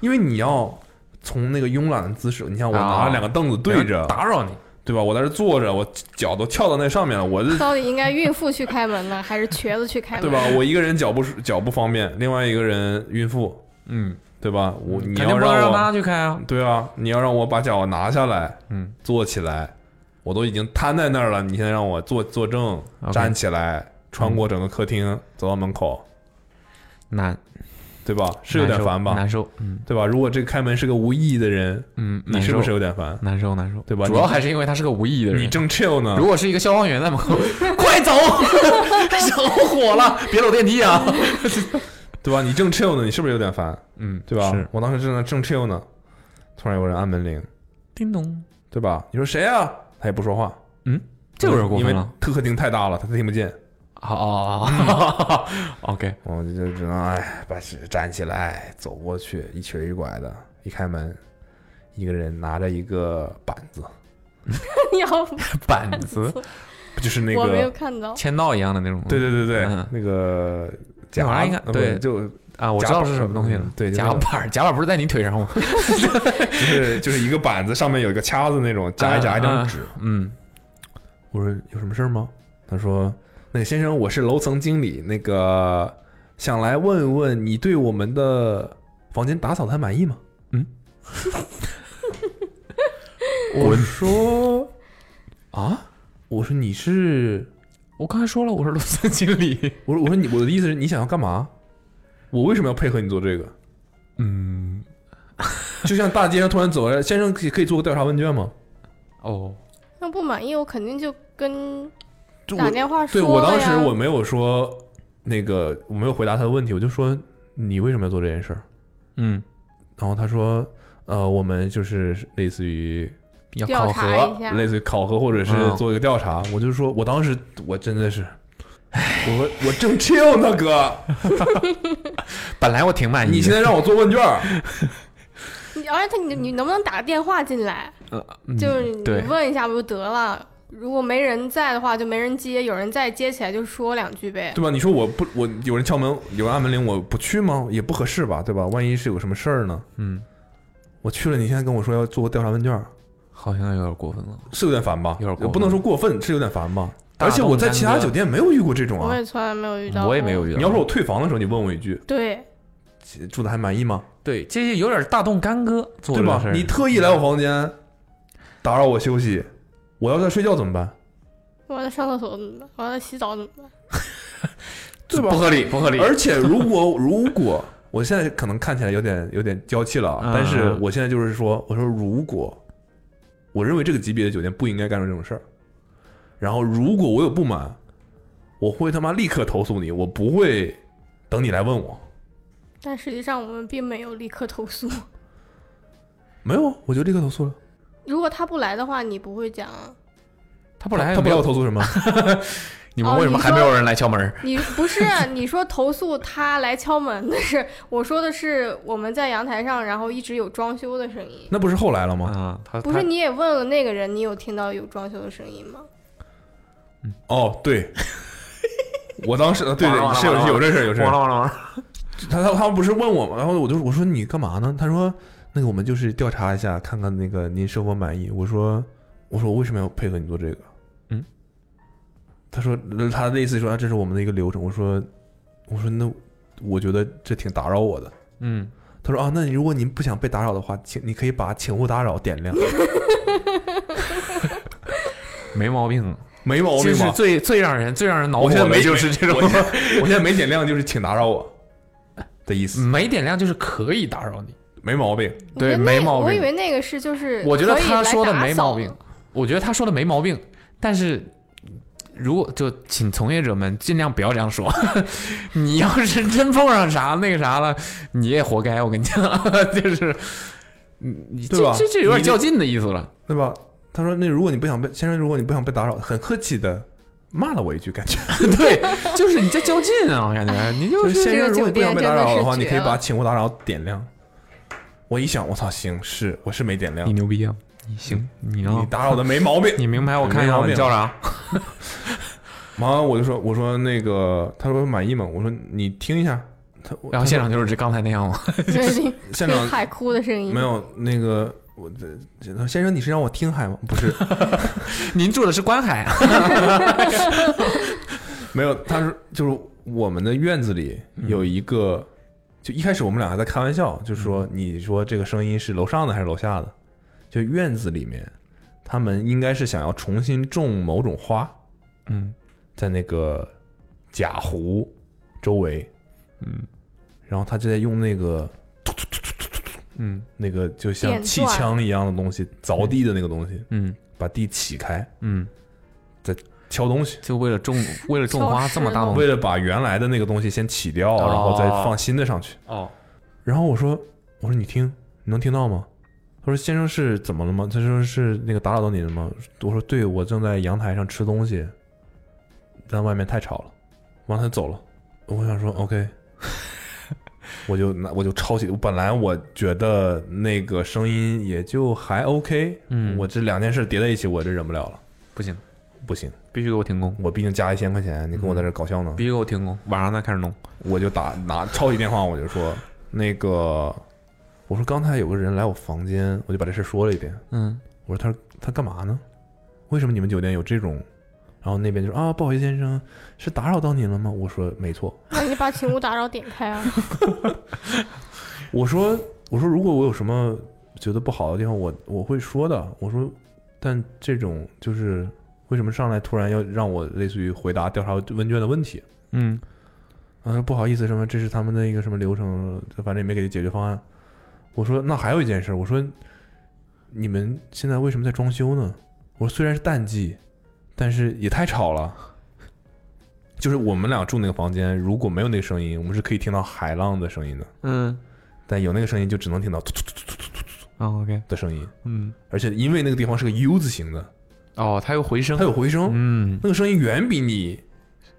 因为你要从那个慵懒的姿势，你像我拿啊着两个凳子对着，打扰你，对吧？我在这坐着，我脚都翘到那上面了， 我这到底应该孕妇去开门呢，还是瘸子去开门？对吧？我一个人脚不舒脚不方便，另外一个人孕妇，嗯，对吧？我你肯定要不能让我他去开啊。对啊，你要让我把脚拿下来，嗯，坐起来，我都已经瘫在那儿了，你现在让我坐坐正， OK 嗯站起来，穿过整个客厅，走到门口，难对吧？是有点烦吧难？受，嗯对吧？如果这个开门是个无意义的人，嗯，你难是受不是有点烦？难受难受？对吧主你要还是因为他是个无意义的人。你正 chill 呢如，果是一个消防员在门口，快走，着火了，别走电梯啊！对吧？你正 chill 呢，你是不是有点烦？嗯，对吧是？我当时正在正 chill 呢，突然有人按门铃，叮咚，对吧？你说谁啊？他也不说话，这有点过因分为了。客厅太大了，他听不见。哦哦哦，OK，我就只能哎，把是站起来走过去，一瘸一拐的，一开门，一个人拿着一个板子， 你好，板子不就是那我没个？有看到。签到一样的那种。对对对对，嗯那个那夹玩意儿应该呃不对就啊，我夹知道板是什么东西了嗯。对就夹那个板儿，夹板儿不是在你腿上吗？就是就是一个板子，上面有一个卡子那种，夹一夹一张纸。嗯，我说有什么事儿吗？他说：“那个先生，我是楼层经理，那个想来问问你对我们的房间打扫的还满意吗？”嗯，我说啊，我说你是，我刚才说了，我是楼层经理。我说我说你我的意思是你想要干嘛？我为什么要配合你做这个？嗯，就像大街上突然走来，先生可以可以做个调查问卷吗？哦，要不满意，我肯定就跟就打我电话说对我了当时呀我没有说那个，我没有回答他的问题，我就说你为什么要做这件事儿？嗯，然后他说，呃，我们就是类似于要调考查核一，下，类似于考核或者是嗯做一个调查，我就说我当时我真的是，我我正 chill 呢哥，本来我挺满意的，你现在让我做问卷儿，你而且他你你能不能打个电话进来？嗯呃嗯就是你对问一下不就得了？如果没人在的话，就没人接；有人在接起来就说两句呗。对吧？你说我不我有人敲门，有人按门铃，我不去吗？也不合适吧，对吧？万一是有什么事儿呢？嗯，我去了，你现在跟我说要做个调查问卷儿，好像有点过分了。是有点烦吧？有点过分不能说过分，是有点烦吧？大而且我在其他动干戈酒店没有遇过这种我啊也。从来没有遇到，我也没有。遇到。你要说我退房的时候，你问我一句对，住的还满意吗？对，这些有点大动干戈，做对这个吧事？儿你特意来我房间打扰我休息，我要在睡觉怎么办？我要在上厕所怎么办？我要在洗澡怎么办？对吧不合理，不合理。而且如果 如果我现在可能看起来有点有点娇气了啊，嗯但是我现在就是说，我说如果我认为这个级别的酒店不应该干出这种事儿，然后如果我有不满，我会他妈立刻投诉你，我不会等你来问我。但实际上我们并没有立刻投诉。没有啊，我就立刻投诉了。如果他不来的话，你不会讲啊，他不来，他不没要有我投诉什 么？你们为什么还没有人来敲门？你不是啊你说投诉他来敲门，但是我说的是我们在阳台上，然后一直有装修的声音。那不是后来了吗？啊，他不是，你也问了那个人，你有听到有装修的声音吗？哦，对， 我当时呃对完了完对了是有完了有这事儿有这事完儿了。完了完了，他他他们不是问我吗？然后我就我说你干嘛呢？他说那个我们就是调查一下，看看那个您是否满意。我说我说我为什么要配合你做这个？嗯，他说他的意思说啊这是我们的一个流程。我说我说那我觉得这挺打扰我的。嗯，他说啊，那如果您不想被打扰的话，请你可以把“请勿打扰”点亮，没毛病， 没毛这病是吧？最最让人最让人恼火我现在的没就是这种我，现在我现在没点亮就是请打扰我的意思，没点亮就是可以打扰你。没毛病。我对觉得没那毛我病以为那个是就是，我觉得他说的没毛病。，我觉得他说的没毛病，但是。如果就请从业者们尽量不要这样说， 你要是真碰上啥那个啥了，你也活该。我跟你讲， 就是，嗯你对这吧这这有点你较劲的意思了。 对吧？他说：“那如果你不想被先生，如果你不想被打扰，很客气的骂了我一句， 感觉对，就是你在较劲啊，我感觉你就就是是先生，如果你不想被打扰的话，这个酒店真的是你可以绝把了请勿打扰点亮。”我一想，我操，行，是我是没点亮，你你牛逼啊，你行，你呢？打扰的没毛 病。你明白？我看一没下毛病你叫 啥？忙完我就说，我说那个，他说满意吗？我说你听一下。他然后现场就是这刚才那样吗？ 对，现 场海哭的声音没。有那个我的先生，你是让我听海吗？不是，您住的是观海，啊没有，他说就是我们的院子里嗯有一个，就一开始我们俩还在开玩笑，就嗯说你说这个声音是楼上的还是楼下的？就院子里面，他们应该是想要重新种某种花，嗯在那个假湖周围，嗯然后他就在用那个嗯那个就像电气钻枪一样的东西凿地的那个东西，嗯把地起开嗯，敲东西。就为了种为了种花这么大动为了把原来的那个东西先起掉，然后再放新的上去。哦，然后我说：“我说你听，你能听到吗？”他说：“先生是怎么了吗？”他说：“是那个打扰到你了吗？”我说：“对，我正在阳台上吃东西，但外面太吵了。”完了他走了。我想说 OK，我就拿我就抄起，本来我觉得那个声音也就还 OK，嗯我这两件事叠在一起，我这忍不了了，不行，不行，必须给我停工，我毕竟加一千块钱，你跟我在这搞笑呢，必须给我停工，晚上再开始弄。我就打拿抄起电话，我就说那个，我说刚才有个人来我房间，我就把这事说了一遍。嗯我说他他干嘛呢？为什么你们酒店有这种？然后那边就说啊，不好意思先生，是打扰到您了吗？我说没错，那你把请勿打扰点开啊！我说我说如果我有什么觉得不好的地方，我我会说的。我说，但这种就是为什么上来突然要让我类似于回答调查问卷的问题？嗯啊，不好意思，什么这是他们的一个什么流程，反正也没给解决方案。我说那还有一件事，我说你们现在为什么在装修呢？我说虽然是淡季，但是也太吵了。就是我们俩住那个房间，如果没有那个声音，我们是可以听到海浪的声音的，嗯但有那个声音就只能听到突突突啊，OK，的声音，嗯，而且因为那个地方是个 U 字形的，哦，它有回声，它有回声，嗯，那个声音远比你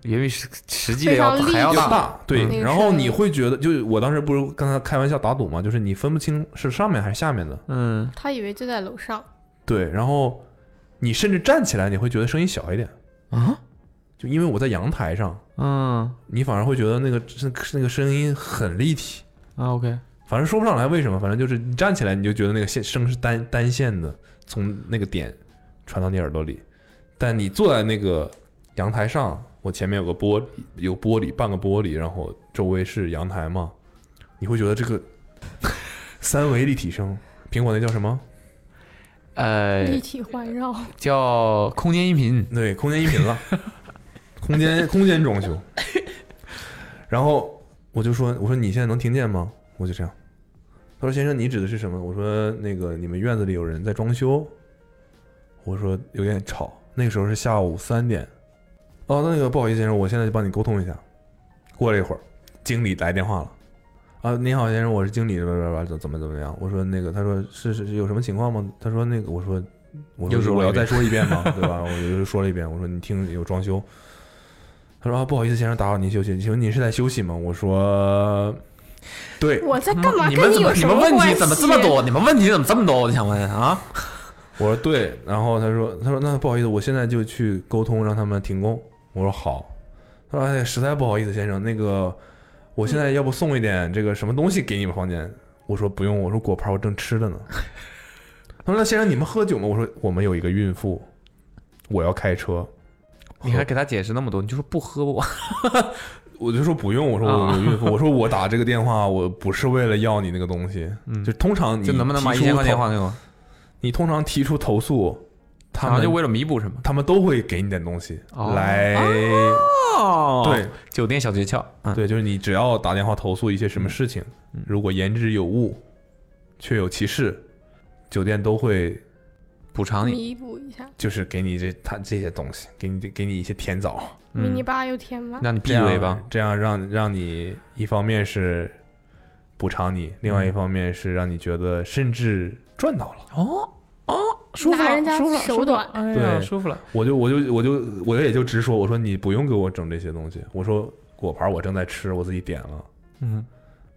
因为实实际的非要常立还要体要大，大，对，嗯然后你会觉得，就是我当时不是跟他开玩笑打赌嘛，就是你分不清是上面还是下面的，嗯他以为就在楼上，对，然后你甚至站起来，你会觉得声音小一点，啊，就因为我在阳台上，嗯你反而会觉得那个是那个声音很立体，啊，OK，反正说不上来为什么，反正就是你站起来，你就觉得那个线声是单单线的，从那个点传到你耳朵里，但你坐在那个阳台上，我前面有个玻璃，有玻璃半个玻璃，然后周围是阳台嘛，你会觉得这个 三维立体声，苹果那叫什么？呃，立体环绕，叫空间音频，对，空间音频了，空间空间装修。然后我就说，我说你现在能听见吗？我就这样。他说先生，你指的是什么？我说那个你们院子里有人在装修。我说有点吵，那个时候是下午三点。哦，那个不好意思先生，我现在就帮你沟通一下。过了一会儿，经理来电话了。啊，您好，先生，我是经理，叭叭叭，怎怎么怎么样？我说那个，他说是是是有什么情况吗？他说那个，我说我又说说我了要一再遍说一遍吗？ 对吧？我就说了一遍，我说你听有装修。他说啊，不好意思，先生，打扰您休息，请问您是在休息吗？我说对，我在干嘛？嗯你跟们怎么有你什们问关题系？怎么这么多？你们问题怎么这么多？我想问啊，我说对，然后他说他说那不好意思，我现在就去沟通让他们停工。我说好。他说哎，实在不好意思，先生，那个我现在要不送一点这个什么东西给你们房间？我说不用，我说果盘我正吃 着呢。他说那先生你们喝酒吗？我说我们有一个孕妇，我要开车。你还给他解释那么多，你就说不喝我，我就说不用，我说我有孕啊妇，我说我打这个电话我不是为了要你那个东西，就通常你嗯就能不能把提一出千块钱投还给我？你通常提出投诉，他然后们就为了弥补什么？他们都会给你点东西、哦来，哦对，酒店小诀窍，嗯，对，就是你只要打电话投诉一些什么事情，如果言之有物，确有其事，酒店都会补偿你。弥补一下，就是给你这他这些东西，给你给你一些甜枣，迷嗯你吧又填满，让你这闭样嘴吧，，这样让让你一方面是补偿你，另外一方面是让你觉得甚至赚到了。哦舒服拿了人家舒服了手舒服了短哎对呀，舒服了。我就我就我就我也就直说，我说你不用给我整这些东西，我说果盘我正在吃，我自己点了。嗯，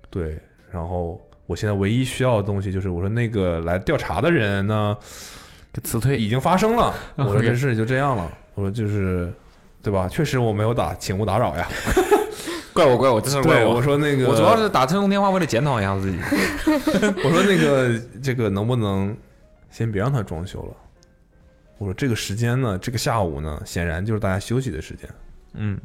对，然后我现在唯一需要的东西就是，我说那个来调查的人呢给辞退已经发生了，我说 OK 这事就这样了，我说就是，对吧？确实我没有打，请勿打扰呀。怪我怪我，真的对，我我说那个，我主要是打这通电话为了检讨一下自己。我说那个这个能不能先别让他装修了？我说这个时间呢，这个下午呢，显然就是大家休息的时间。嗯，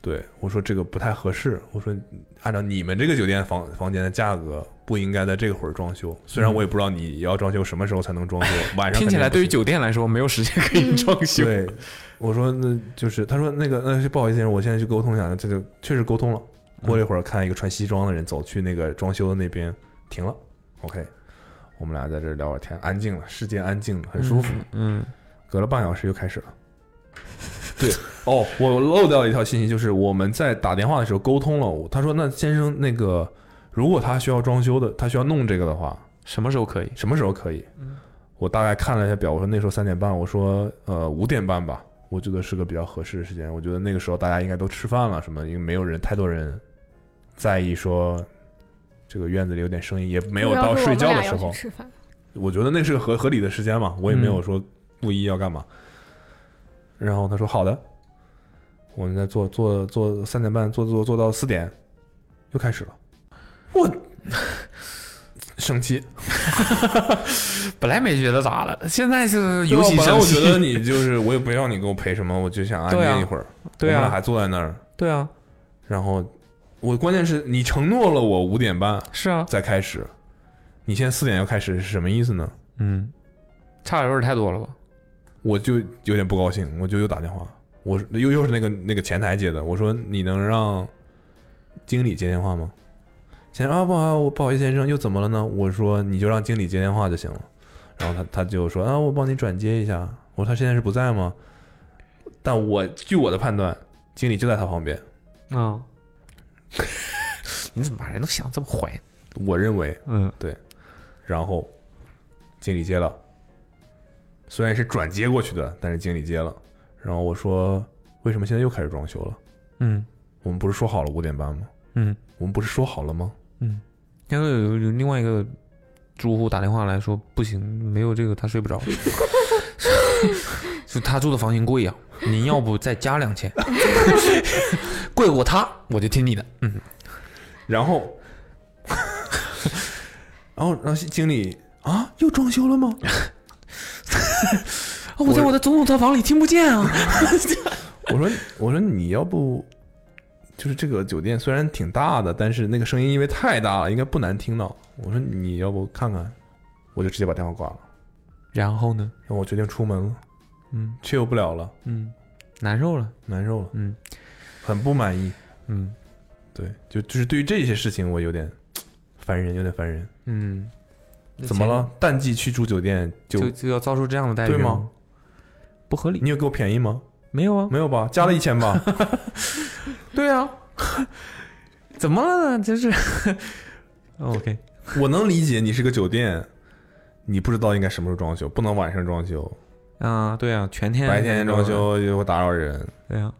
对我说这个不太合适，我说按照你们这个酒店房房间的价格，不应该在这个会儿装修。虽然我也不知道你要装修什么时候才能装修，晚上嗯听起来肯定不行对于酒店来说没有时间可以装修。对，我说那就是他说那个那是不好意思，先生，我现在去沟通一下，这就确实沟通了。过了一会儿，看一个穿西装的人走去那个装修的那边，停了。OK，我们俩在这儿聊会儿天，安静了，世界安静了，很舒服。嗯，隔了半小时又开始了。对，哦，我漏掉了一条信息，就是我们在打电话的时候沟通了。我他说那先生那个，如果他需要装修的，他需要弄这个的话，什么时候可以？什么时候可以？我大概看了一下表，我说那时候三点半，我说呃五点半吧，我觉得是个比较合适的时间。我觉得那个时候大家应该都吃饭了，什么因为没有人太多人在意说这个院子里有点声音，也没有要是到我睡们觉俩的要时候去。吃饭，我觉得那是个合合理的时间嘛，我也没有说故意要干嘛。然后他说好的，我们再做做做三点半，做做做到四点，又开始了，我 生气。本来没觉得咋了，现在是对 尤啊其本来生我气觉得你就是，我也不让你给我赔什么，我就想安对啊静一会儿。 对啊我们俩还坐在那儿，对啊，然后我关键是你承诺了我五点半是啊，再开始，你现在四点要开始是什么意思呢？嗯，差的有点太多了吧？我就有点不高兴，我就又打电话，我又又是那个那个前台接的，我说你能让经理接电话吗？先生啊，不好，我不好意思，先生，又怎么了呢？我说你就让经理接电话就行了。然后他他就说啊，我帮你转接一下。我说他现在是不在吗？但我据我的判断，经理就在他旁边。嗯， 你怎么把人都想这么坏？我认为，嗯，然后经理接了，虽然是转接过去的，但是经理接了。然后我说为什么现在又开始装修了？嗯我们不是说好了五点半吗？嗯，我们不是说好了吗？然后有有另外一个住户打电话来说，不行，没有这个他睡不着， 就他住的房型贵呀、您要不再加两 千，贵过他我就听你的。然后， 然后，然后经理啊，又装修了吗？哦我在我的总统套房里听不见啊！我说，我说你要不，就是这个酒店虽然挺大的，但是那个声音因为太大了，应该不难听到。我说你要不看看，我就直接把电话挂了。然后呢？然后我决定出门了，嗯去不了了，嗯，难受了。难受了，嗯很不满意。嗯对，就就是对于这些事情，我有点烦人，有点烦人。嗯，怎么了？淡季去住酒店就就就要遭受这样的待遇对吗？不合理。你有给我便宜吗？没有啊？没有吧？加了一千吧？对啊， 怎么了呢？就是 OK，我能理解你是个酒店，你不知道应该什么时候装修，不能晚上装修，啊，对啊，全天白天装，修又会打扰人。对啊。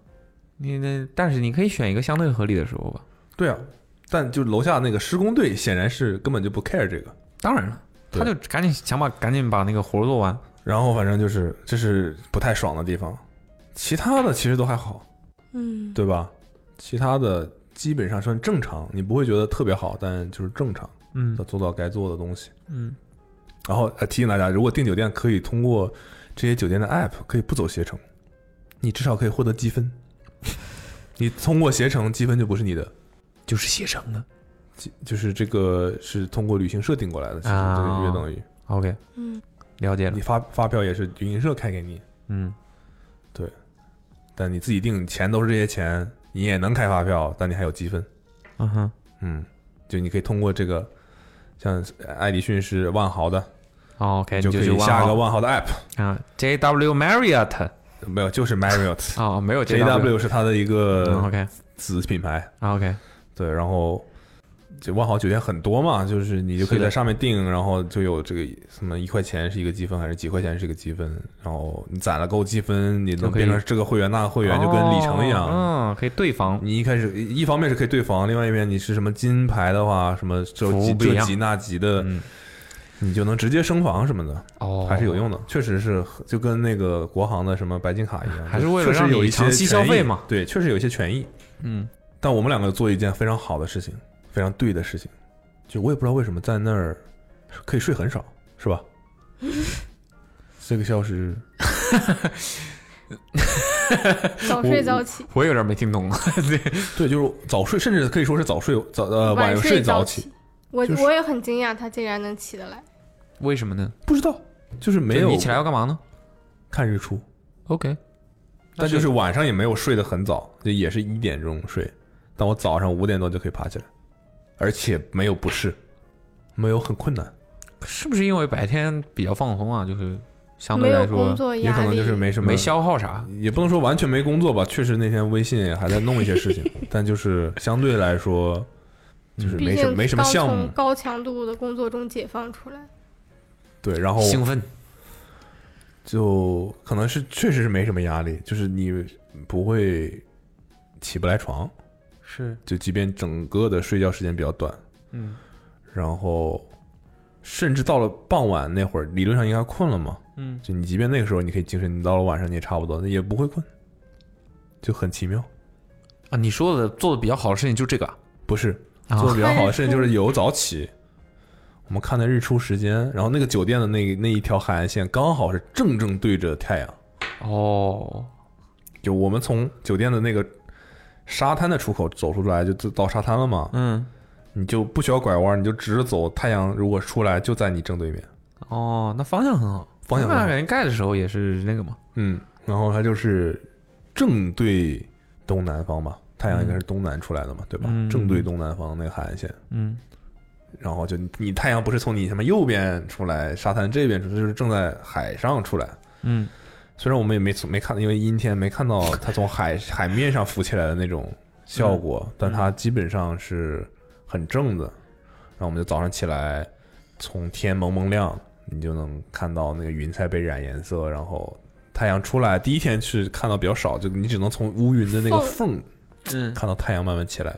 你那但是你可以选一个相对合理的时候吧。对啊，但就楼下那个施工队显然是根本就不 care 这个。当然了，对他就赶紧想把赶紧把那个活儿做完。然后反正就是这是不太爽的地方，其他的其实都还好，嗯，对吧？其他的基本上算正常，你不会觉得特别好，但就是正常，嗯要做到该做的东西。嗯，然后呃提醒大家，如果订酒店可以通过这些酒店的 app，可以不走携程，你至少可以获得积分。你通过携程积分就不是你的，就是携程啊的。积就是这个是通过旅行社订过来的，其实这啊个约等于 OK，嗯，了解了你。发发票也是旅行社开给你，嗯，但你自己订钱都是这些钱，你也能开发票，但你还有积分，嗯哼，嗯，就你可以通过这个，像爱迪逊是万豪的，哦 OK，就你可就去以万下一豪个万豪的 app，啊，JW Marriott 没有，就是 Marriott，JW 啊，没有 JW，是它的一嗯个 OK 子品牌，啊 OK，对，然后就万豪酒店很多嘛，就是你就可以是的在上面订，然后就有这个什么一块钱是一个积分，还是几块钱是一个积分，然后你攒了够积分，你就能可以变成这个会员那个会员，就跟里程一样。哦嗯，可以对房，你一开始一方面是可以对房，另外一边你是什么金牌的话，什么这服务级不一这样级那级的，嗯，你就能直接升房什么的，哦，还是有，用的。确实是就跟那个国航的什么白金卡一样，还是为了确实让有你一些长期消权益费嘛对，确实有一些权益。嗯但我们两个做一件非常好的事情，非常对的事情，就我也不知道为什么在那儿可以睡很少，是吧？四个小时，早睡早起，我有点没听懂， 对，对，就是早睡，甚至可以说是早睡早呃晚睡早起。。我就是我也很惊讶，他竟然能起得来。为什么呢？不知道，就是没就有你起来要干嘛呢看日出， ？OK，但就是晚上也没有睡得很早，就也是一点钟睡，但我早上五点多就可以爬起来，而且没有不适，没有很困难，是不是因为白天比较放松啊？就是相对没有来工说作也可压能力，就是没什么没消耗啥，也不能说完全没工作吧，确实那天微信也还在弄一些事 情，但就是相对来说，就是毕没什竟么没什么刚项目从，高强度的工作中解放出来。对，然后兴奋，就可能是确实是没什么压力，就是你不会起不来床，是，就即便整个的睡觉时间比较短，嗯然后甚至到了傍晚那会儿，理论上应该困了嘛，嗯，就你即便那个时候你可以精神，你到了晚上你也差不多，也不会困，就很奇妙，啊，你说的做的比较好的事情就这个啊，不是。啊做的比较好的事情看日出就是有早起，我们看的日出时间，然后那个酒店的那那一条海岸线刚好是正正对着太阳，哦，就我们从酒店的那个沙滩的出口走出来，就就到沙滩了嘛，嗯，你就不需要拐弯，你就直着走，太阳如果出来就在你正对面，哦，那方向很好，方向很好那人盖的时候也是那个嘛，嗯，然后它就是正对东南方吧，太阳应该是东南出来的嘛，对吧？嗯正对东南方那个海岸线，嗯然后就你你太阳不是从你什么右边出来，沙滩这边出来，就是正在海上出来。嗯虽然我们也没从没看，因为阴天没看到它从海海面上浮起来的那种效果，但它基本上是很正的。然后我们就早上起来，从天蒙蒙亮，你就能看到那个云彩被染颜色，然后太阳出来。第一天去看到比较少，就你只能从乌云的那个缝嗯，看到太阳慢慢起来。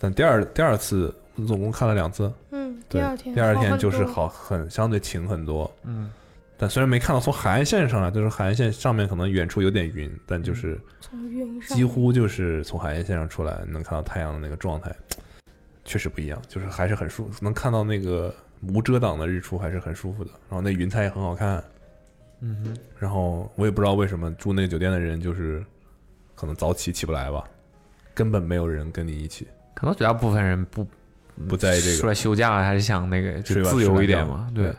但第二第二次，我们总共看了两次，嗯，第对，二天，第二天很就是多，好很相对晴很多，嗯，但虽然没看到从海岸线上来，啊就是海岸线上面可能远处有点云，但就是从云嗯上几乎就是从海岸线上出来能看到太阳的那个状态，确实不一样，就是还是很舒服，能看到那个无遮挡的日出还是很舒服的，然后那云彩也很好看，嗯哼，然后我也不知道为什么住那个酒店的人就是可能早起起不来吧，根本没有人跟你一起，可能绝大部分人不不在意这个出来休假还是想那个睡就吧自由一点睡吧嘛，对对，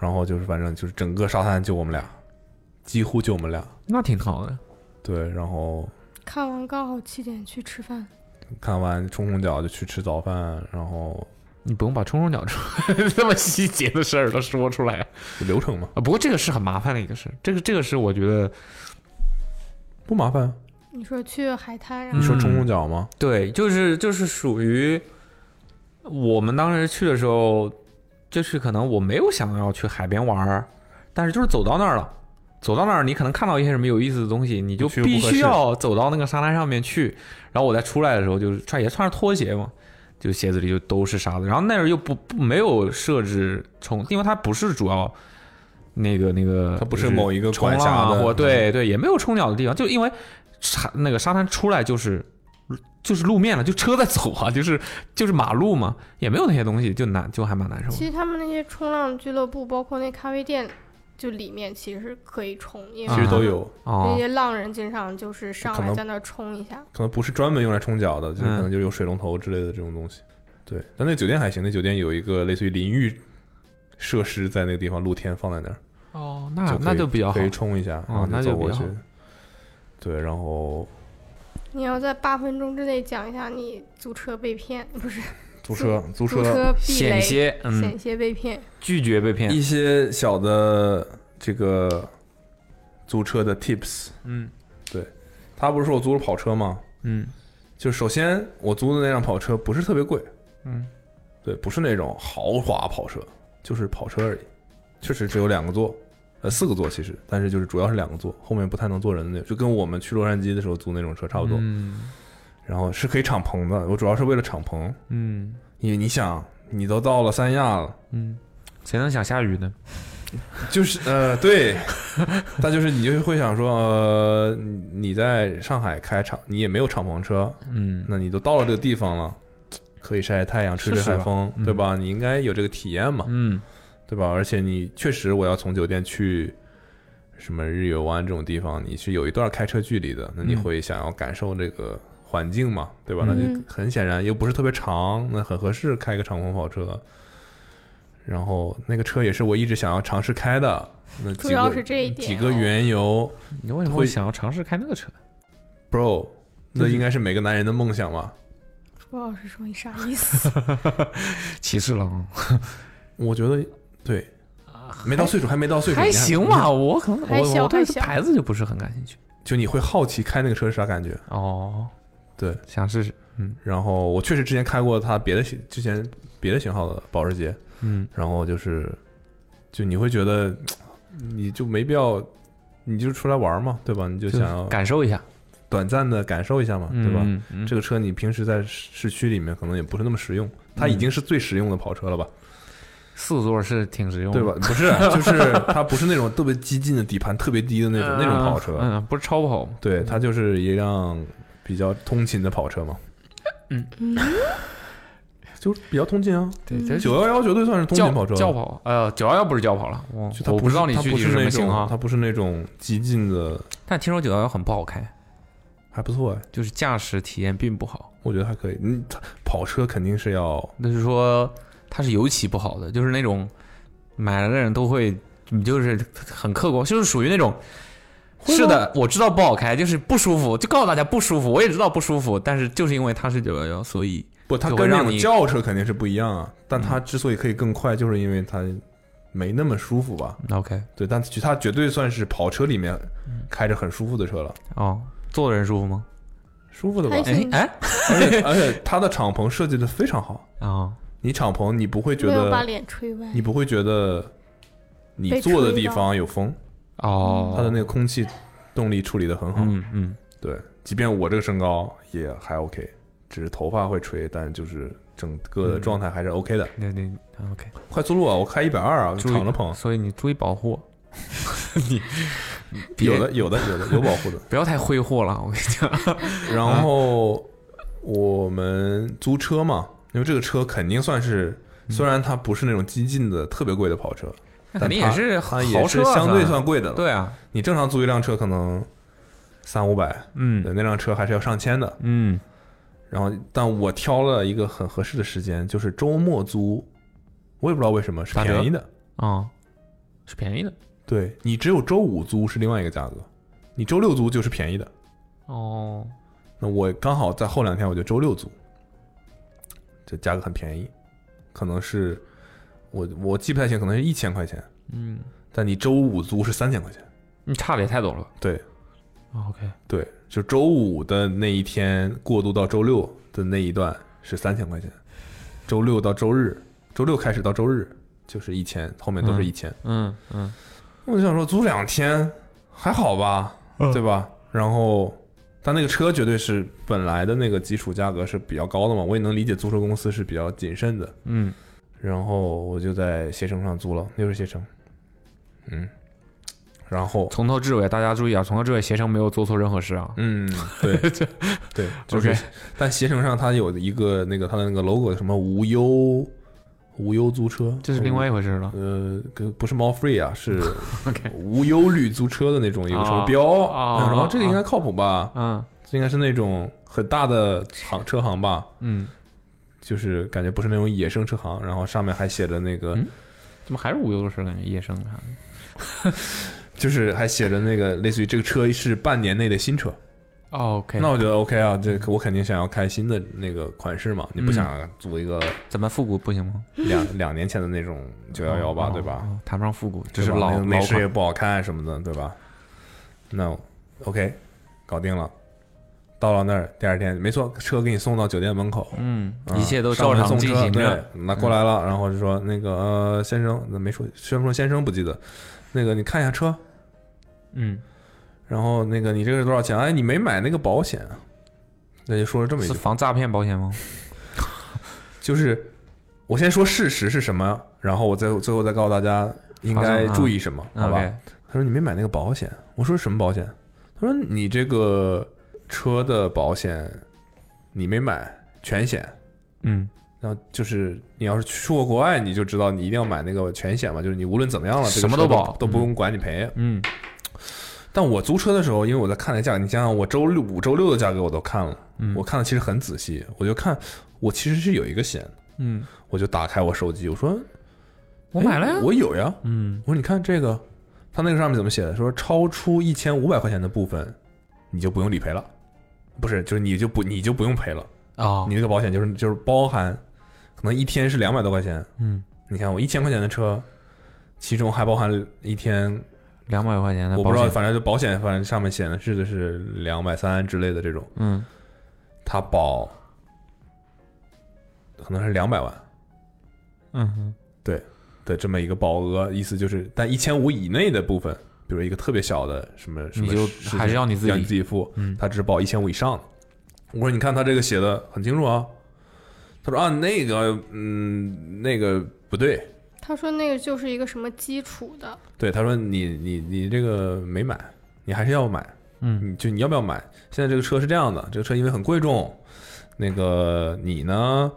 然后就是反正就是整个沙滩就我们俩，几乎就我们俩，那挺好的。对，然后看完刚好七点去吃饭，看完冲冲脚就去吃早饭，然后你不用把冲冲脚出 这么细节的事儿都说出来就流程嘛，啊！不过这个是很麻烦的一个事，这个这个是我觉得不麻烦。啊你说去海滩，然你后嗯说冲冲脚吗？对，就是就是属于我们当时去的时候，就是可能我没有想要去海边玩儿，但是就是走到那儿了，走到那儿你可能看到一些什么有意思的东西，你就去又不必合须适要走到那个沙滩上面去。然后我再出来的时候，就是穿也穿着拖鞋嘛，就鞋子里就都是沙子。然后那儿又不不没有设置冲，因为它不是主要。那个那个，它不就是某一个冲管浪辖啊，的或嗯对对，也没有冲脚的地方，就因为沙那个沙滩出来就是就是路面了，就车在走啊，就是就是马路嘛，也没有那些东西，就难就还蛮难受其的。实他们那些冲浪俱乐部，包括那咖啡店，就里面其实是可以冲，因为其实都有，啊那哦，些浪人经常就是上可来能在那儿冲一下，可能不是专门用来冲脚的，就是嗯可能就有水龙头之类的这种东西。对，但那酒店还行，那酒店有一个类似于淋浴设施在那个地方，露天放在那儿，哦，那可以那就比较好哦可以。冲一下，然后那就走过比较去好。对，然后你要在八分钟之内讲一下你租车被骗，不是租车，租租车避雷，险些，嗯，险些被骗。拒绝被骗一，些小的这个租车的 tips，嗯他不是说我租了跑车吗？嗯就首先我租的那辆跑车不是特别贵，嗯，对，不是那种豪华跑车，就是跑车而已，确实只有两个座，呃，四个座其实，但是就是主要是两个座，后面不太能坐人的那种，就跟我们去洛杉矶的时候租那种车差不多。嗯然后是可以敞篷的，我主要是为了敞篷，嗯因为你想，你都到了三亚了，嗯，谁能想下雨呢？就是呃，对， 但就是你就会想说，呃，你你在上海开敞，你也没有敞篷车，嗯，那你都到了这个地方了，可以晒晒太阳，吹吹试试海吧风，嗯对吧？你应该有这个体验嘛，嗯对吧？而且你确实，我要从酒店去什么日月湾这种地方，你是有一段开车距离的，那你嗯会想要感受这个环境嘛，对吧？那就嗯很显然又不是特别长，那很合适开个敞篷跑车。然后那个车也是我一直想要尝试开的，那主几要个嗯是这一点几个哦缘由你为什么会会想要尝试开那个车？ ，bro，那应该是每个男人的梦想吧？朱老师说你啥 意思？歧视了啊，我觉得对，没到岁数还没到岁数， 还你还行吧，我可能还我小我对还这小牌子就不是很感兴趣。就你会好奇开那个车是啥感觉。哦，对，想试试，嗯然后我确实之前开过它别的型，之前别的型号的保时捷，嗯然后就是，就你会觉得，你就没必要，你就出来玩嘛，对吧？你就就想要感受一下，短暂的感受一下嘛，对吧？嗯？嗯这个车你平时在市区里面可能也不是那么实用，它已经是最实用的跑车了吧，四座是挺实用的，对吧？？不是，啊就是它不是那种特别激进的底盘特别低的那种、那种跑车，嗯，不是超跑吗？对，它就是一辆比较通勤的跑车嘛，嗯，就是比较通勤啊，对，这九幺幺绝对算是通勤轿跑车，啊轿跑，呃，九幺幺不是轿跑了，我就它我不不是知道你它具不体是什那么种型号它，不是那种激进的，但听说九幺幺很不好开，还不错哎，就是驾驶体验并不好，我觉得还可以。嗯，它跑车肯定是要那就是说它是尤其不好的，就是那种买了的人都会，就是很客观，就是属于那种是的，我知道不好开，就是不舒服，就告诉大家不舒服。我也知道不舒服，但是就是因为它是九幺幺，所以不，它就跟会那让种你嗯轿车肯定是不一样啊。但它之所以可以更快，就是因为它没那么舒服吧？ OK 对，但其它绝对算是跑车里面嗯开着很舒服的车了，哦，坐的人舒服吗？舒服的吧还？哎行哎而且而且它的敞篷设计的非常好，哦，你敞篷你不会觉没有把得脸吹歪。你不会觉得你被坐的吹地到方有风，哦，它的那个空气动力处理的很好。嗯嗯，对，即便我这个身高也还 OK，只是头发会吹，但就是整个嗯的状态还是 OK 的。那那 OK，快速路啊，我开一百二啊，注敞意着棚，所以你注意保 护， 你有的有的有的有保 护的。不要太挥霍了，我跟你讲，然后我们租车嘛，因为这个车肯定算是，虽然它不是那种激进的特别贵的跑车，嗯但那肯定也它是它豪也车是啊，相对算贵的了。对啊，你正常租一辆车可能三五百，对，嗯那辆车还是要上千的。嗯然后，但我挑了一个很合适的时间，就是周末租，我也不知道为什么是打折便宜的。哦，是便宜的对你只有周五租是另外一个价格，你周六租就是便宜的。哦，那我刚好在后两天我就周六租，这价格很便宜，可能是我我记不太清，可能是一千块钱，嗯，但你周五租是三千块钱。你差的也太多了吧对哦，OK，对，就周五的那一天过渡到周六的那一段是三千块钱，周六到周日，周六开始到周日就是一千，后面都是嗯一千、嗯嗯，我就想说租两天还好吧，嗯对吧？然后，但那个车绝对是本来的那个基础价格是比较高的嘛，我也能理解租车公司是比较谨慎的。嗯，然后我就在携程上租了，又是携程，嗯，然后从头至尾大家注意啊，从头至尾携程没有做错任何事啊，嗯， 对对，就是 OK 但携程上它有一个那个它的那个 logo 什么无忧无忧租车，这是另外一回事了。呃，跟不是猫 free 啊，是 OK 无忧绿租车的那种一个什么标，啊啊然后这个应该靠谱吧？嗯这应该是那种很大的行车行吧，嗯，就是感觉不是那种野生车行，然后上面还写着那个，嗯怎么还是无忧的事儿？感觉夜生啊啥的。就是还写着那个类似于这个车是半年内的新车，哦 OK，那我觉得 OK 啊，这我肯定想要开新的那个款式嘛，你嗯不想租一个咱们复古不行吗？两、两年前的那种九幺幺吧，对吧？哦？谈不上复古，就就是是老内老饰也款。不好看什么的，对吧？那 OK，搞定了。到了那儿，第二天没错，车给你送到酒店门口，嗯，啊一切都上照门常送进车。行对着。，嗯那过来了，然后就说那个呃，先生，那没说，虽然说先生不记得，那个你看一下车，嗯，然后那个你这个是多少钱？哎，你没买那个保险啊？那就说了这么一是句，防诈骗保险吗？就是我先说事实是什么，然后我再最后再告诉大家应该注意什么，好吧？啊 OK，他说你没买那个保险，我说什么保险？他说你这个车的保险你没买全险，嗯，然后就是你要是去过国外，你就知道你一定要买那个全险嘛，就是你无论怎么样了，这个什么车都都保都不用管你赔。嗯，但我租车的时候，因为我在看那价格，你想想我周六五周六的价格我都看了，嗯我看的其实很仔细，我就看我其实是有一个险，嗯，我就打开我手机，我说我买了哎呀。我有呀，嗯，我说你看这个，他那个上面怎么写的？说超出一千五百块钱的部分，你就不用理赔了，不是，就是你就不你就不用赔了，哦，你那个保险就是就是包含，可能一天是两百多块钱，嗯，你看我一千块钱的车，其中还包含一天，两百块钱的我不保知道，险。反正就保险，反正上面显示的是两百三之类的这种，嗯，它保可能是两百万，嗯哼，对的这么一个保额，意思就是，但一千五以内的部分，比如一个特别小的什么什么你就事情，还是要你自己让你自己付，嗯他只保一千五以上的。我说你看他这个写的很清楚啊，他说啊那个嗯那个不对，他说那个就是一个什么基础的，对他说你你你这个没买，你还是要买，嗯你就你要不要买？现在这个车是这样的，这个车因为很贵重，那个你呢，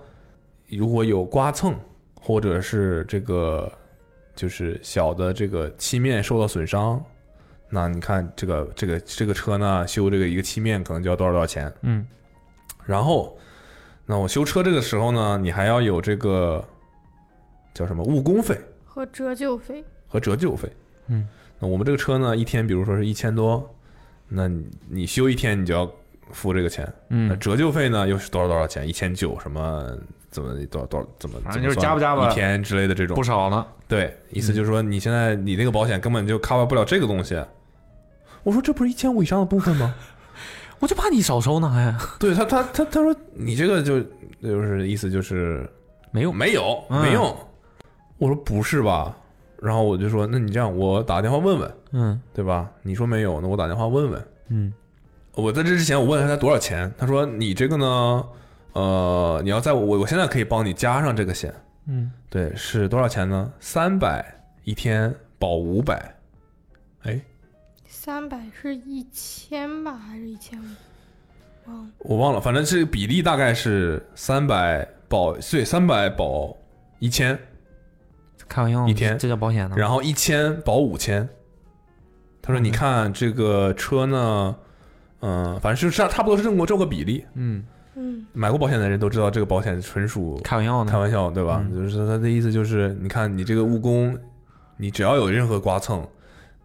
如果有刮蹭或者是这个就是小的这个漆面受到损伤，那你看这个这个这个车呢，修这个一个漆面可能就要多少多少钱。嗯，然后，那我修车这个时候呢，你还要有这个叫什么误工费和折旧费。和折旧费。嗯，那我们这个车呢，一天比如说是一千多，那你你修一天你就要付哎这个钱。嗯那折旧费呢又是多少多少钱？一千九什么？怎么多少多少怎么？反怎么正就是算加不加吧一天之类的这种不。少呢。对，意嗯思就是说你现在你那个保险根本就 cover 不了这个东西。啊我说这不是一千五以上的部分吗？ 我就怕你少收呢，还 对他，他他他说你这个就就是意思就是没用。没有嗯没用。我说不是吧？然后我就说那你这样，我打个电话问问，嗯对吧？你说没有，那我打电话问问。嗯我在这之前我问了他多少钱，他说你这个呢，呃，你要在我我现在可以帮你加上这个险，嗯，对，是多少钱呢？三百一天保五百，哎，三百是一千吧，还是一千五？忘了。我忘了，反正这个比例大概是三百保对三百保一千，开玩笑，一天这叫保险呢。然后一千保五千。他说：“你看这个车呢，嗯、反正是差差不多是这么这么个比例。嗯，嗯，买过保险的人都知道，这个保险纯属开玩笑开呢。玩笑，对吧？就是他的意思就是，你看你这个误工，你只要有任何刮蹭，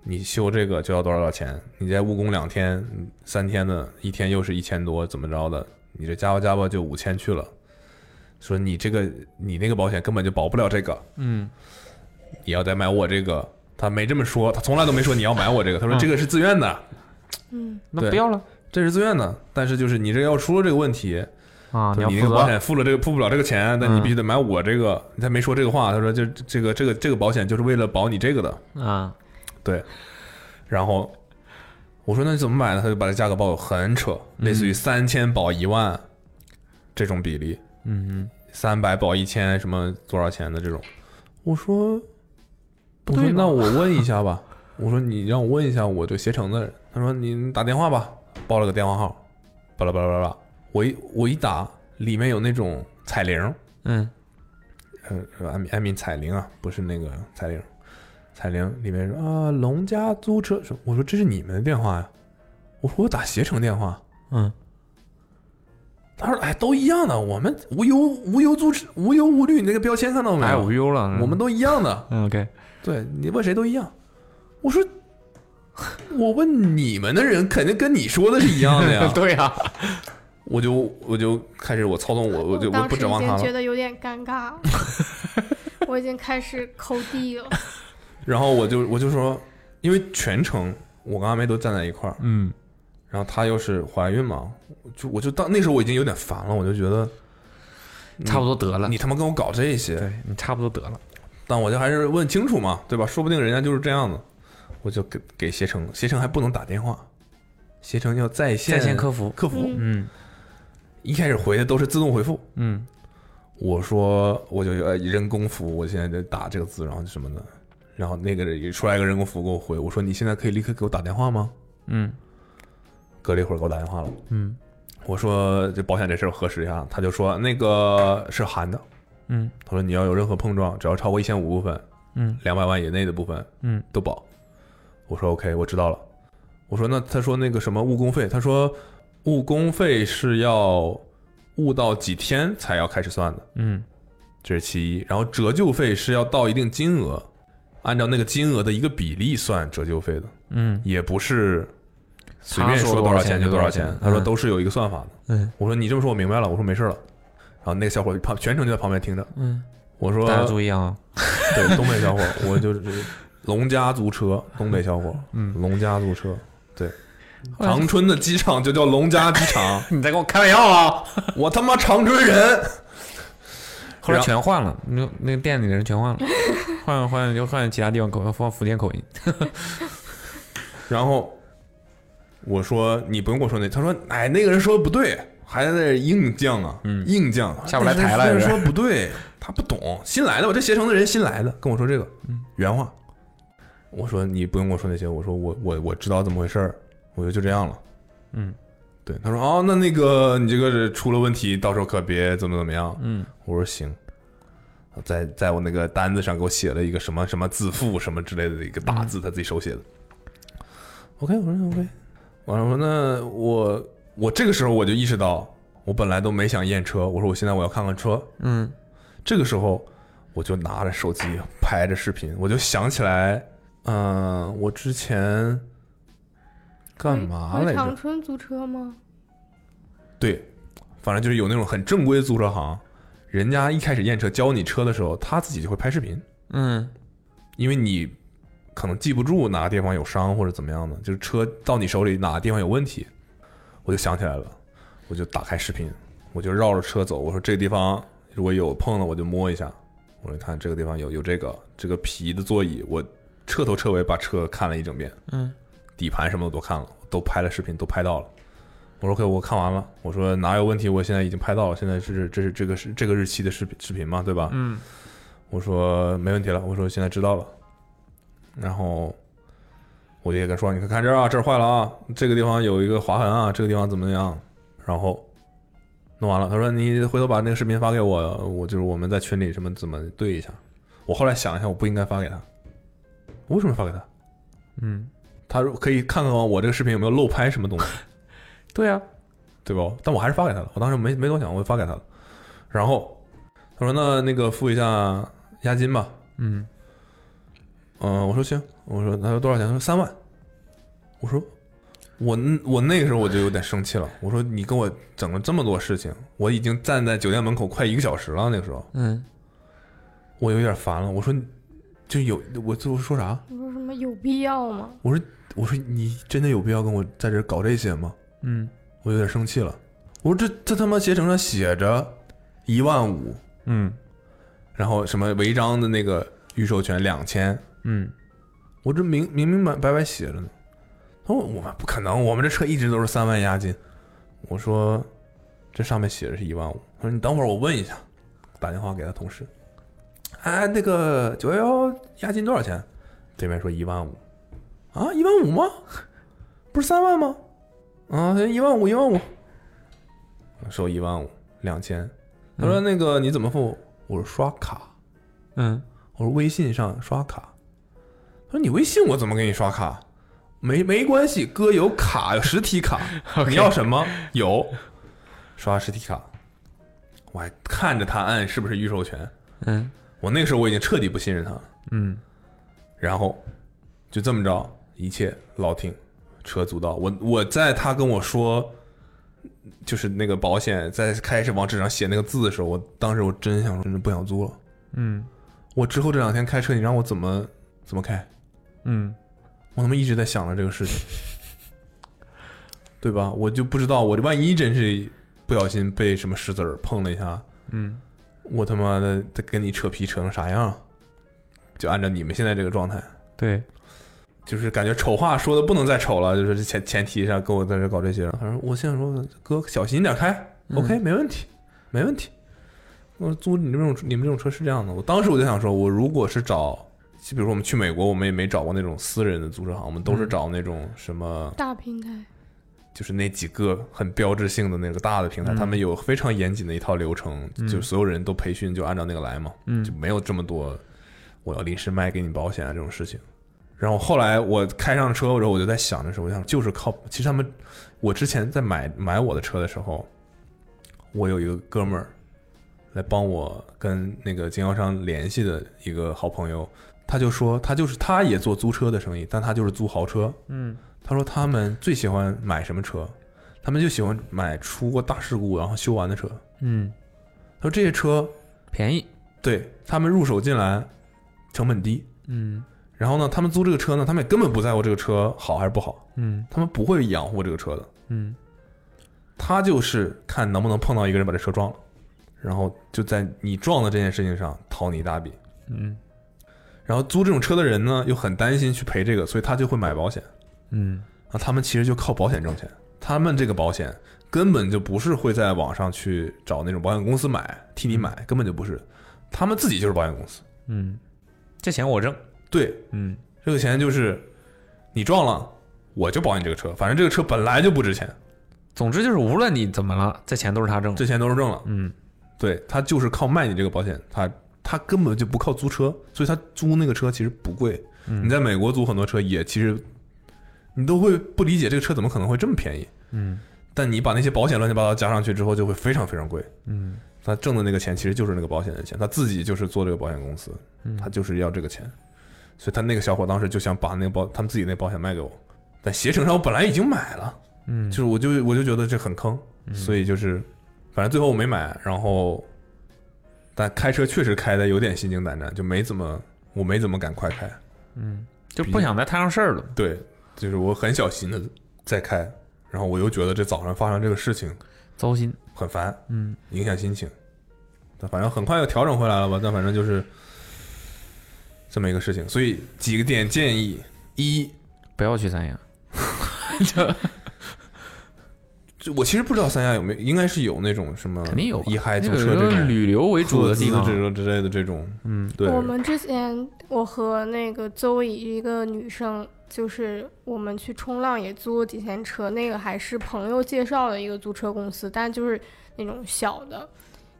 你修这个就要多少多少钱？你再误工两天、三天的，一天又是一千多，怎么着的？你这加吧加吧就五千去了。说你这个你那个保险根本就保不了这个，嗯，你要再买我这个，他没这么说，他从来都没说你要买我这个，他说嗯这个是自愿的，那对嗯不要了这是自愿的。但是就是你这个要出了这个问题，啊！对要你那负个保责。险付了这个付不了这个钱，但你嗯必须得买我这个。他没说这个话，他说就这个这个这个保险就是为了保你这个的。啊，对，然后我说那你怎么买呢？他就把这价格报得很扯，类似于三千保一万这种比例，嗯三百保一千什么多少钱的这种。我说，我对说吧那我问一下吧。 我说你让我问一下我这个携程的人。他说你打电话吧，报了个电话号，巴拉巴拉巴拉。我一我一打，里面有那种彩铃。嗯呃，艾米艾米彩铃啊，不是那个彩铃，彩铃里面说啊，龙家租车，说我说这是你们的电话呀，我说我打携程电话，嗯他说哎都一样的，我们无忧无忧租车无忧无虑，你那个标签看到嗯，没哎，有？无忧了。啊我们都一样的，嗯 OK，对你问谁都一样，我说。我问你们的人，肯定跟你说的是一样的呀。 对啊呀，我就我就开始我操纵我我就我当不时指已望他经了觉。得有点尴尬了， 我已经开始抠地了。然后我就我就说，因为全程我跟阿梅都站在一块儿，嗯然后她又是怀孕嘛，我就我就当那时候我已经有点烦了，我就觉得差不多得了。你他妈跟我搞这些，对你嗯差不多得了。但我就还是问清楚嘛，对吧？说不定人家就是这样子，我就给给携程，携程还不能打电话，携程要在线在线客服客服，嗯嗯一开始回的都是自动回复，嗯我说我就呃人工服务，我现在得打这个字，然后什么的，然后那个人出来一个人工服务给我回，我说你现在可以立刻给我打电话吗？嗯隔了一会儿给我打电话了。嗯我说这保险这事儿核实一下，他就说那个是含的。嗯他说你要有任何碰撞，只要超过一千五部分，嗯两百万以内的部分嗯都保。我说 OK，我知道了。我说那他说那个什么误工费，他说误工费是要误到几天才要开始算的，嗯这是其一。然后折旧费是要到一定金额，按照那个金额的一个比例算折旧费的，嗯也不是随便说多少钱就多少钱。他说都是有一个算法的。嗯我说你这么说我明白了，我说没事了。然后那个小伙儿旁全程就在旁边听着，嗯，我说大家注意啊。对东北 小伙儿，我就是龙家租车，东北小伙儿，嗯龙家租车，对，长春的机场就叫龙家机场，你在跟我开玩笑啊！我他妈长春人， 后来全换了，那那个店里的人全换 了，换换就换其他地方口放福建口音。然后我说你不用跟我说那，他说哎那个人说的不对，还在那硬犟啊，硬犟，嗯下不来台了那个人是说不对，他不懂，新来的，我这携程的人新来的，跟我说这个，原话。我说你不用跟我说那些，我说我我我知道怎么回事儿，我就就这样了。嗯，对，他说哦，那那个你这个是出了问题，到时候可别怎么怎么样。嗯，我说行，在在我那个单子上给我写了一个什么什么自负什么之类的一个大嗯字，他自己手写的。OK，我说 OK，我说那我我这个时候我就意识到，我本来都没想验车，我说我现在我要看看车。嗯这个时候我就拿着手机拍着视频，我就想起来，呃，我之前干嘛来回长着？春租车吗？对，反正就是有那种很正规的租车行，人家一开始验车教你车的时候，他自己就会拍视频，嗯因为你可能记不住哪个地方有伤或者怎么样的，就是车到你手里哪个地方有问题，我就想起来了，我就打开视频，我就绕着车走，我说这个地方如果有碰了我就摸一下，我说看这个地方有有这个这个皮的座椅，我彻头彻尾把车看了一整遍，嗯，底盘什么的我都看了，都拍了视频，都拍到了。我说 OK，我看完了。我说哪有问题？我现在已经拍到了，现在是这是这个是这个日期的视频视频嘛，对吧？嗯我说没问题了，我说现在知道了。然后我就也跟他说，你看看这儿啊，这儿坏了啊，这个地方有一个划痕啊，这个地方怎么样？然后弄完了，他说你回头把那个视频发给我，我就是我们在群里什么怎么对一下。我后来想了一下，我不应该发给他，我为什么发给他？嗯，他说可以看看我这个视频有没有漏拍什么东西。对啊，对吧？但我还是发给他了，我当时没没多想，我就发给他了。然后他说：“那那个付一下押金吧。嗯”嗯、我说行。我说他说多少钱？他说三万。我说我我那个时候我就有点生气了。我说你跟我整了这么多事情，我已经站在酒店门口快一个小时了。那个时候嗯，我有点烦了。我说就有我就说啥？你说什么有必要吗？我说我说你真的有必要跟我在这儿搞这些吗？嗯我有点生气了。我说这这他妈携程上写着一万五。嗯然后什么违章的那个预授权两千，嗯我这明明明白白白写着呢。他说我们不可能，我们这车一直都是三万押金。我说这上面写着是一万五。他说你等会儿我问一下，打电话给他同事。哎，那个九幺幺押金多少钱？对面说一万五。啊，一万五吗？不是三万吗？啊，一万五，一万五。我收一万五，两千。他说那个你怎么付？我说刷卡。嗯我说微信上刷卡。他说你微信我怎么给你刷卡？没没关系，哥有卡，有实体卡。 OK 你要什么？有，刷实体卡。我还看着他按是不是预授权。嗯我那个时候我已经彻底不信任他了。嗯然后就这么着，一切老听，车租到。我我在他跟我说，就是那个保险在开始往纸上写那个字的时候，我当时我真想说，真的不想租了。嗯我之后这两天开车，你让我怎么怎么开？嗯我他妈一直在想着这个事情，对吧？我就不知道，我万一真是不小心被什么石子儿碰了一下，嗯我他妈的得跟你扯皮扯成啥样？就按照你们现在这个状态，对，就是感觉丑话说的不能再丑了，就是前前提上跟我在这搞这些。反正我现在说，哥小心点开、嗯 o k 没问题，没问题。我租你们这种你们这种车是这样的，我当时我就想说，我如果是找，就比如说我们去美国，我们也没找过那种私人的租车行，我们都是嗯找那种什么。大平台，就是那几个很标志性的那个大的平台，嗯他们有非常严谨的一套流程，就所有人都培训就按照那个来嘛，嗯就没有这么多我要临时卖给你保险啊这种事情。然后后来我开上车之后，我就在想的时候，我想就是靠，其实他们，我之前在买买我的车的时候，我有一个哥们儿来帮我跟那个经销商联系的一个好朋友，他就说他就是他也做租车的生意，但他就是租豪车，嗯他说他们最喜欢买什么车？他们就喜欢买出过大事故然后修完的车。嗯，他说这些车便宜，对他们入手进来成本低，嗯然后呢，他们租这个车呢，他们也根本不在乎这个车好还是不好，嗯他们不会养护这个车的，嗯他就是看能不能碰到一个人把这车撞了，然后就在你撞的这件事情上掏你一大笔。嗯然后租这种车的人呢，又很担心去赔这个，所以他就会买保险。嗯那他们其实就靠保险挣钱。他们这个保险根本就不是会在网上去找那种保险公司买，替你买，根本就不是，他们自己就是保险公司。嗯，这钱我挣，对，嗯这个钱就是你撞了，我就保你这个车，反正这个车本来就不值钱，总之就是无论你怎么了，这钱都是他挣的，这钱都是挣了。嗯对他就是靠卖你这个保险，他他根本就不靠租车，所以他租那个车其实不贵。嗯你在美国租很多车也其实，你都会不理解这个车怎么可能会这么便宜。嗯但你把那些保险乱七八糟加上去之后，就会非常非常贵。嗯他挣的那个钱其实就是那个保险的钱，他自己就是做这个保险公司，嗯他就是要这个钱，所以他那个小伙当时就想把那个保他们自己那保险卖给我，但携程上我本来已经买了，嗯就是我就我就觉得这很坑，所以就是反正最后我没买，然后但开车确实开的有点心惊胆战，就没怎么我没怎么敢快开，就不想再摊上事儿了。对，就是我很小心的在开，然后我又觉得这早上发生这个事情糟心，很烦，嗯，影响心情。但反正很快又调整回来了吧？但反正就是这么一个事情。所以几个点建议：一，不要去三亚。这我其实不知道三亚有没有，应该是有那种什么肯定有吧一嗨租那个车这就是种旅游为主的地方合资这种之类的这种，嗯，对，我们之前我和那个周以一个女生，就是我们去冲浪也租过几天车，那个还是朋友介绍的一个租车公司，但就是那种小的，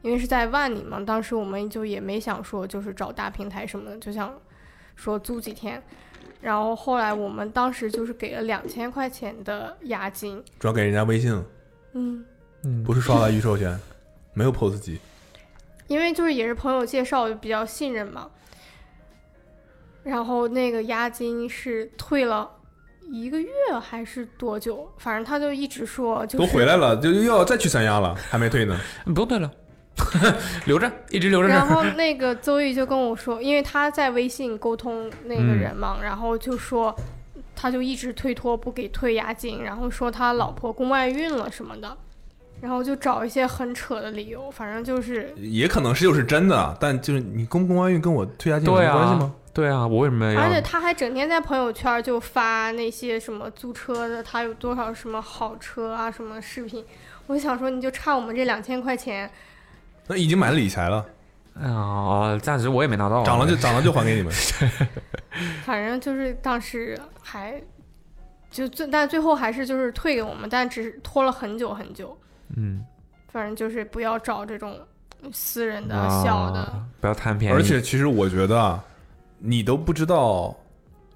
因为是在万里嘛，当时我们就也没想说就是找大平台什么的，就想说租几天。然后后来我们当时就是给了两千块钱的押金，转给人家微信了，嗯，不是刷完预售 钱，没有 POS 机。因为就是也是朋友介绍，就比较信任嘛。然后那个押金是退了一个月还是多久？反正他就一直说，就是都回来了，就又要再去三亚了，还没退 呢。不用退了，留着，一直留着这然儿。后那个邹毅就跟我说，因为他在微信沟通那个人嗯嘛，然后就说他就一直推脱不给退押金，然后说他老婆宫外孕了什么的，然后就找一些很扯的理由，反正就是也可能是就是真的，啊但就是你公不公安运跟我退押金有对什么关系啊吗？，对啊，我为什么要？而且他还整天在朋友圈就发那些什么租车的，他有多少什么好车啊什么视频。我就想说，你就差我们这两千块钱，那已经买了理财了，哎呀，暂时我也没拿到啊，涨了 就涨了就还给你们。反正就是当时还就最，但最后还是就是退给我们，但只是拖了很久很久。嗯，反正就是不要找这种私人的、啊小的，不要贪便宜，而且其实我觉得，啊，你都不知道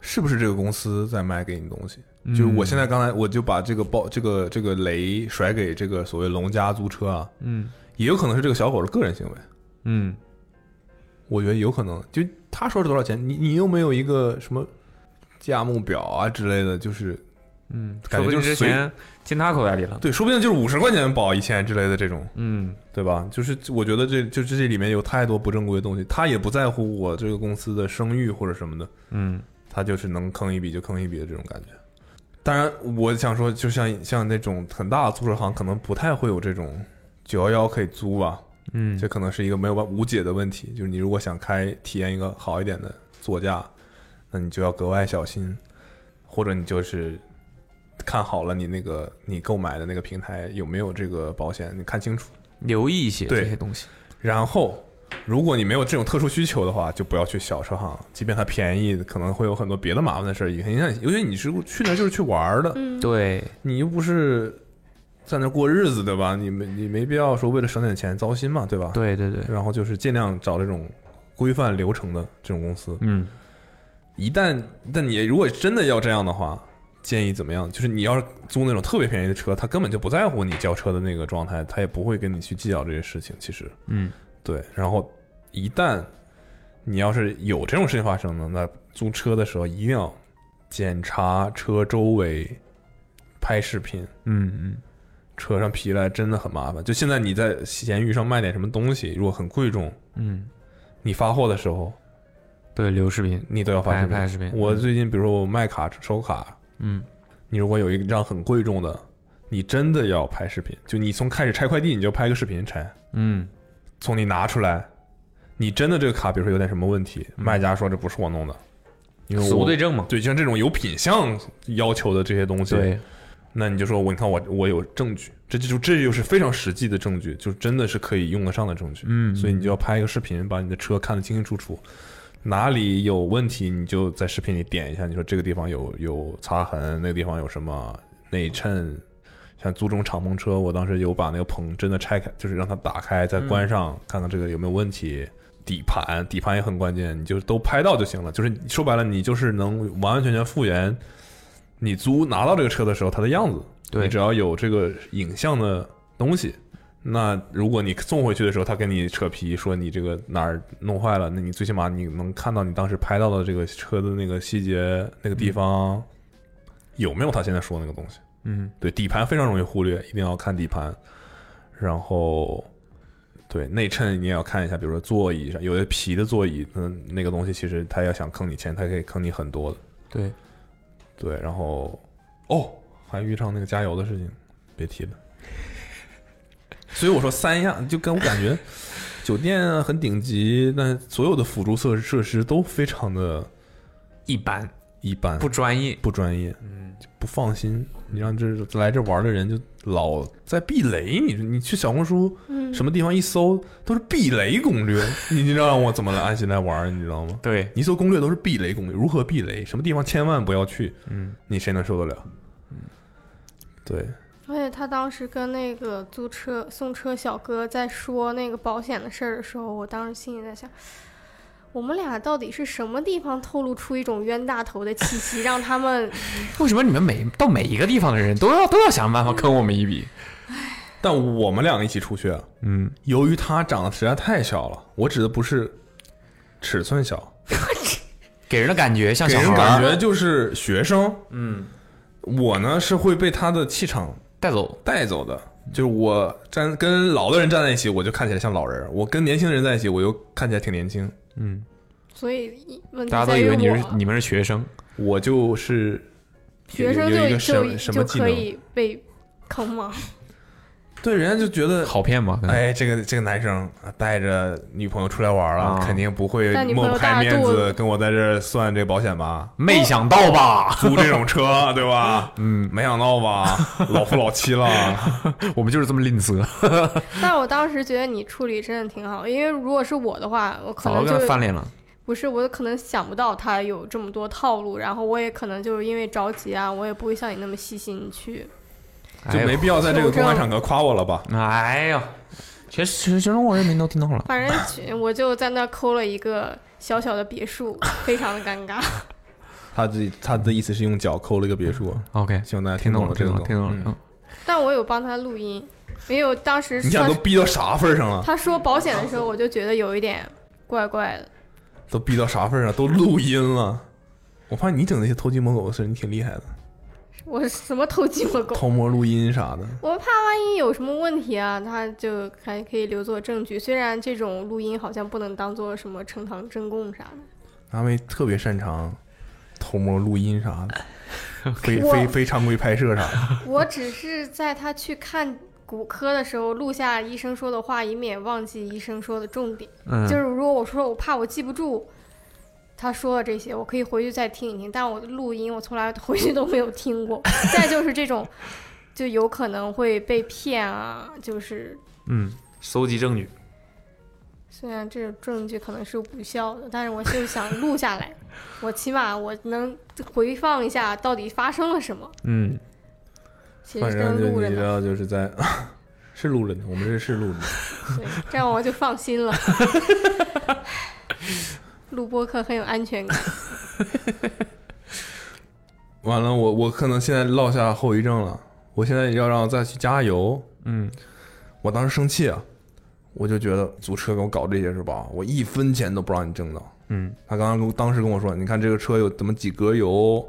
是不是这个公司在卖给你东西。嗯就是我现在刚才我就把这个包这个这个雷甩给这个所谓龙家租车啊，嗯也有可能是这个小伙的个人行为。嗯，我觉得有可能，就他说是多少钱，你你又没有一个什么价目表啊之类的，就是嗯，感觉说不定就是之随前进他口袋里了。对，说不定就是五十块钱保一千之类的这种，嗯，对吧？就是我觉得这就这里面有太多不正规的东西，他也不在乎我这个公司的声誉或者什么的，嗯，他就是能坑一笔就坑一笔的这种感觉。当然，我想说，就像像那种很大的租车行，可能不太会有这种九幺幺可以租吧，嗯，这可能是一个没有办无解的问题。就是你如果想开体验一个好一点的座驾，那你就要格外小心，或者你就是看好了你那个你购买的那个平台有没有这个保险，你看清楚。留意一些对这些东西。然后，如果你没有这种特殊需求的话，就不要去小车行，即便它便宜，可能会有很多别的麻烦的事儿影响你。尤其你是去那儿就是去玩儿的，嗯，对，你又不是在那儿过日子对吧？你没你没必要说为了省点钱糟心嘛，对吧？。对对对，然后就是尽量找这种规范流程的这种公司。嗯，一旦但你如果真的要这样的话，建议怎么样？就是你要是租那种特别便宜的车，他根本就不在乎你交车的那个状态，他也不会跟你去计较这些事情。其实，嗯，对。然后一旦你要是有这种事情发生呢，那租车的时候一定要检查车周围，拍视频。嗯嗯，车上皮来真的很麻烦。就现在你在闲鱼上卖点什么东西，如果很贵重，嗯，你发货的时候对，留视频，你都要发视频。拍拍视频我最近比如说我卖卡收卡，嗯，你如果有一张很贵重的，你真的要拍视频，就你从开始拆快递你就拍个视频拆，嗯，从你拿出来，你真的这个卡比如说有点什么问题，嗯卖家说这不是我弄的，因为死无我对证嘛。对，就像这种有品相要求的这些东西，对，那你就说我你看我我有证据，这就这就是非常实际的证据，就真的是可以用得上的证据，嗯所以你就要拍一个视频，把你的车看得清清楚楚。哪里有问题，你就在视频里点一下。你说这个地方有有擦痕，那个地方有什么内衬，像租这种敞篷车，我当时有把那个棚真的拆开，就是让它打开嗯再关上，看看这个有没有问题。底盘，底盘也很关键，你就都拍到就行了。就是说白了，你就是能完完全全复原你租拿到这个车的时候它的样子。对你只要有这个影像的东西，那如果你送回去的时候，他跟你扯皮说你这个哪儿弄坏了，那你最起码你能看到你当时拍到的这个车的那个细节那个地方有没有他现在说的那个东西。嗯对，底盘非常容易忽略，一定要看底盘。然后，对内衬你也要看一下，比如说座椅上有的皮的座椅，嗯，那个东西其实他要想坑你钱，他可以坑你很多的。对，对，然后哦，还遇上那个加油的事情，别提了。所以我说三样，就跟我感觉酒店啊很顶级，但所有的辅助设设施都非常的一般一般，不专业，不专业，嗯，不放心。你让这来这玩的人就老在避雷，你你去小红书嗯什么地方一搜都是避雷攻略， 你你让我怎么来安心来玩，你知道吗？对，你搜攻略都是避雷攻略，如何避雷，什么地方千万不要去，嗯，你谁能受得了？对，而且他当时跟那个租车送车小哥在说那个保险的事儿的时候，我当时心里在想，我们俩到底是什么地方透露出一种冤大头的气息，让他们为什么你们每到每一个地方的人都要都要想办法坑我们一笔？但我们两个一起出去啊，嗯，由于他长得实在太小了，我指的不是尺寸小，给人的感觉像给小人孩感儿觉就是学生。嗯我呢是会被他的气场带走，带走的，就是我站跟老的人站在一起，我就看起来像老人；我跟年轻人在一起，我又看起来挺年轻。嗯，所以问题大家都在以于为你是我你们是学生，我就是学有生有一就个什么就什就么技可能？以被坑吗？对，人家就觉得。好骗吗？哎，这个这个男生啊带着女朋友出来玩了，啊肯定不会但女朋友抹不开大面肚子子跟我在这儿算这个保险吧？没想到吧？ 租这种车，对 吧？嗯，没想到吧，老夫老妻了。我们就是这么吝啬，但我当时觉得你处理真的挺好，因为如果是我的话，我可早能就跟他就翻脸了。不是我可能想不到他有这么多套路，然后我也可能就是因为着急啊，我也不会像你那么细心去。就没必要在这个公开场合夸我了吧？哎呦，全全全中国人民都听到了。反正去我就在那儿抠了一个小小的别墅，非常的尴尬。 他这他的意思是用脚抠了一个别墅，嗯 OK，希望大家听懂懂了，这听个懂了，听懂了。嗯嗯但我有帮他录音，因为我当时你想他都逼到啥份儿上了？他说保险的时候，我就觉得有一点怪怪的。都逼到啥份儿上？都录音了。我发现你整那些偷鸡摸狗的事，你挺厉害的，我什么偷鸡 摸狗？偷摸录音啥的。我怕万一有什么问题啊，他就还可以留作证据。虽然这种录音好像不能当做什么呈堂证供啥的，阿威特别擅长偷摸录音啥的，非我非非常规拍摄啥的。我只是在他去看骨科的时候录下医生说的话，以免忘记医生说的重点。嗯，就是如果我说我怕我记不住他说的这些，我可以回去再听一听，但我录音我从来 回去都没有听过。再就是这种，就有可能会被骗啊，就是嗯，搜集证据。虽然这种证据可能是无效的，但是我就想录下来，我起码我能回放一下到底发生了什么。嗯，其反实正就正录着你知呢，道，就是在 是录着呢，我们这是录着呢。对，这样我就放心了。录播课很有安全感，完了，我我可能现在落下后遗症了。我现在要让再去加油。嗯，我当时生气啊，我就觉得租车给我搞这些是吧？我一分钱都不让你挣到。嗯，他刚刚跟我当时跟我说，你看这个车有怎么几格油，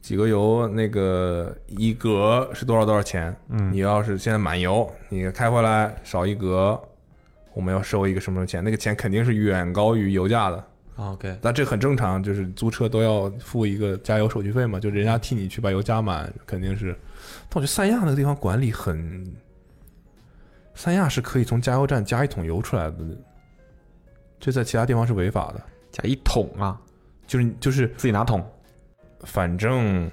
几格油那个一格是多少多少钱？嗯，你要是现在满油，你开回来少一格，我们要收一个什么什么钱？那个钱肯定是远高于油价的。啊 OK，那这很正常，就是租车都要付一个加油手续费嘛，就人家替你去把油加满，肯定是。但我觉得三亚那个地方管理很，三亚是可以从加油站加一桶油出来的，这在其他地方是违法的。加一桶啊，就是就是，自己拿桶。反正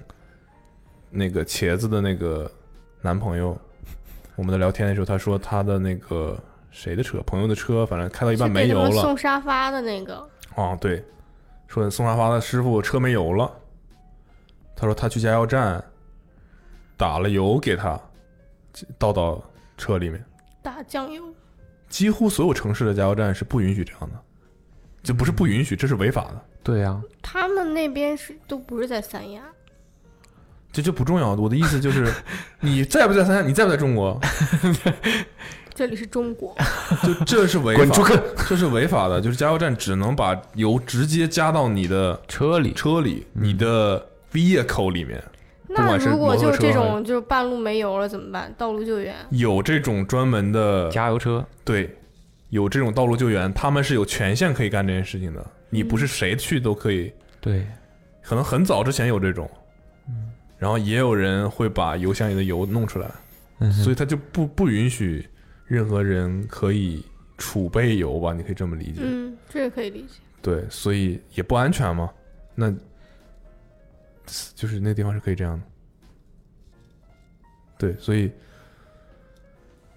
那个茄子的那个男朋友，我们在聊天的时候，他说他的那个谁的车，朋友的车，反正开到一就半没给他油们了，送沙发的那个，哦，对，说送沙发的师傅车没油了，他说他去加油站打了油给他倒到车里面。打酱油。几乎所有城市的加油站是不允许这样的，这不是不啊允许，这是违法的。对呀，他们那边是都不是在三亚，这就不重要。我的意思就是，你在不在参加，你在不在中国，这里是中 国，就这是违滚法出去， 这是违法的。就是加油站只能把油直接加到你的车里嗯车里、你的 vehicle 里面。不那管是如果摩就托是这车还种就是半路没油了怎么办？道路救援，有这种专门的，加油车，对，有这种道路救援，他们是有权限可以干这件事情的。你嗯不是谁去都可以，对，可能很早之前有这种，然后也有人会把油箱里的油弄出来，嗯哼所以他就不不允许任何人可以储备油吧？你可以这么理解，嗯，这个可以理解。对，所以也不安全嘛。那就是那地方是可以这样的，对，所以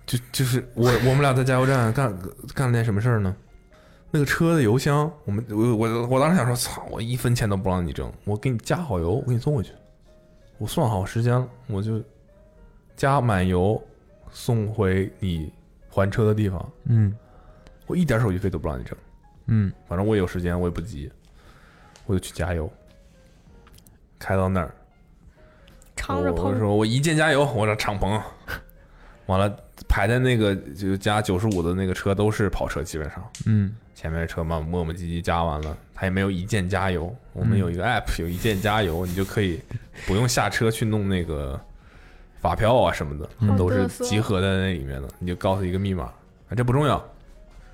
就就是我我们俩在加油站干干了件什么事儿呢？那个车的油箱，我们我我我当时想说，操，我一分钱都不让你挣，我给你加好油，我给你送回去，我算好时间了，我就加满油送回你还车的地方，嗯我一点手续费都不让你挣。嗯，反正我有时间，我也不急，我就去加油。开到那儿，敞着我碰，说我一键加油，我这敞篷， 完了排在那个就加九十五的那个车都是跑车，基本上嗯前面的车嘛磨磨唧唧加完了，他也没有一键加油。我们有一个 app 有一键加油，你就可以不用下车去弄那个发票啊什么的，都是集合在那里面的，你就告诉一个密码，啊这不重要，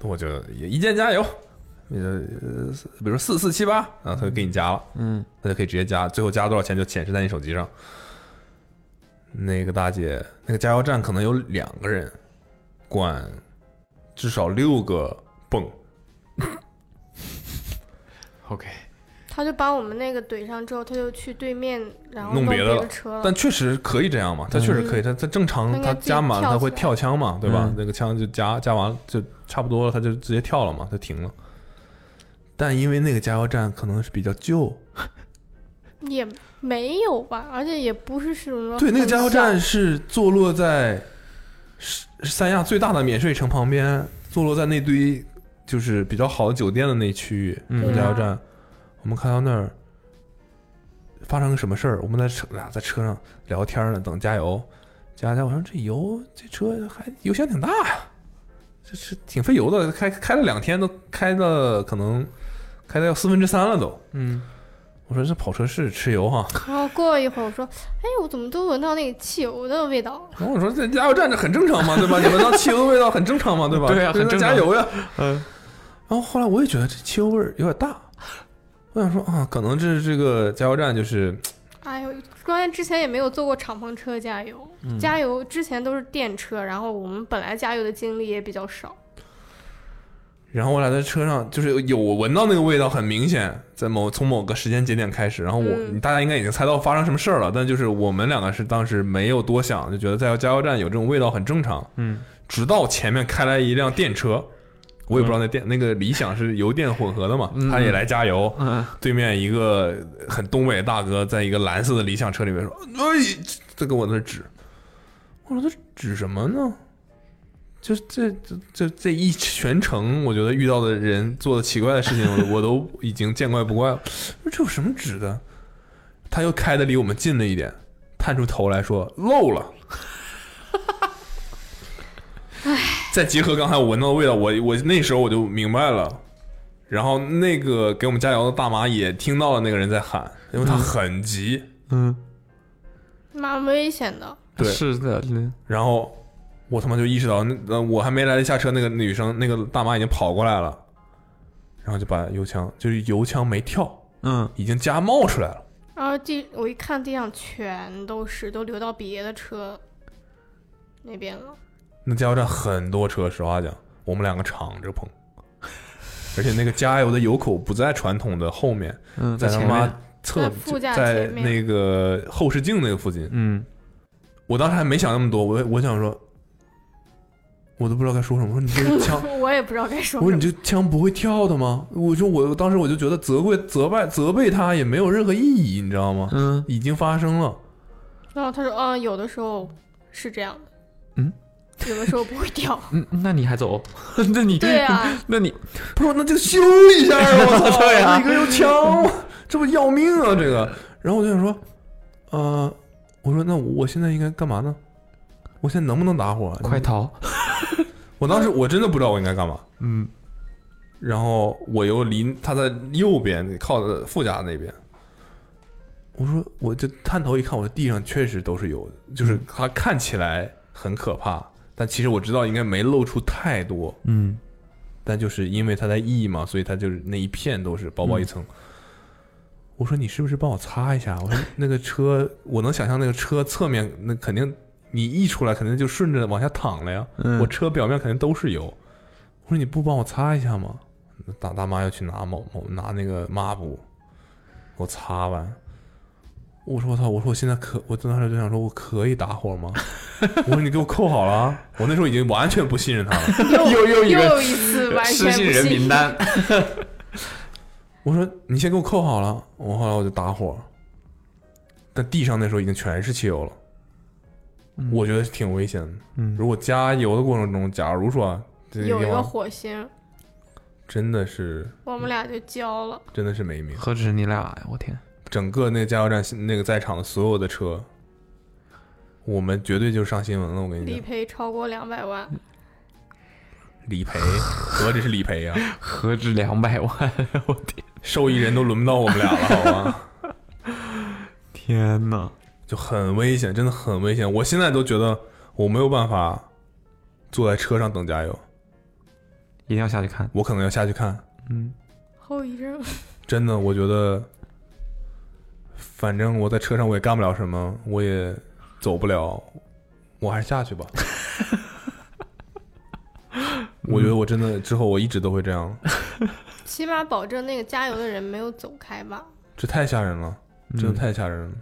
我就一键加油。呃，比如四四七八，然后他就给你加了，嗯，他就可以直接加，最后加多少钱就显示在你手机上。那个大姐，那个加油站可能有两个人，管至少六个泵， ，OK，他就把我们那个怼上之后，他就去对面，然后弄别别的了车了。但确实可以这样嘛，他确实可以，他他正常应该他自己加满跳他起会来跳枪嘛，对吧？嗯那个枪就加加完了就差不多了，他就直接跳了嘛，他停了。但因为那个加油站可能是比较旧，也没有吧，而且也不是什么对，那个很加油小站是坐落在是三亚最大的免税城旁边，坐落在那堆就是比较好的酒店的那区域。嗯那个加油对站，我们看到那儿发生个什么事儿，我们在车俩在车上聊天呢，等加油，加加，我说这油这车还油箱挺大呀、这是挺费油的，开开了两天都开的可能开的要四分之三了都。嗯，我说这跑车是吃油哈、然后过了一会儿，我说：“哎，我怎么都闻到那个汽油的味道然后我说这加油站这很正常嘛，对吧？你闻到汽油的味道很正常嘛，对吧？对啊就是很正常加油呀。嗯然后后来我也觉得这汽油味儿有点大，我想说啊，可能这这个加油站就是？”哎呦，关键之前也没有坐过敞篷车加油，嗯加油之前都是电车，然后我们本来加油的经历也比较少。然后我俩在车上，就是有我闻到那个味道很明显，在某从某个时间节点开始，然后我、嗯大家应该已经猜到发生什么事儿了，但就是我们两个是当时没有多想，就觉得在加油站有这种味道很正常。嗯，直到前面开来一辆电车，我也不知道那电、那个理想是油电混合的嘛，他也来加油，嗯对面一个很东北的大哥在一个蓝色的理想车里面说：“哎，这跟我那指。”我说：“这指什么呢？”就这这这这一全程，我觉得遇到的人做的奇怪的事情，我我都已经见怪不怪了。我说这有什么指的？他又开的离我们近了一点，探出头来说：“漏了。”再结合刚才我闻到的味道，我我那时候我就明白了。然后那个给我们加油的大妈也听到了那个人在喊，因为她很急。嗯，蛮危险的，对是的，嗯然后我他妈就意识到，那呃我还没来得及下车，那个女生那个大妈已经跑过来了，然后就把油枪就是油枪没跳，嗯，已经加冒出来了。然后地我一看地上全都是，都流到别的车那边了。那加油站很多车，实话讲，我们两个敞着碰，而且那个加油的油口不在传统的后面，嗯，在他前妈面，侧在副驾在前面那个后视镜那个附近。嗯我当时还没想那么多，我我想说，我都不知道该说什么。我说你这个枪，哦我也不知道该说我说什你么。这枪不会跳的吗？我说我当时我就觉得责怪责备责备他也没有任何意义，你知道吗？嗯已经发生了，然后他说：“嗯，有的时候是这样的，嗯， 有的时候不会掉。嗯，那你还走？ 那你”对啊， 那你不是那就修一下啊！ 我操，对啊你个有枪，这不要命啊！这个，然后我就想说，呃，我说那我现在应该干嘛呢？我现在能不能打火？啊快逃！我当时我真的不知道我应该干嘛。嗯，然后我又离他在右边靠着副驾那边，我说我就探头一看，我的地上确实都是油的，就是它看起来很可怕，但其实我知道应该没露出太多，嗯，但就是因为它在 E 嘛，所以它就是那一片都是薄薄一层。我说你是不是帮我擦一下？我说那个车，我能想象那个车侧面那肯定你溢出来肯定就顺着往下淌了呀，嗯我车表面肯定都是油。我说你不帮我擦一下吗？大大妈要去拿抹抹拿那个抹布，给我擦完。我说我操！我说我现在可，我当时就想说，我可以打火吗？我说你给我扣好了啊！我那时候已经完全不信任他了。 又又一又个有一 次完全失不信人名单，我说你先给我扣好了，我后来我就打火，但地上那时候已经全是汽油了，我觉得挺危险的。嗯如果加油的过程中，假如说啊这 有地一个方火星，真的是我们俩就交了。真的是没命， 何止是你俩呀！我天，整个那个加油站那个在场的所有的车，我们绝对就上新闻了。我跟你理讲，赔超过两百万，理赔何止是理赔呀、何止两百万！我天，受益人都轮不到我们俩了，好吗？天哪！就很危险，真的很危险。我现在都觉得我没有办法坐在车上等加油。一定要下去看。我可能要下去看。嗯，后遗症。 真的，我觉得，反正我在车上我也干不了什么，我也走不了，我还是下去吧。我觉得我真的之后我一直都会这样，起码保证那个加油的人没有走开吧。这太吓人了，真的太吓人了。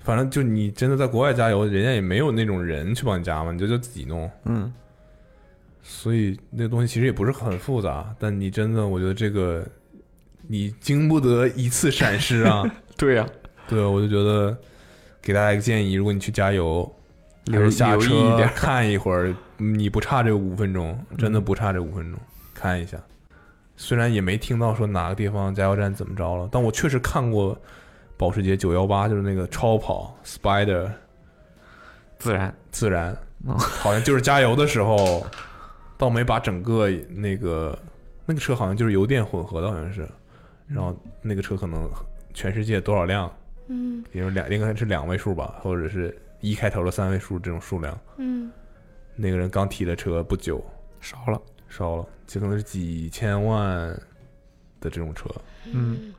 反正就你真的在国外加油，人家也没有那种人去帮你加嘛，你就就自己弄。嗯，所以那东西其实也不是很复杂，但你真的，我觉得这个你经不得一次闪失啊。对呀、对，我就觉得给大家一个建议，如果你去加油，还留是下留意一车点 看一会儿，你不差这五分钟，真的不差这五分钟，看一下。虽然也没听到说哪个地方加油站怎么着了，但我确实看过保时捷918，就是那个超跑 Spider 自 然。自然，哦好像就是加油的时候，倒没把整个那个那个车好像就是油电混合的，好像是，然后那个车可能全世界多少辆嗯也就两应该是两位数吧，或者是一开头的三位数这种数量。嗯，那个人刚提了车不久，烧了，烧了，这可能是几千万的这种车，嗯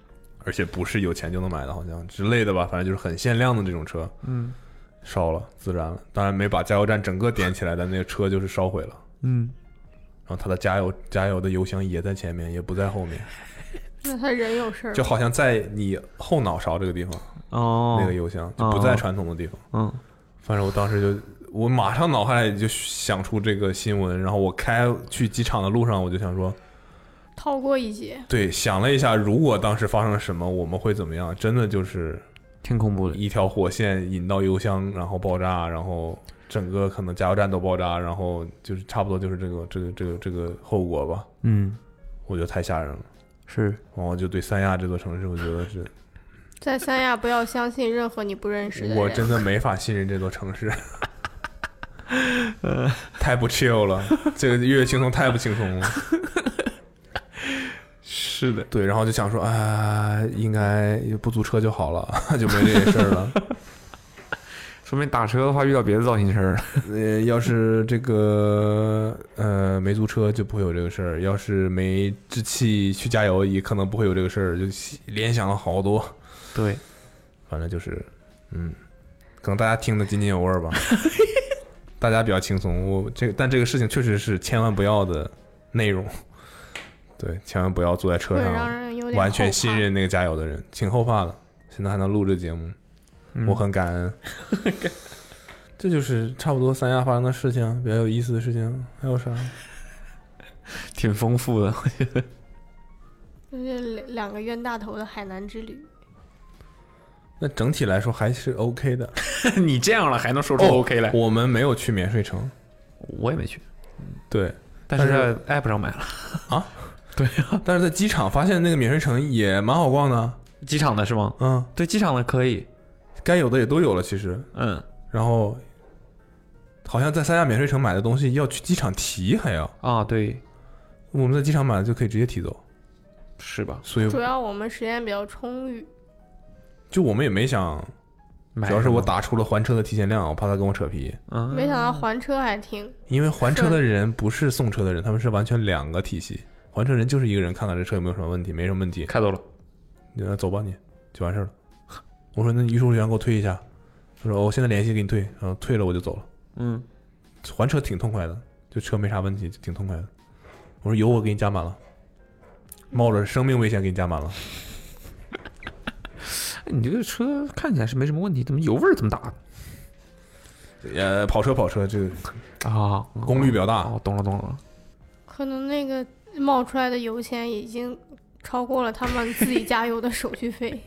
而且不是有钱就能买的，好像之类的吧，反正就是很限量的这种车嗯烧了，自燃了。当然没把加油站整个点起来，但那个车就是烧毁了。嗯，然后他的加油加油的油箱也在前面，也不在后面，那他人有事儿就好像在你后脑勺这个地方、哦，那个油箱就不在传统的地方。嗯反正我当时就，我马上脑海里就想出这个新闻，然后我开去机场的路上，我就想说，逃过一劫。对，想了一下，如果当时发生了什么，我们会怎么样？真的就是挺恐怖的。一条火线引到油箱，然后爆炸，然后整个可能加油站都爆炸，然后就是差不多就是这个这个这个这个后果吧。嗯，我觉得太吓人了，是然后就对三亚这座城市，我觉得是在三亚不要相信任何你不认识的人。我真的没法信任这座城市。太不 chill 了，这个越轻松太不轻松了。是的，对，然后就想说，啊，应该不租车就好了，就没这些事儿了。说明打车的话遇到别的造型师儿了。呃，要是这个呃没租车就不会有这个事儿，要是没志气去加油也可能不会有这个事儿，就联想了好多。 对，反正就是，嗯，可能大家听得津津有味儿吧，大家比较轻松。我这但这个事情确实是千万不要的内容，对，千万不要坐在车会上让人有点完全后怕信。任那个加油的人，挺后怕的。现在还能录这节目，我很感恩。这就是差不多三亚发生的事情，比较有意思的事情。还有啥？挺丰富的。 就是两两个冤大头的海南之旅，那整体来说还是 OK 的。你这样了还能说出哦 OK 来？我们没有去免税城，我也没去，对，但是是在 app 上买了。但是在机场发现那个免税城也蛮好逛的。 机场的是吗？嗯，对，机场的可以。该有的也都有了，其实。嗯，然后，好像在三亚免税城买的东西要去机场提，还要啊，对，我们在机场买的就可以直接提走，是吧？所以主要我们时间比较充裕，就我们也没想，买主要是我什么，打出了还车的提现量，我怕他跟我扯皮，嗯，没想到还车还挺因为还车的人不是送车的人，他们是完全两个体系，还车人就是一个人看看这车有没有什么问题，没什么问题，开走了，你说走吧你就完事儿了。我说那你运输员给我退一下，他说我现在联系给你退，然后退了我就走了。嗯，还车挺痛快的，就车没啥问题，挺痛快的。我说油我给你加满了，冒着生命危险给你加满了。哎你这个车看起来是没什么问题，怎么油味儿这么大呃，跑车跑车，这个啊？嗯功率比较大，哦，懂了懂了，可能那个冒出来的油钱已经超过了他们自己加油的手续 费。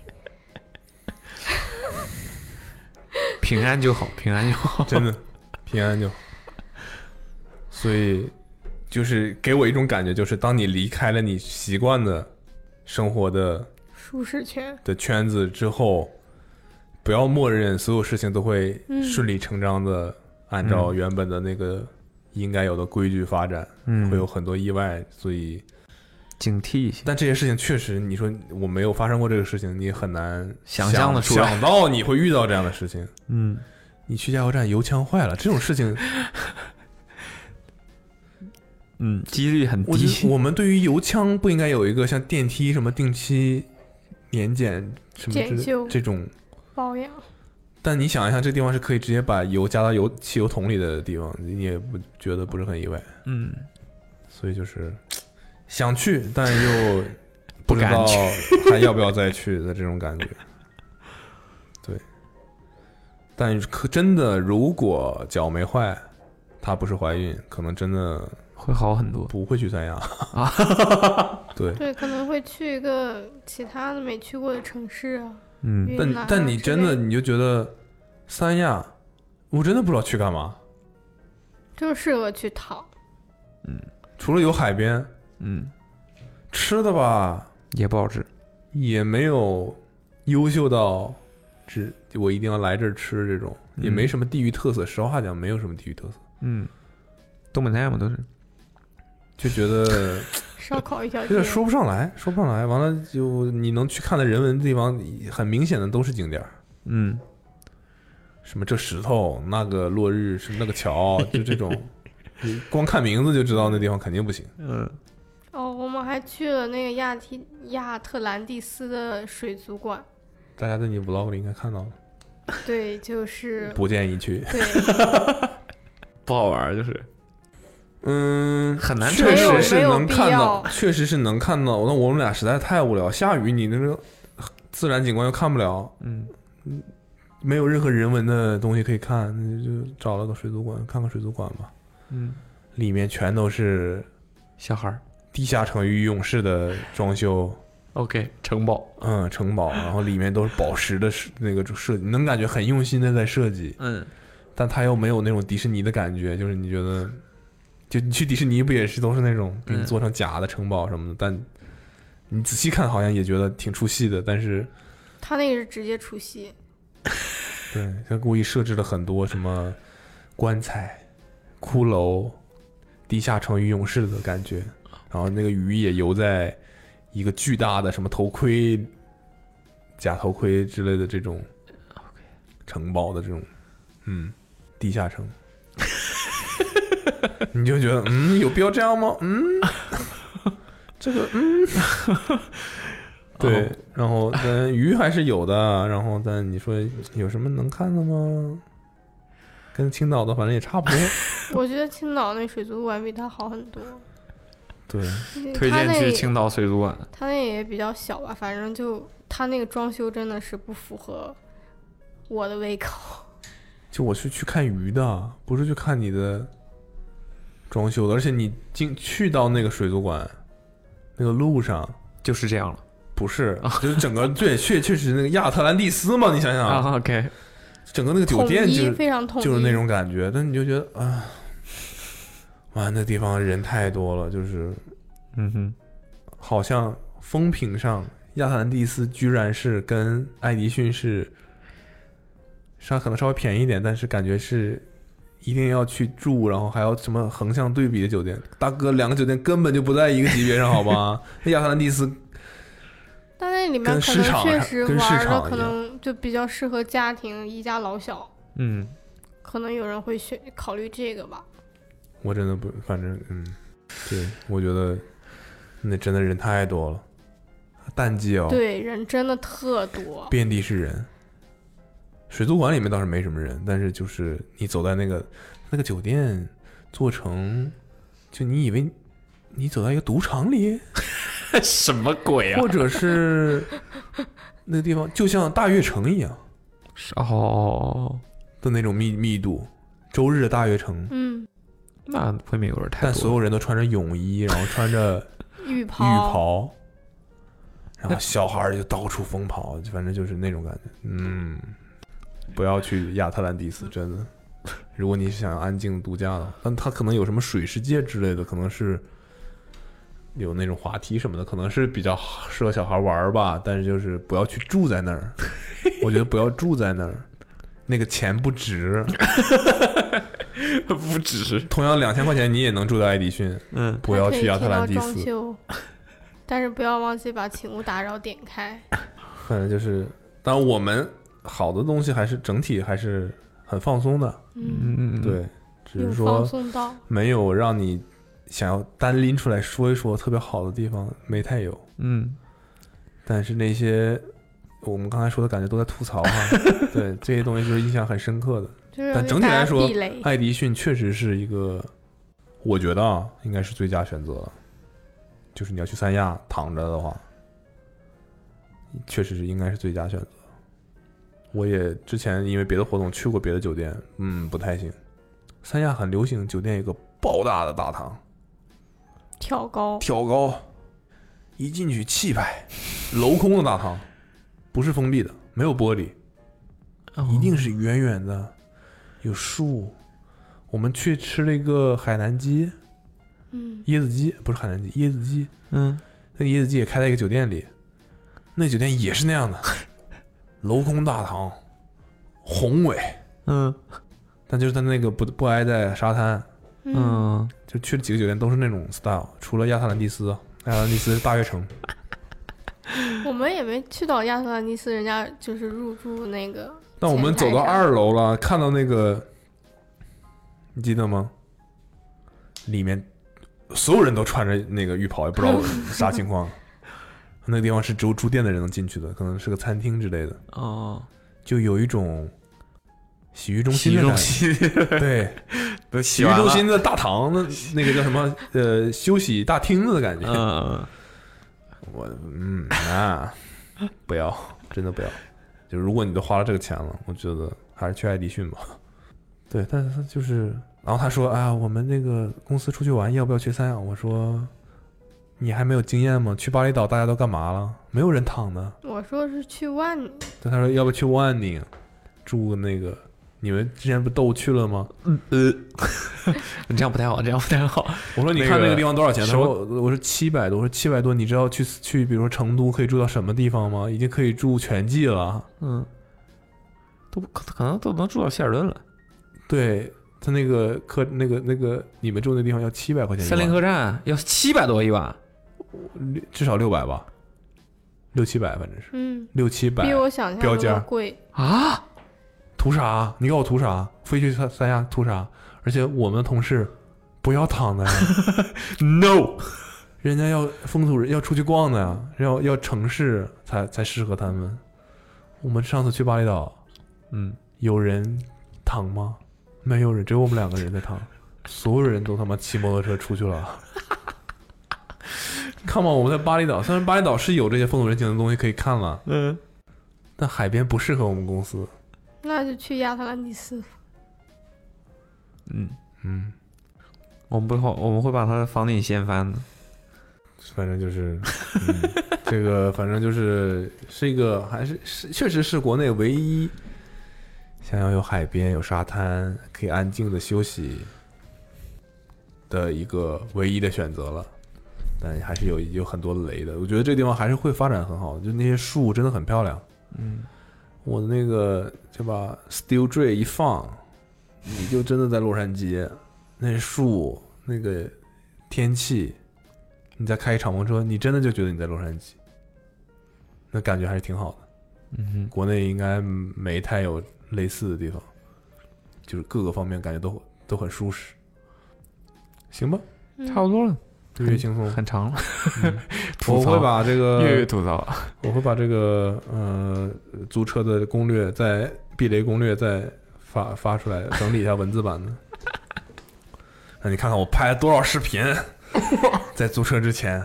平安就好，平安就好，真的平安就好。所以，就是给我一种感觉，就是当你离开了你习惯的生活的舒适圈，的圈子之后，不要默认所有事情都会嗯顺理成章的按照原本的那个应该有的规矩发展，嗯会有很多意外。所以，警惕一些。但这些事情确实，你说我没有发生过这个事情，你也很难想象象得出来想到你会遇到这样的事情。嗯，你去加油站油枪坏了，这种事情，嗯，几率很我觉得低。我们对于油枪不应该有一个像电梯什么定期年检什么检这修这种。保养但你想一下，这地方是可以直接把油加到油汽油桶里的地方，你也不觉得不是很意外， 嗯，所以就是想去，但又不知 敢道去还要不要再去的这种感觉。对，但可真的，如果脚没坏，她不是怀孕，可能真的会好很多。不会去三亚啊。 对，对，可能会去一个其他的没去过的城市啊。嗯云南但啊但你之真的类你就觉得三亚，我真的不知道去干嘛，就是适合去躺，除了有海边，嗯，吃的吧也不好吃。也没有优秀到只我一定要来这儿吃这种，嗯也没什么地域特色。实话讲，没有什么地域特色，嗯，东北菜嘛都是。就觉 得烧烤一条有街点，说不上来，说不上来。完了就你能去看的人文地方，很明显的都是景点儿。嗯，什么这石头，那个落日，什么那个桥，就这种，你光看名字就知道那地方肯定不行。嗯，哦，我们还去了那个亚提亚特兰蒂斯的水族馆，大家在你 vlog 里应该看到了，对，就是不建议去。对，不好玩就是。嗯，很难确没实有是没有能必看到要，确实是能看到。那我们俩实在太无聊，下雨你那个自然景观又看不了，嗯，没有任何人文的东西可以看，那就找了个水族馆，看看水族馆吧。嗯，里面全都是小孩儿。地下城与勇士的装修， OK，城堡。嗯，城堡，然后里面都是宝石的设那个设计，能感觉很用心的在设计，嗯，但它又没有那种迪士尼的感觉，就是你觉得，就你去迪士尼不也是都是那种给你嗯做成假的城堡什么的，但你仔细看好像也觉得挺出戏的，但是他那个是直接除夕，对，他故意设置了很多什么棺材、骷髅、地下城与勇士的感觉，然后那个鱼也游在一个巨大的什么头盔、假头盔之类的这种城堡的这种，嗯，地下城， 你就觉得嗯，有必要这样吗？嗯，这个嗯。对哦，然后但鱼还是有的，然后但你说有什么能看的吗？跟青岛的反正也差不多。我觉得青岛那水族馆比它好很多，对，推它荐那去青岛水族馆。它那也比较小吧，反正就它那个装修真的是不符合我的胃口。就我是去看鱼的，不是去看你的装修的。而且你进去到那个水族馆，那个路上就是这样了不是，就是整个对，确确实那个亚特兰蒂斯嘛，你想想，啊！OK，整个那个酒统店就一是非常统一，就是那种感觉，但你就觉得啊，哇，那地方人太多了，就是嗯哼，好像风评上，亚特兰蒂斯居然是跟爱迪逊是呃上可能稍微便宜一点，但是感觉是一定要去住，然后还要什么横向对比的酒店。大哥，两个酒店根本就不在一个级别上，好吧？那亚特兰蒂斯但那里面跟可市能场确上实跟市玩的场可一样能就比较适合家庭，一家老小，嗯，可能有人会选考虑这个吧。我真的不，反正嗯，对，我觉得那真的人太多了，淡季哦，对，人真的特多，遍地是人。水族馆里面倒是没什么人，但是就是你走在那个那个酒店做成，就你以为你走到一个赌场里， 什么鬼啊或？者是那个地方就像大悦城一样哦，的那种密密度，周日的大悦城，嗯，那未免有点太但所多了。有人都穿着泳衣，然后穿着。浴浴袍，袍，然后小孩儿就到处疯跑，反正就是那种感觉。嗯，不要去亚特兰蒂斯，真的。 如果你是想安静度假的话，但它可能有什么水世界之类的，可能是有那种滑梯什么的，可能是比较适合小孩玩儿吧。但是就是不要去住在那儿，我觉得不要住在那儿，那个钱不值。不止，同样两千块钱你也能住在爱迪逊，嗯，不要还可以去亚贴特兰到蒂装斯。修但是不要忘记把请勿打扰点开。反正就是，当然我们好的东西还是整体还是很放松的，嗯，嗯，嗯，对，只有是放说松到，没有让你想要单拎出来说一说特别好的地方，没太有。嗯，但是那些我们刚才说的感觉都在吐槽哈，对这些东西就是印象很深刻的。就是但给整体大来家说避雷，爱迪逊确实是一个，我觉得啊，应该是最佳选择了。就是你要去三亚躺着的话，确实是应该是最佳选择。我也之前因为别的活动去过别的酒店，嗯，不太行。三亚很流行酒店有个爆大的大堂，跳高，挑高，一进去气派，镂空的大堂，不是封闭的，没有玻璃，一哦定是远远的，有树。我们去吃了一个海南鸡，嗯，椰子鸡不是海南鸡，椰子鸡。嗯，那椰子鸡也开在一个酒店里，那酒店也是那样的，镂空大堂，宏伟，嗯但就是它那个不不挨在沙滩，嗯，嗯，就去了几个酒店都是那种 style，除了亚特兰蒂斯，亚特兰蒂斯是大悦城，我们也没去到亚特兰蒂斯，人家就是入住那个。但我们走到前台上二楼了，看到那个，你记得吗？里面所有人都穿着那个浴袍，也不知 道啥情况。那个地方是只有住店的人能进去的，可能是个餐厅之类的，哦，就有一种洗浴中洗心浴的中感觉。心 对，都洗洗浴完中了心，的大堂的那个叫什么？呃，休息大厅的感觉。 嗯，我嗯啊，不要， 真的不要。就如果你都花了这个钱了，我觉得还是去爱迪逊吧。 对，但是他就是，然后他说啊，我们那个公司出去玩，要不要去三亚？我说，你还没有经验吗？去巴厘岛大家都干嘛了？没有人躺的。我说是去万宁，对，他说要不去万宁住那个，你们之前不都去了吗？呃，你这样不太好，这样不太好，我说你那看那个个地方多少钱？他什么说我说七百多，我说七百多，你知道去去比如说成都可以住到什么地方吗？已经可以住全季了。嗯，都可可能都能住到希尔顿了，对他那个客那个那个你们住那地方要七百块钱一森晚，林客栈要七百多一晚，六至少六百吧，六七百反正是嗯，六七百比。我想象标中间的贵。啊，图啥？你告诉我图啥？飞去三三亚图啥？而且我们同事不要躺的 呀，no，人家要风土人要出去逛的呀，要要城市才才适合他们。我们上次去巴厘岛，嗯，有人躺吗？没有人，只有我们两个人在躺，所有人都他妈骑摩托车出去了。看吧，我们在巴厘岛，虽然巴厘岛是有这些风土人情的东西可以看了，嗯，但海边不适合我们公司。那就去亚特兰蒂斯，嗯，嗯，我们不会，我们会把他的房顶掀翻的，反正就是，嗯、这个反正就是是一个，还是是确实是国内唯一想要有海边、有沙滩，可以安静的休息的一个唯一的选择了。但还是有有很多雷的，我觉得这地方还是会发展很好的，就那些树真的很漂亮。嗯，我那个就把 Steel Dre 一放，你就真的在洛杉矶，那树那个天气，你再开一敞篷车，你真的就觉得你在洛杉矶，那感觉还是挺好的。嗯哼，国内应该没太有类似的地方，就是各个方面感觉都都很舒适。行吧，嗯差不多了，越轻松。很长了。我 吐槽会把这 个越狱吐槽，我会把这个呃租车的攻略在避雷攻略再发发出来，整理一下文字版的。 那你看看我拍了多少视 频，在租车之前。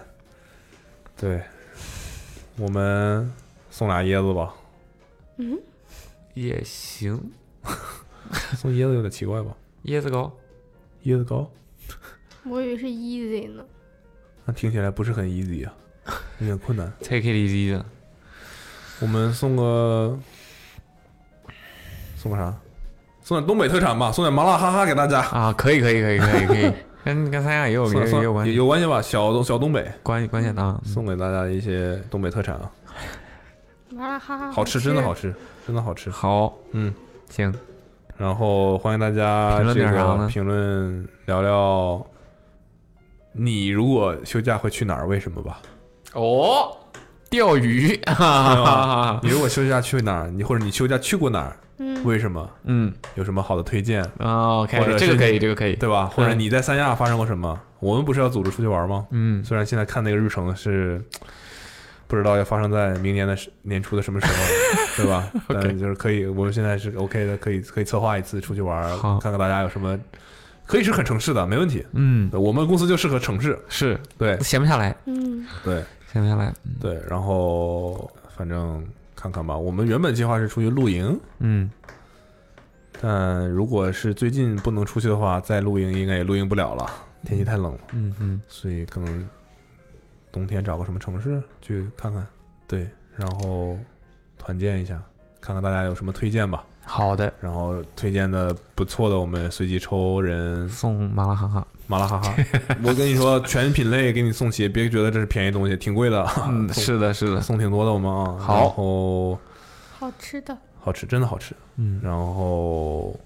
对，我们送俩椰子吧，也行。送椰子有点奇怪吧？椰子糕，椰子糕，我以为是 easy 呢。那听起来不是很 easy 啊，有点困难。 take it easy 的。我们送个送个啥？送点东北特产吧，送点麻辣哈哈给大家。啊，可以可以可以可以可 以，跟跟三亚也有算也算也有关有关系吧？小东小东北关关系的啊。送给大家一些东北特产啊，麻辣哈哈，好吃，真的好吃，真的好吃。好，嗯，行，然后欢迎大家评论这点啥个呢评论聊聊，你如果休假会去哪儿？为什么吧？哦，钓鱼， 哈哈哈哈。你如果休假去哪儿？你或者你休假去过哪儿？嗯，为什么？嗯有什么好的推荐？哦或者，OK，是这个可你以，这个可以，对吧？或者你在三亚发生过什么？我们不是要组织出去玩吗？嗯，虽然现在看那个日程是不知道要发生在明年的时年初的什么时候，对 吧？但就是可以，我们现在是 OK 的，可以可以策划一次出去玩儿，好看看大家有什么，可以是很城市的，没问题。嗯，对我们公司就适合城市，是对闲不下来，嗯，对闲不下来，对。然后反正看看吧，我们原本计划是出去露营，嗯，但如果是最近不能出去的话，再露营应该也露营不了了，天气太冷了，嗯嗯，所以可能冬天找个什么城市去看看，对，然后团建一下，看看大家有什么推荐吧。好的，然后推荐的不错的，我们随机抽人送麻辣哈哈，麻辣哈 哈。我跟你说，全品类给你送齐，别觉得这是便宜东西，挺贵 的，嗯，送是的，是的，送挺多的我们啊。好然后好吃的，好吃，真的好吃。嗯然后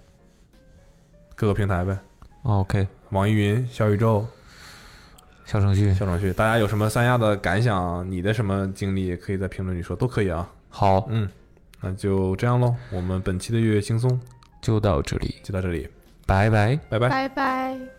各个平台呗， ，OK，网易云、小宇宙、小程序，小程序，大家有什么三亚的感想，你的什么经历，可以在评论里说，都可以啊。好，嗯，那就这样喽，我们本期的月月轻松就到这里，就到这里，拜拜。拜拜。拜拜